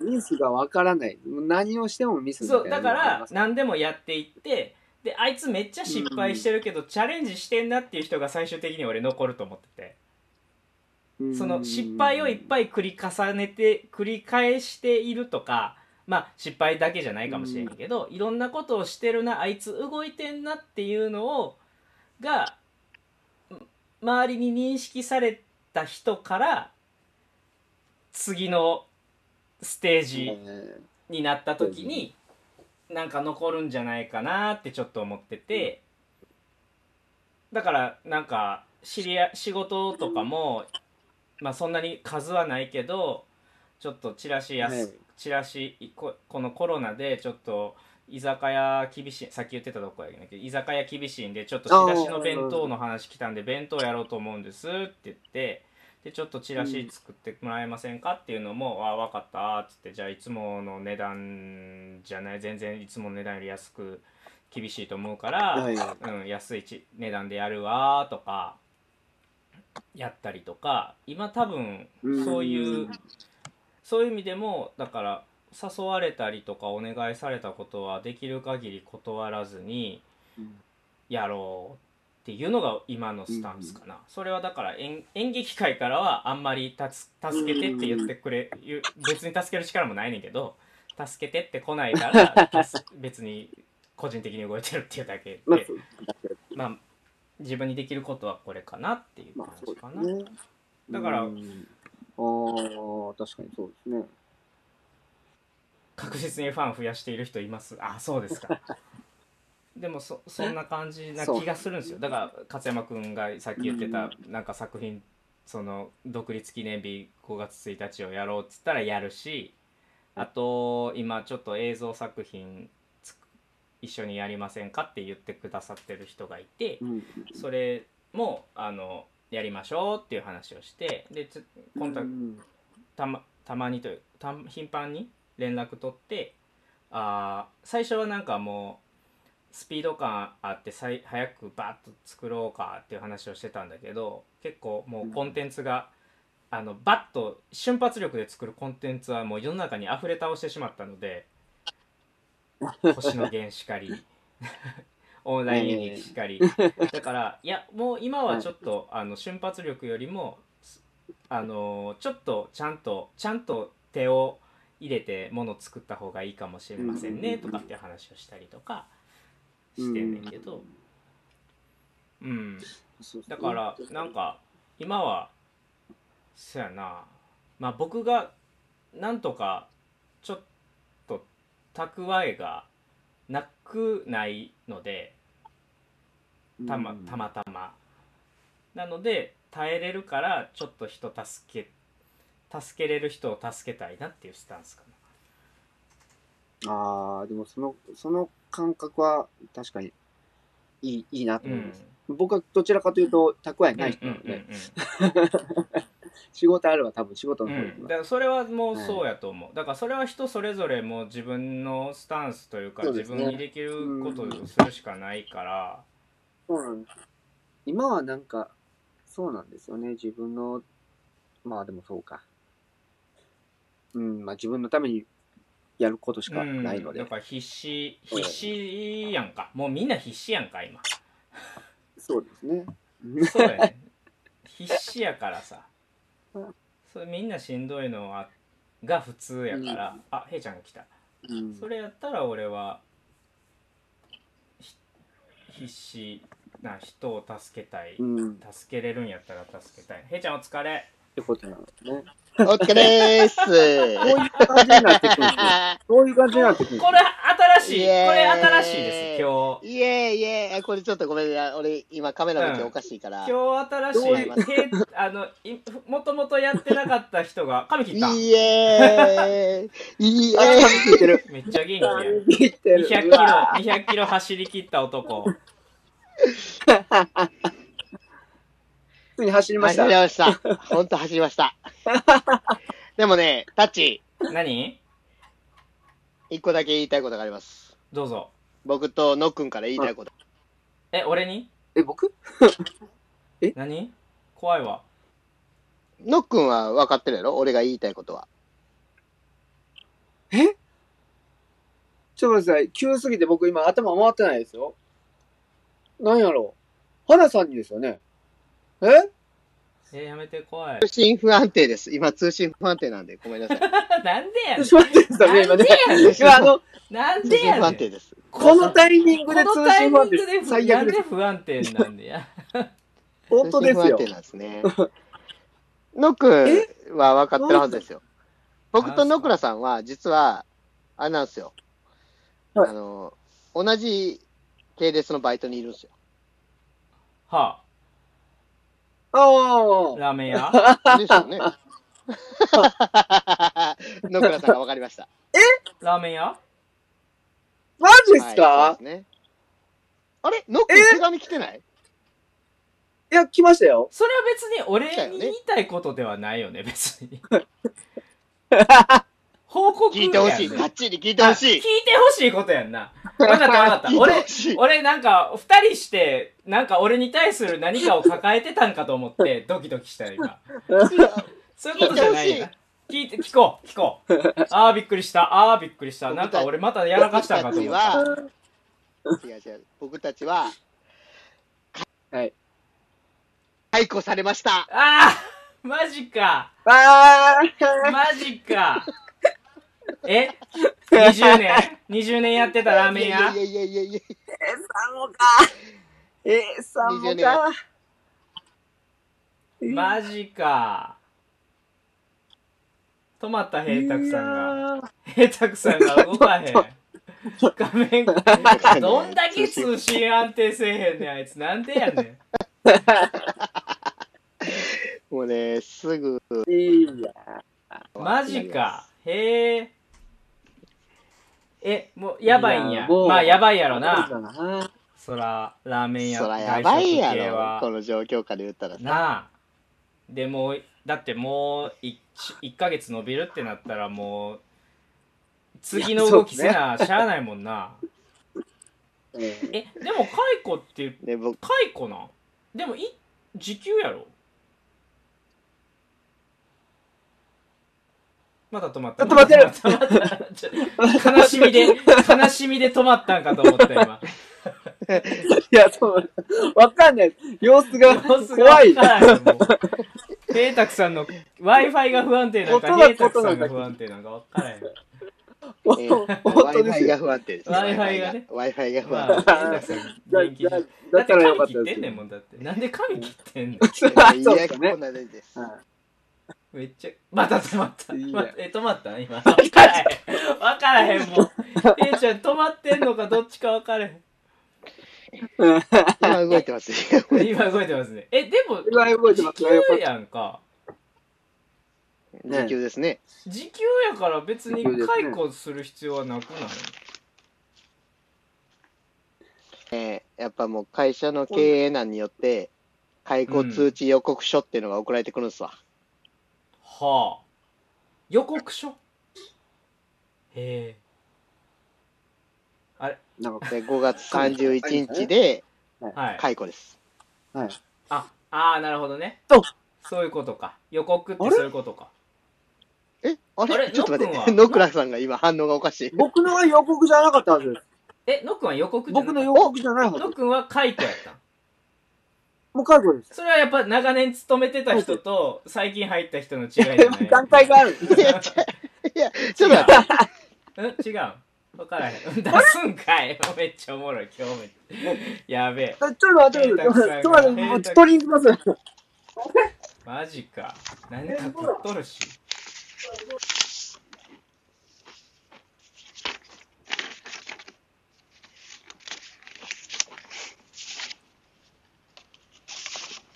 ミスがわからない。何をしてもミスみたい
そう
な
だ
の
か
があり
ら
ます
何でもやっていってであいつめっちゃ失敗してるけどチャレンジしてんなっていう人が最終的に俺残ると思っててその失敗をいっぱい繰り重ねて繰り返しているとかまあ失敗だけじゃないかもしれんけどいろんなことをしてるなあいつ動いてんなっていうのをがうん周りに認識された人から次のステージ
え
になった時になんか残るんじゃないかなってちょっと思ってて、だからなんか知り合い仕事とかも、まあそんなに数はないけどちょっとチラシやす、
はい
チラシここのコロナでちょっと居酒屋厳しいさっき言ってたとこやけど居酒屋厳しいんでちょっとチラシの弁当の話来たんで弁当やろうと思うんですって言って。でちょっとチラシ作ってもらえませんかっていうのも「あ分かった」っつって「じゃあいつもの値段じゃない全然いつもの値段より安く厳しいと思うから、
はい
うん、安いち値段でやるわ」とかやったりとか今多分
うん
そういうそういう意味でもだから誘われたりとかお願いされたことはできる限り断らずに
うん
やろうっていうのが今のスタンスかな、それはだから演演劇界からはあんまりたつ助けてって言ってくれ、言う別に助ける力もないねんけど助けてって来ないから助 (laughs) 別に個人的に動いてるっていうだけで、
ま
ま
あ、そうだけど
あ、自分にできることはこれかなっていう
ま
感
あそ
じ
う
かな。
ですね。
だから
うんああ、確かにそうですね。
確実にファン増やしている人いますあそうです
(laughs)
かでもそそんな感じな気がするんですよだから勝山君がさっき言ってたなんか作品その独立記念日5月1日をやろうっつったらやるしあと今ちょっと映像作品つく一緒にやりませんかって言ってくださってる人がいて
うん。
それもあのやりましょうっていう話をしてでつコンタクト
うん
たまたまにというた頻繁に連絡取ってあー最初はなんかもうスピード感あってさい早くバッと作ろうかっていう話をしてたんだけど結構もうコンテンツがあのバッと瞬発力で作るコンテンツはもう世の中に溢れ倒してしまったので星の源しかりオンライン演劇しかりだからいやもう今はちょっと、あの瞬発力よりもすあのちょっとちゃんとちゃんと手を入れてもの作った方がいいかもしれませんねとかっていう話をしたりとかしてんねんけどうん
そう
だからなんか今はそやなまあ僕がなんとかちょっと蓄えがなくないのでたまたまたまなので耐えれるからちょっと人助け助けれる人を助けたいなっていうスタンスか
ああ、でもその、その感覚は確かにいい、いいなと
なう
思い
ん
ます。僕はどちらかというと、蓄え
うんう
ない
ん
人
う
なので、
ん
仕事あるは多分仕事
う
の方に行き
ん、
ま
だ
す。
からそれはもうそうやと思う、だからそれは人それぞれもう自分のスタンスというか
そうで
自
すね
分にできることをするしかないから、
そうなんです。今はなんか、そうなんですよね。自分の、まあでもそうか。うん、まあ自分のためにやることしか
うん
ないので。
だから必死必死やんかもうみんな必死やんか今
そうですね。
そうやね必死やからさそれみんなしんどいのはが普通やから、
う
あへいちゃんが来た
うん
それやったら俺はひ必死な人を助けたい、
うん、っ
助けれるんやったら助けたいへいちゃんお疲れ
てことなんですね。
お疲れーす。
こういう感じになってくるんで
(laughs)
すよ。そういう感じになってくるんです
こ
よ
れ新しい
イ
こ
エーイ
れ新しいです今日
いえいえ、あこれちょっとごめんな、俺今カメラ向きおかしいから。
今日新し
どうやりま
いへいあのいもともとやってなかった人が髪切った
いえー、いえ
あ髪
ー、
切ってる。
めっちゃ元気や
髪切って
200
る。
キロ
うわ
200キロ走り切った男
普通に走りまし
走
た。
りました。本当走りました。 (laughs) でもね、タッチ、
何
一個だけ言いたいことがあります。
どうぞ
僕とノックンから言いたいこと。
え俺に
え、僕
何怖いわ
ノックンは分かってるやろ俺が言いたいことは。
ちょっと待ってください。急すぎて僕今頭回ってないですよ。なんやろう。花さんにですよね。え
えやめて怖い
通信不安定です。今通信不安定なんで、ごめんなさい。
なんでやねん
ちょっと待ってくださいね、今ね。今あの、
なん
通
で
信
や
不
ね
安
ん
定です。
このタイミン
こ
グで
の
通
タイミ
信不
ン
安
グ
定
で
最
なん
悪で。
です不安定なんでや
本当です
通信不
よ
安定。なんですね。 (laughs) ノックンは分かってるはずですよ。僕とノクラさんは、実は、あれなんですよ。
はい
あの、同じ系列のバイトにいる
(laughs)
んですよ。
は
あ
あ
あ。
ラーメン屋
で
(laughs)
すよね。ノクラさんが分かりました。
ラーメン屋
マジですか、
はいそうですねあれノックン
え
手紙来てない
い、や、来ましたよ。
それは別に俺に言いたいことではないよね別に
(laughs)
報告
聞いてほしい。
やんね
タッチに聞いてほ
あ聞
し
い
い
て。ほしいことやんな。わかったわ
(laughs)
かっ
聞
た。
いて
俺
ほし
(laughs)
い、
俺なんか、二人して、なんか俺に対する何かを抱えてたんかと思 (laughs) って、ドキドキしたよ、今。そういうことじゃないよな。聞いて、聞こう、聞こう。あーびっくりした、あーびっくりした。なんか俺またやらかしたんかと思った。
僕たちは、違う違う。僕たちは、
はい。
解雇されました。
あー、マジか、
ああ。
マジか。え ?20 年 ?20 年やってたラーメン屋
いやいやいやいやい
A さんもか。A さんも
20年や
か。
マジか。止まった、平卓さんが。下手くさんが動かへん。画面、
や。
どんだけ通信安定せえへんねん、あいつ。なんでやねん。
もうね、すぐ。
いやーいいや。
マジか。へえ。え、もう、やばいん
い
や。
やもう
まあ、やばいやろ
そう
な。
だな。
そら、ラーメン屋、
そらやばいや
外食系
ろ、こ
は。
の状況下で言ったらさ。
なあ。でもう、だってもう1、一ヶ月伸びるってなったら、もう、次の動きせな、しゃあないもんな。
ええ
え、でも、解雇って言っ
ね、僕、
解雇なんでもい時給やろまだ止まっ
ち
た。
ょっと待ってる
ま (laughs) だ止まったちょ悲しみで、悲しみで止まったんかと思った今。
いや、そう、わかんない。様子が怖
(laughs)
い。
ペータクさんの Wi-Fi が不安定なんか、
音
ペ
が
ータクさんが不安定なんか分からへん。
え
本当です
Wi-Fi
よ。
が不安定です。
Wi-Fi がね
Wi-Fi が不
ま
安
あ、ペータ
定
クさん元気
(laughs) だだ
だ
だ
って
からよか
髪
った
切っ
で
て
す
んね
よ
ん。もんだって。なんで髪切ってんねん。
そう
い
で
や、
す
こ
ね
ん。なでです。
はい
(laughs) めっちゃ、また止まった。
いいね
まえ、止まった
(laughs)
今。分からへん。分からへん、もう。えーちゃん、止まってんのか、どっちか分からへん。
今動い
(laughs)
てます。
今動いてますね。え、でも、
今動いてます
時
ねやっぱ
給
り
やんか。
時給ですね。
時給やから別に解雇する必要はなくない、
えーやっぱもう会社の経営難によって、解雇通知予告書っていうのが送られてくるんですわ。
はあ。予告書へえ。あれ
なんか、
で、5月31日で
はい。
解雇です。
はい。
あ、あー、なるほどね。
そう
そういうことか。予告って
あれ
そういうことか。
えあれ
あれ
ちょっと待
ノッ
っ
クン
て。
は
ノクラさんが今反応がおかしい。
僕のは予告じゃなかったはずです。
え、のっくんは予告じゃなか
僕
った
の予告じゃないはず
のっくんは解雇やったん
もう解雇です。
それはやっぱ長年勤めてた人と最近入った人の違いじゃない
段階がある。
い (laughs) や、ちょいやちょっと待って。
うん違うん分からへん出すんかいめっちゃおもろい今日めっちゃやべえ
ちょっと待ってください。ちょっと待って、もう取りに行きます。
マジか何か取っとるし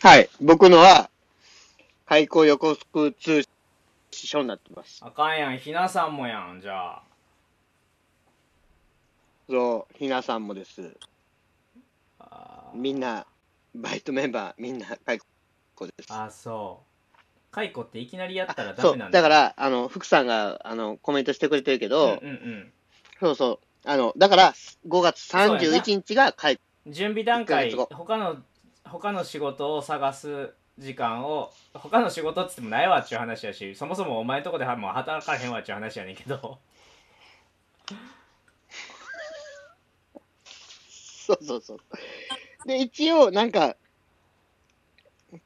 はい。僕のは、解雇予告通知書になってます。
あかんやんひなさんもやんじゃあ
そう、ひなさんもです。
あー
みんな、バイトメンバー、みんな解雇です。
あそう解雇っていきなりやったらダ
そ
メ
う
な、んだ
だから、あの、福さんが、あの、コメントしてくれてるけ
うんう
ど、
ん
そうそう。あの、だから、5月31日が解
うん準備段階
一ヶ月後
他の他の仕事を探す時間を他の仕事っつってもないわっちゅう話やしそもそもお前んとこではもう働かれへんわっちゅう話やねんけど
そうそうそう。で、一応、なんか、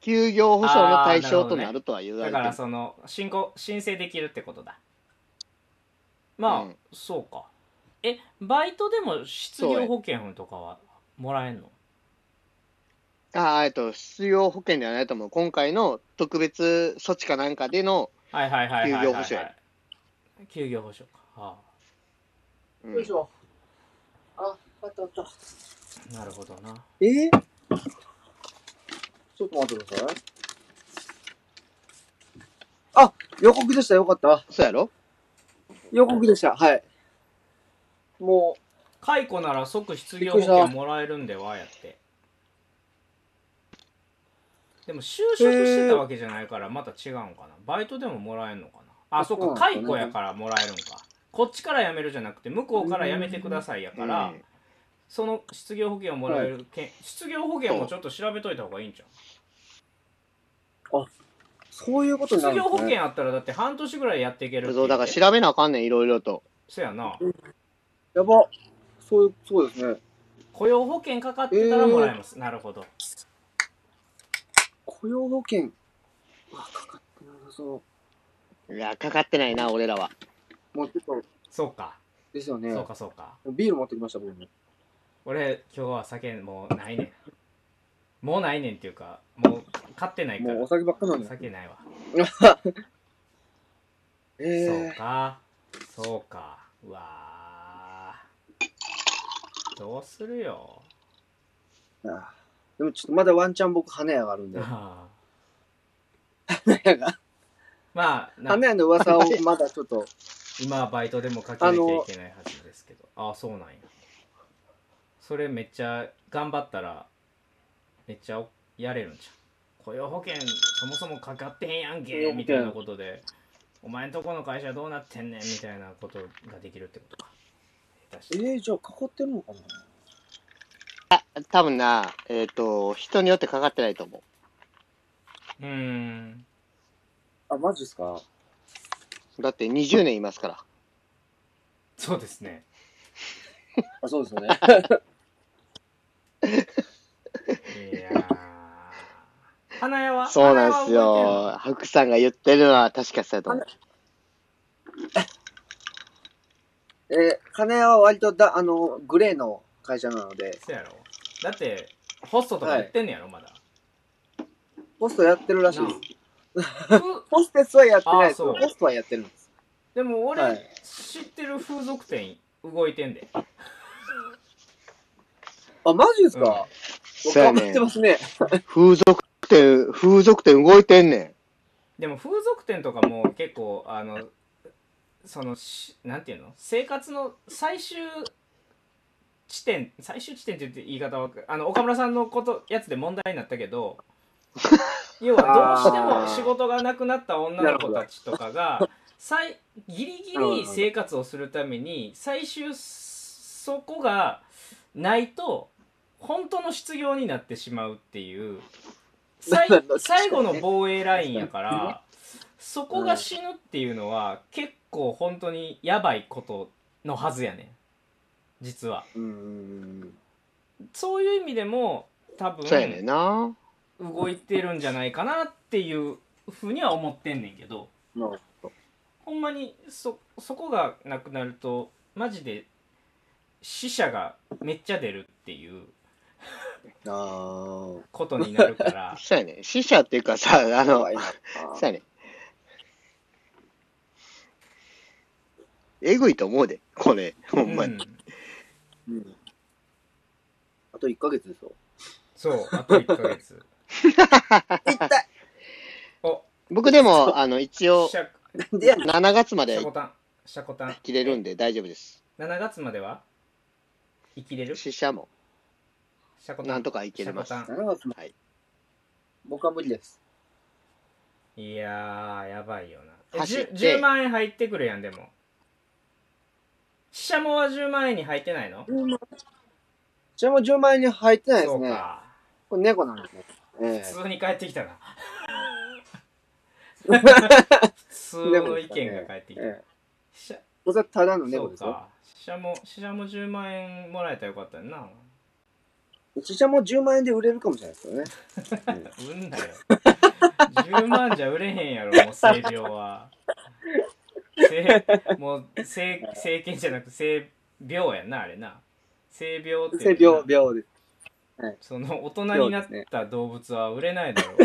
休業保障の対象となるとは言わ
だ
れ
か
て
ら
る。
その申告申請できるってことだまあ、
うん
そうかえバイトでも失業保険とかはもらえんの
ああ、えっと、失業保険ではないと思う。今回の特別措置かなんかでの、
はいはいはいはいはい、
休業
は
保障
い
や、
休業保障か、は
うん
ょ。あ、あったあった。
あ、なるほどな
えーちょっと待ってください。あ、予告でした。よかった。
そうやろ
予告でした。はい。も
解雇なら即失業保険もらえるんではやってでも就職してたわけじゃないからまた違うんかなバイトでももらえるのかなあそ
そう
っ
なん
か
だね
解雇やからもらえるんかこっちから辞めるじゃなくて向こうから辞めてくださいやから、
うん
その失業保険をもらえるけん、失業保険もちょっと調べといた方がいいんじゃん
う、そういうことにな
失
るん
業
で
保
すね。
険あったらだって半年ぐらいやっていけるって
そう、だから
そ
調べなあかんねん、いろいろと。
そやな
やば。そういう、そうですね。
雇用保険かかってたらもらえます、なるほど
雇用保険。うわ、かかってなさそ
いや、かかってないな、俺らは。
う。もうちょっと、
そうか、
ですよね
そう。かそうか
ビール持ってきました、僕も。
俺今日は酒もうないねんもうないねんっていうかもう買ってないか
もうお
ら
酒ばっかなんです。
酒ないわ、
え
そう
ー、
かそうかうわーどうするよ
あーでもちょっとまだワンチャン僕、花屋があるん
(laughs)
で。
ま
花屋が。
あなん
花屋の噂をまだちょっと。
今はバイトでもかけなきゃいけないはずですけどああそうなんやそれめっちゃ頑張ったらめっちゃやれるんじゃん雇用保険そもそもかかってへんやん
雇
け
用保険
みたいなことでお前んとこの会社どうなってんねんみたいなことができるってことか下手し
え
たら
ー、じゃあ、囲ってるのかな
多分な、えっ、と、人によってかかってないと思
う
う。
ーん
あ、マジっすか
だって20年いますから。
そうですね。
あ、そうですよね。 (laughs)
いやー。花屋は
そうなんで
花
す。
屋は覚えてる
よ。白さんが言ってるのは確かそうやと思う。
えー、金谷は割とだ、あの、グレーの会社なので、
そうやろだって、ホストとか言ってんねやろ、まだ。
ホストやってるらしいです。
ふ
ホステスはやってないですけど
あそう
ホストはやってるんです。
でも俺、
はい
知ってる風俗店動いてんで。
あ、マジですか、
うん
そうや
頑張
ね
って。ますね。
風俗店、風俗店動いてんねん。
でも風俗店とかも結構、あの、その、しなんていうの生活の最終地点、最終地点って言って言い方は、あの、岡村さんのこと、やつで問題になったけ
(laughs)
ど、要はどうしても仕事がなくなった女の子たちとかが最ギリギリ生活をするために最終そこがないと本当の失業になってしまうって
(laughs)
いう最
確かにね
最後の防衛ラインやからそこが死ぬっていうのは結構本当にやばいことのはずやねん実は
うーん。
そういう意味でも多分
そうやねんな。
動いてるんじゃないかなっていうふうには思ってんねんけど
なるほど
ほんまにそそこがなくなるとマジで死者がめっちゃ出るっていう
あ
ことになるから
そうやねん。死者っていうかさ、あ
あ。
の
怖、いな
そうやねん。えぐいと思うで、これ。 (laughs) ほんまに。
うん
うんあと1ヶ月ですよ。
そうあと1ヶ月
痛い
お
僕でも、あの、一応
し、ゃ
なんでやねん
7月ま
し
で
ゃこたんしゃこたん
切れるんで大丈夫です。
7月までは生きれるし
死者も、
ゃこた
なん
ん
とかいけれます
し。ゃこ
7月も
はい
僕は無理です。
たんいやーやばいよなえ
走っ
10,
て
10万円入ってくるやんでも死者もは10万円に入ってないの
ちなみに10万円に入ってないで
そ
す
う
ね。
か
これ猫なんですね。ええ
普通に帰ってきたな普通の意見が返ってきた、
ええ
しゃ
これはただの
そ
猫で
う
すよ。
か死者も死者も10万円もらえたらよかったよな
ちちゃも10万円で売れるかもしれないですよね。
売んなよ10万じゃ売れへんやろもう性病は性もう性性権じゃなく性病やんなあれな性病って
性 (laughs) 病、病です。
その大人になった動物は売れないだろ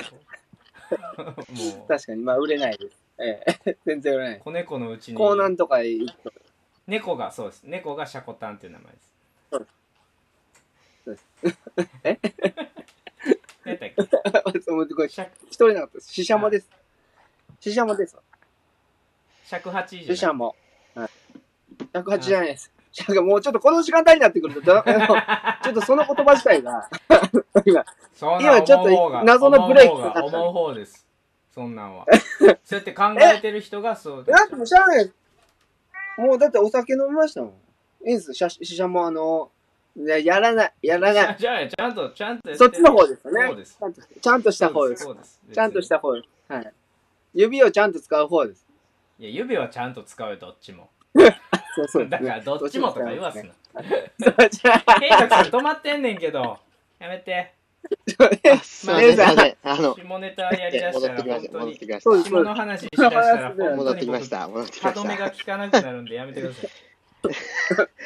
う
(laughs)
もう
確かに、まあ売れないです。ええ (laughs) 全然売れない。
子猫のうちに
港南とかへ行くと (laughs)
猫がそうです猫がシャコタンっていう名前です
そうです
え何やったっけ
思ってこれ
シャ
一人なかったです。死者もです。死者もです。
尺八じ
死
ゃ
者
ない
も。はい180じゃないです。なんかもうちょっとこの時間帯になってくると、 (laughs) だあのちょっとその言葉自体が、今、
そん
今
な
ちょっと
思う方が
謎のブレーキかかった
思う方が思う方ですそんなん
(laughs)
はそうやって考えてる人がそうで
なんでもしゃあないです。もうだってお酒飲みましたもん。いいんです。死者死者もあの、いややらない、やらない。
じゃあちゃんとちゃんとやって
そっちの方ですよね
(laughs) そうです
ちゃんとちゃんとした方です。
そうです
ちゃんとした方です。はい。指をちゃんと使う方です。
いや指はちゃんと使うよどっちも
そうそうで
だか
すね
らどっちもとか言わすな
そうじゃあ
計画さん止まってんねんけどやめて
あすいません、すいません。あの、
下ネタやりだし
戻
た
って
ら
きまし
本
た。
当
戻
に
そう
ってきまし
で
た
す。
下の話しだしたら本
戻
当
って
に
きまし
僕
た。戻ってき
歯
ま
止
し
めが
た。
効かなくなるんでやめてくだ
(laughs)
さ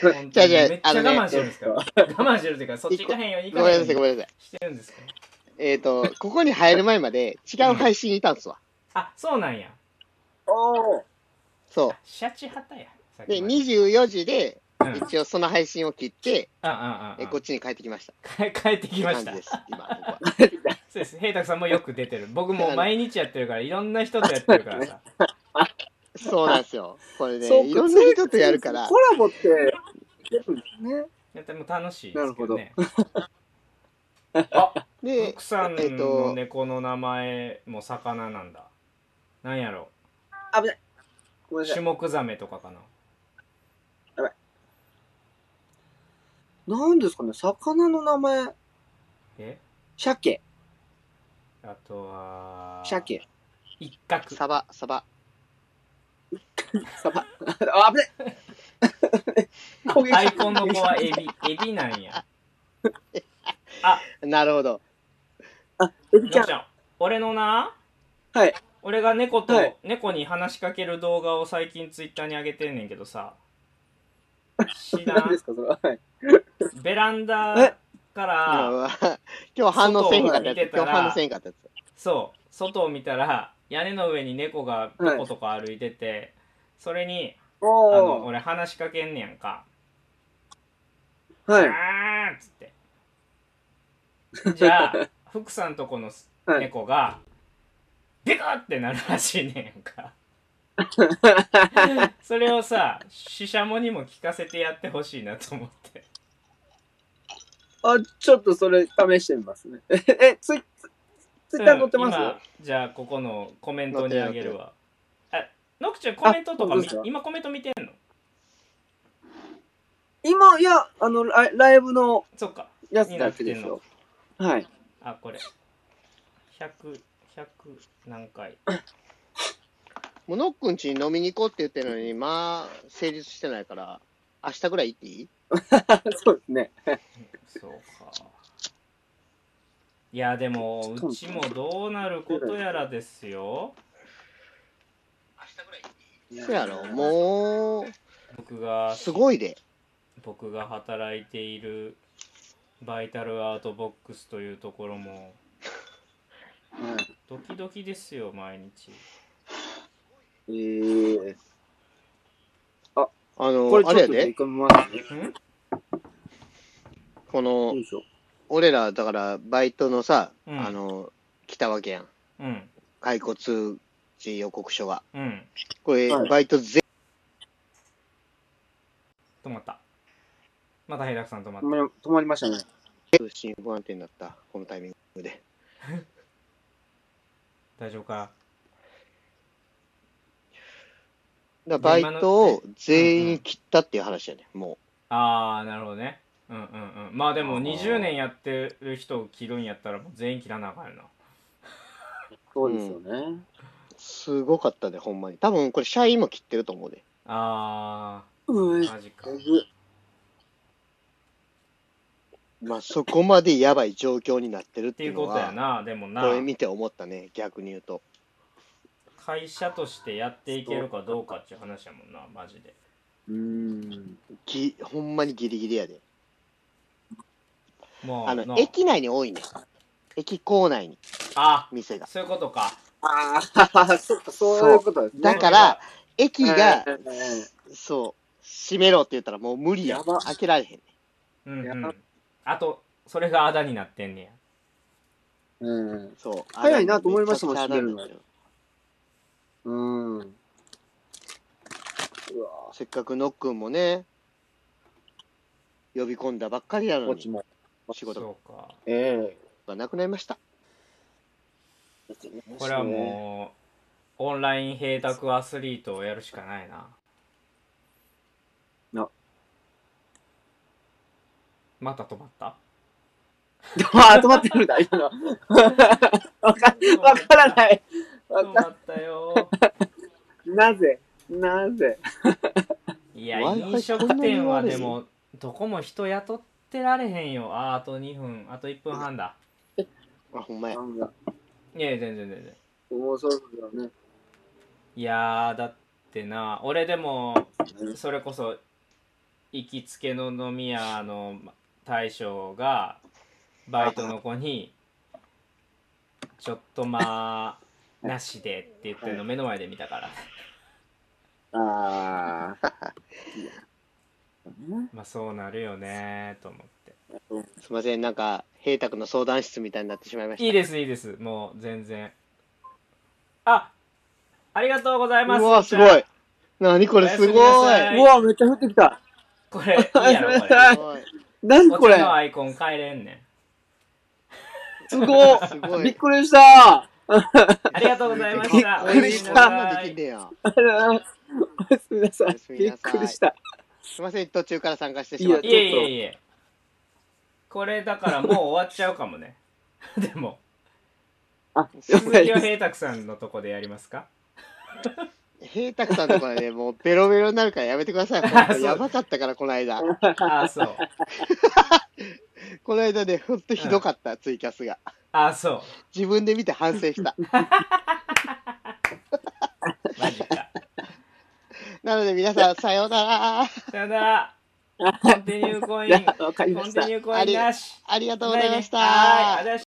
い。本
じ
当
ゃあ
に
じゃあ
めっちゃ
あのね
我慢してるんですから。我慢してるっていうか、そっち行かへんように行
ご
か
め
へん
んな
よ
さい、ご
う
めんなさい。
にしてるんですから。
えっ、と、ここに入る前まで違う配信いたんすわ。
あ、そうなんや。
(laughs) おー
そ
シャチハタや。さっ
う。で、
きまで
24時で、
うんうんうん
一応その配信を切って、
うんう
え
ん
こっちに帰ってきまし
帰
た。
(laughs) 帰ってきました
感じ。です。今、僕は。
そうです。平太さんもよく出て
(laughs)
る。僕もう毎日やってるから、いろんな人とやってるからさ。
そうなんですよ。これ
そうか
ね、いろんな人とやるから
コ、ラボって、いけるんですね。
やっても楽しいですけどね。
で
奥、さん
(laughs) えっ
の
と
猫の名前も魚なんだ。なんやろ
ごめんな
シ
さ
ュ
い。
モクザメとかかな。
なんですかね、魚の名前、
え
鮭、
あとは、
鮭。
一角。
サバ、サバ、
サバ。あ、危ね
(laughs)
え攻撃
アイコンの子はエビ、エビなんや。
なるほど。
あ、エビ
の
ちゃ
ぶ
ん
ち。ゃん、俺のな、
はい。
俺が猫と、
はい
猫に話しかける動画を最近ツイッターに上げてんねんけど
(laughs)
さ、知ら
何で
ん
すか、それは。はい。
ベラン
え
ダから、
今日反応せんかったやつ
外を見て。たら
今日反応せんかったやつ。
そう、外を見たら、屋根の上に猫がピコとこ歩いてて、それに、あの、
おー。
俺話しかけんねやんか。
はい。
あーっつって。じゃあ、福さんとこの
はい。
猫が、ビクってなるらしいねん
(laughs)
か。それをさ、ししゃもにも聞かせてやってほしいなと思って。
あ、ちょっとそれ試してみますね。 (laughs) え、えツイツツイッター載ってます、
うん今じゃあ、ここのコメントにあげるわ。あ、ノクちゃんコ
あ
メントとか
本当
見
ですか
今コメント見てんの
今、いや、あの、ライライブの
そっか。
やつだけですよ。はい。 (laughs)
あ、これ。100、100何回。
もうノックンちに飲みに行こうって言ってるのに、まあ、成立してないから、明日ぐらい行っていい
そうですね。
そうか。いや、でも、うちもどうなることやらですよ。
そうやろも
僕が
う、すごいで。
僕が働いているバイタルアートボックスというところも
はい。
ドキドキですよ毎日
えー、
あ
こ
の
れ、ちょ
あ
っ
れや
と
で
取り、込みますね。
ん
こ
よ
の、
いしょ。
俺ら、だから、バイトのさ、
うん
あの、来たわけやん。
うん
解雇通知予告書が。
うん
これ、
はい
バイト全、
止まったまた平くさん止まっ
止まり止まりましたね。
通信不安定になった。このタイミングで。
た大丈夫か
だからバイトを全員切ったっていう話やね。も
ああなるほどねうんうんうんまあでも
あー
20年やってる人を切るんやったらもう全員切らなあかんよな
そうですよね。
う、すごかったで、ほんまに。多分、これ、社員も切ってると思うで。
あ
うん。
ー
え
マジか
ぐ
まあ、そこまでやばい状況になってるっ
って
て
い
いうう
こ
の
とや
は、
なでもな
これ見て思ったね、逆に言うと。
会社としてやっていけるかどうかっていう話やもんなマジで
うーん。
ぎほんまにギリギリやで。
もう
あの
な、
駅内に多いね。駅構内に、
あ
店が。
そういうことか
ああ、 (laughs) そっか、そういうことですね。
だから、駅
え
が、
ー
そう、閉めろって言ったらもう無理や
や
ん。
ば
開けられへんね。
うんう
や
んあとそれがあだになってんねや
うん。
そう。
早いなと思いましたもん
あれめちゃ
閉
くちゃ
める
あれなんです
うん。
よ
うわ
せっかくノックンもね、呼び込んだばっかりな
ぁ、
の
こっち
に、
も。
仕事
そうか
え
がなくなりました。
え
これはもうオンライン平卓アスリートをやるしかないな
な
また止まった
あー、止まってるんだ、今の。わか、わからない。わ
止
か
まったよ
なぜなぜ
いや
Wi-Fi
飲食店はでもどこも人雇ってられへんよあーあと2分あと1分半だ
あ、ほんまや。
なんだ
いやいや全然全然
もうそろそろね。
いやーだってな俺でもそれこそ行きつけの飲み屋の大将がバイトの子に「ちょっとまあなしで」って言ってるの目の前で見たから
ああ。ね
まあそうなるよねーと思って
すいません、なんか、平卓の相談室みたいになってしまいました。
いいですいいですもう全然あありがとうございます
うわ、すごい。なにこれ、す
お
ご
やすみなさ
い。
いう
わ、めっちゃ降ってきた。
これいいや
(laughs)
ろこれ
すごい。
何
こ
こ
っち
れ
のアイコン変えれんねん
すご
すご
い。
い
びっくりした。
ありがとうございました
びっくりした
おやすみなさ
で
い
きんねや。
あらおやすみなさ
お
い
やす。み
び
な
っ
さい
くりした。
すいません、途中から参加してしまって。
いえいえいえこれだからもう終わっちゃうかもね (laughs) でも
あ、
鈴木は平卓さんのとこでやりますか
平卓さんとかね、もうベロベロになるからやめてください。本当にやばかったから、この間。
ああ、そう。
この間ね、ほんとひどかった、ツイキャスが。
ああ、そ
自分で見て反省した。
う。マジか。
なので皆さん、さようなら。
さよな
(laughs)
ら。コンティニューコイン。
わかりま
コン
し
テ
た
ィニ。ューコインなし。
ありがとうございました。
はい。ありがとうございました。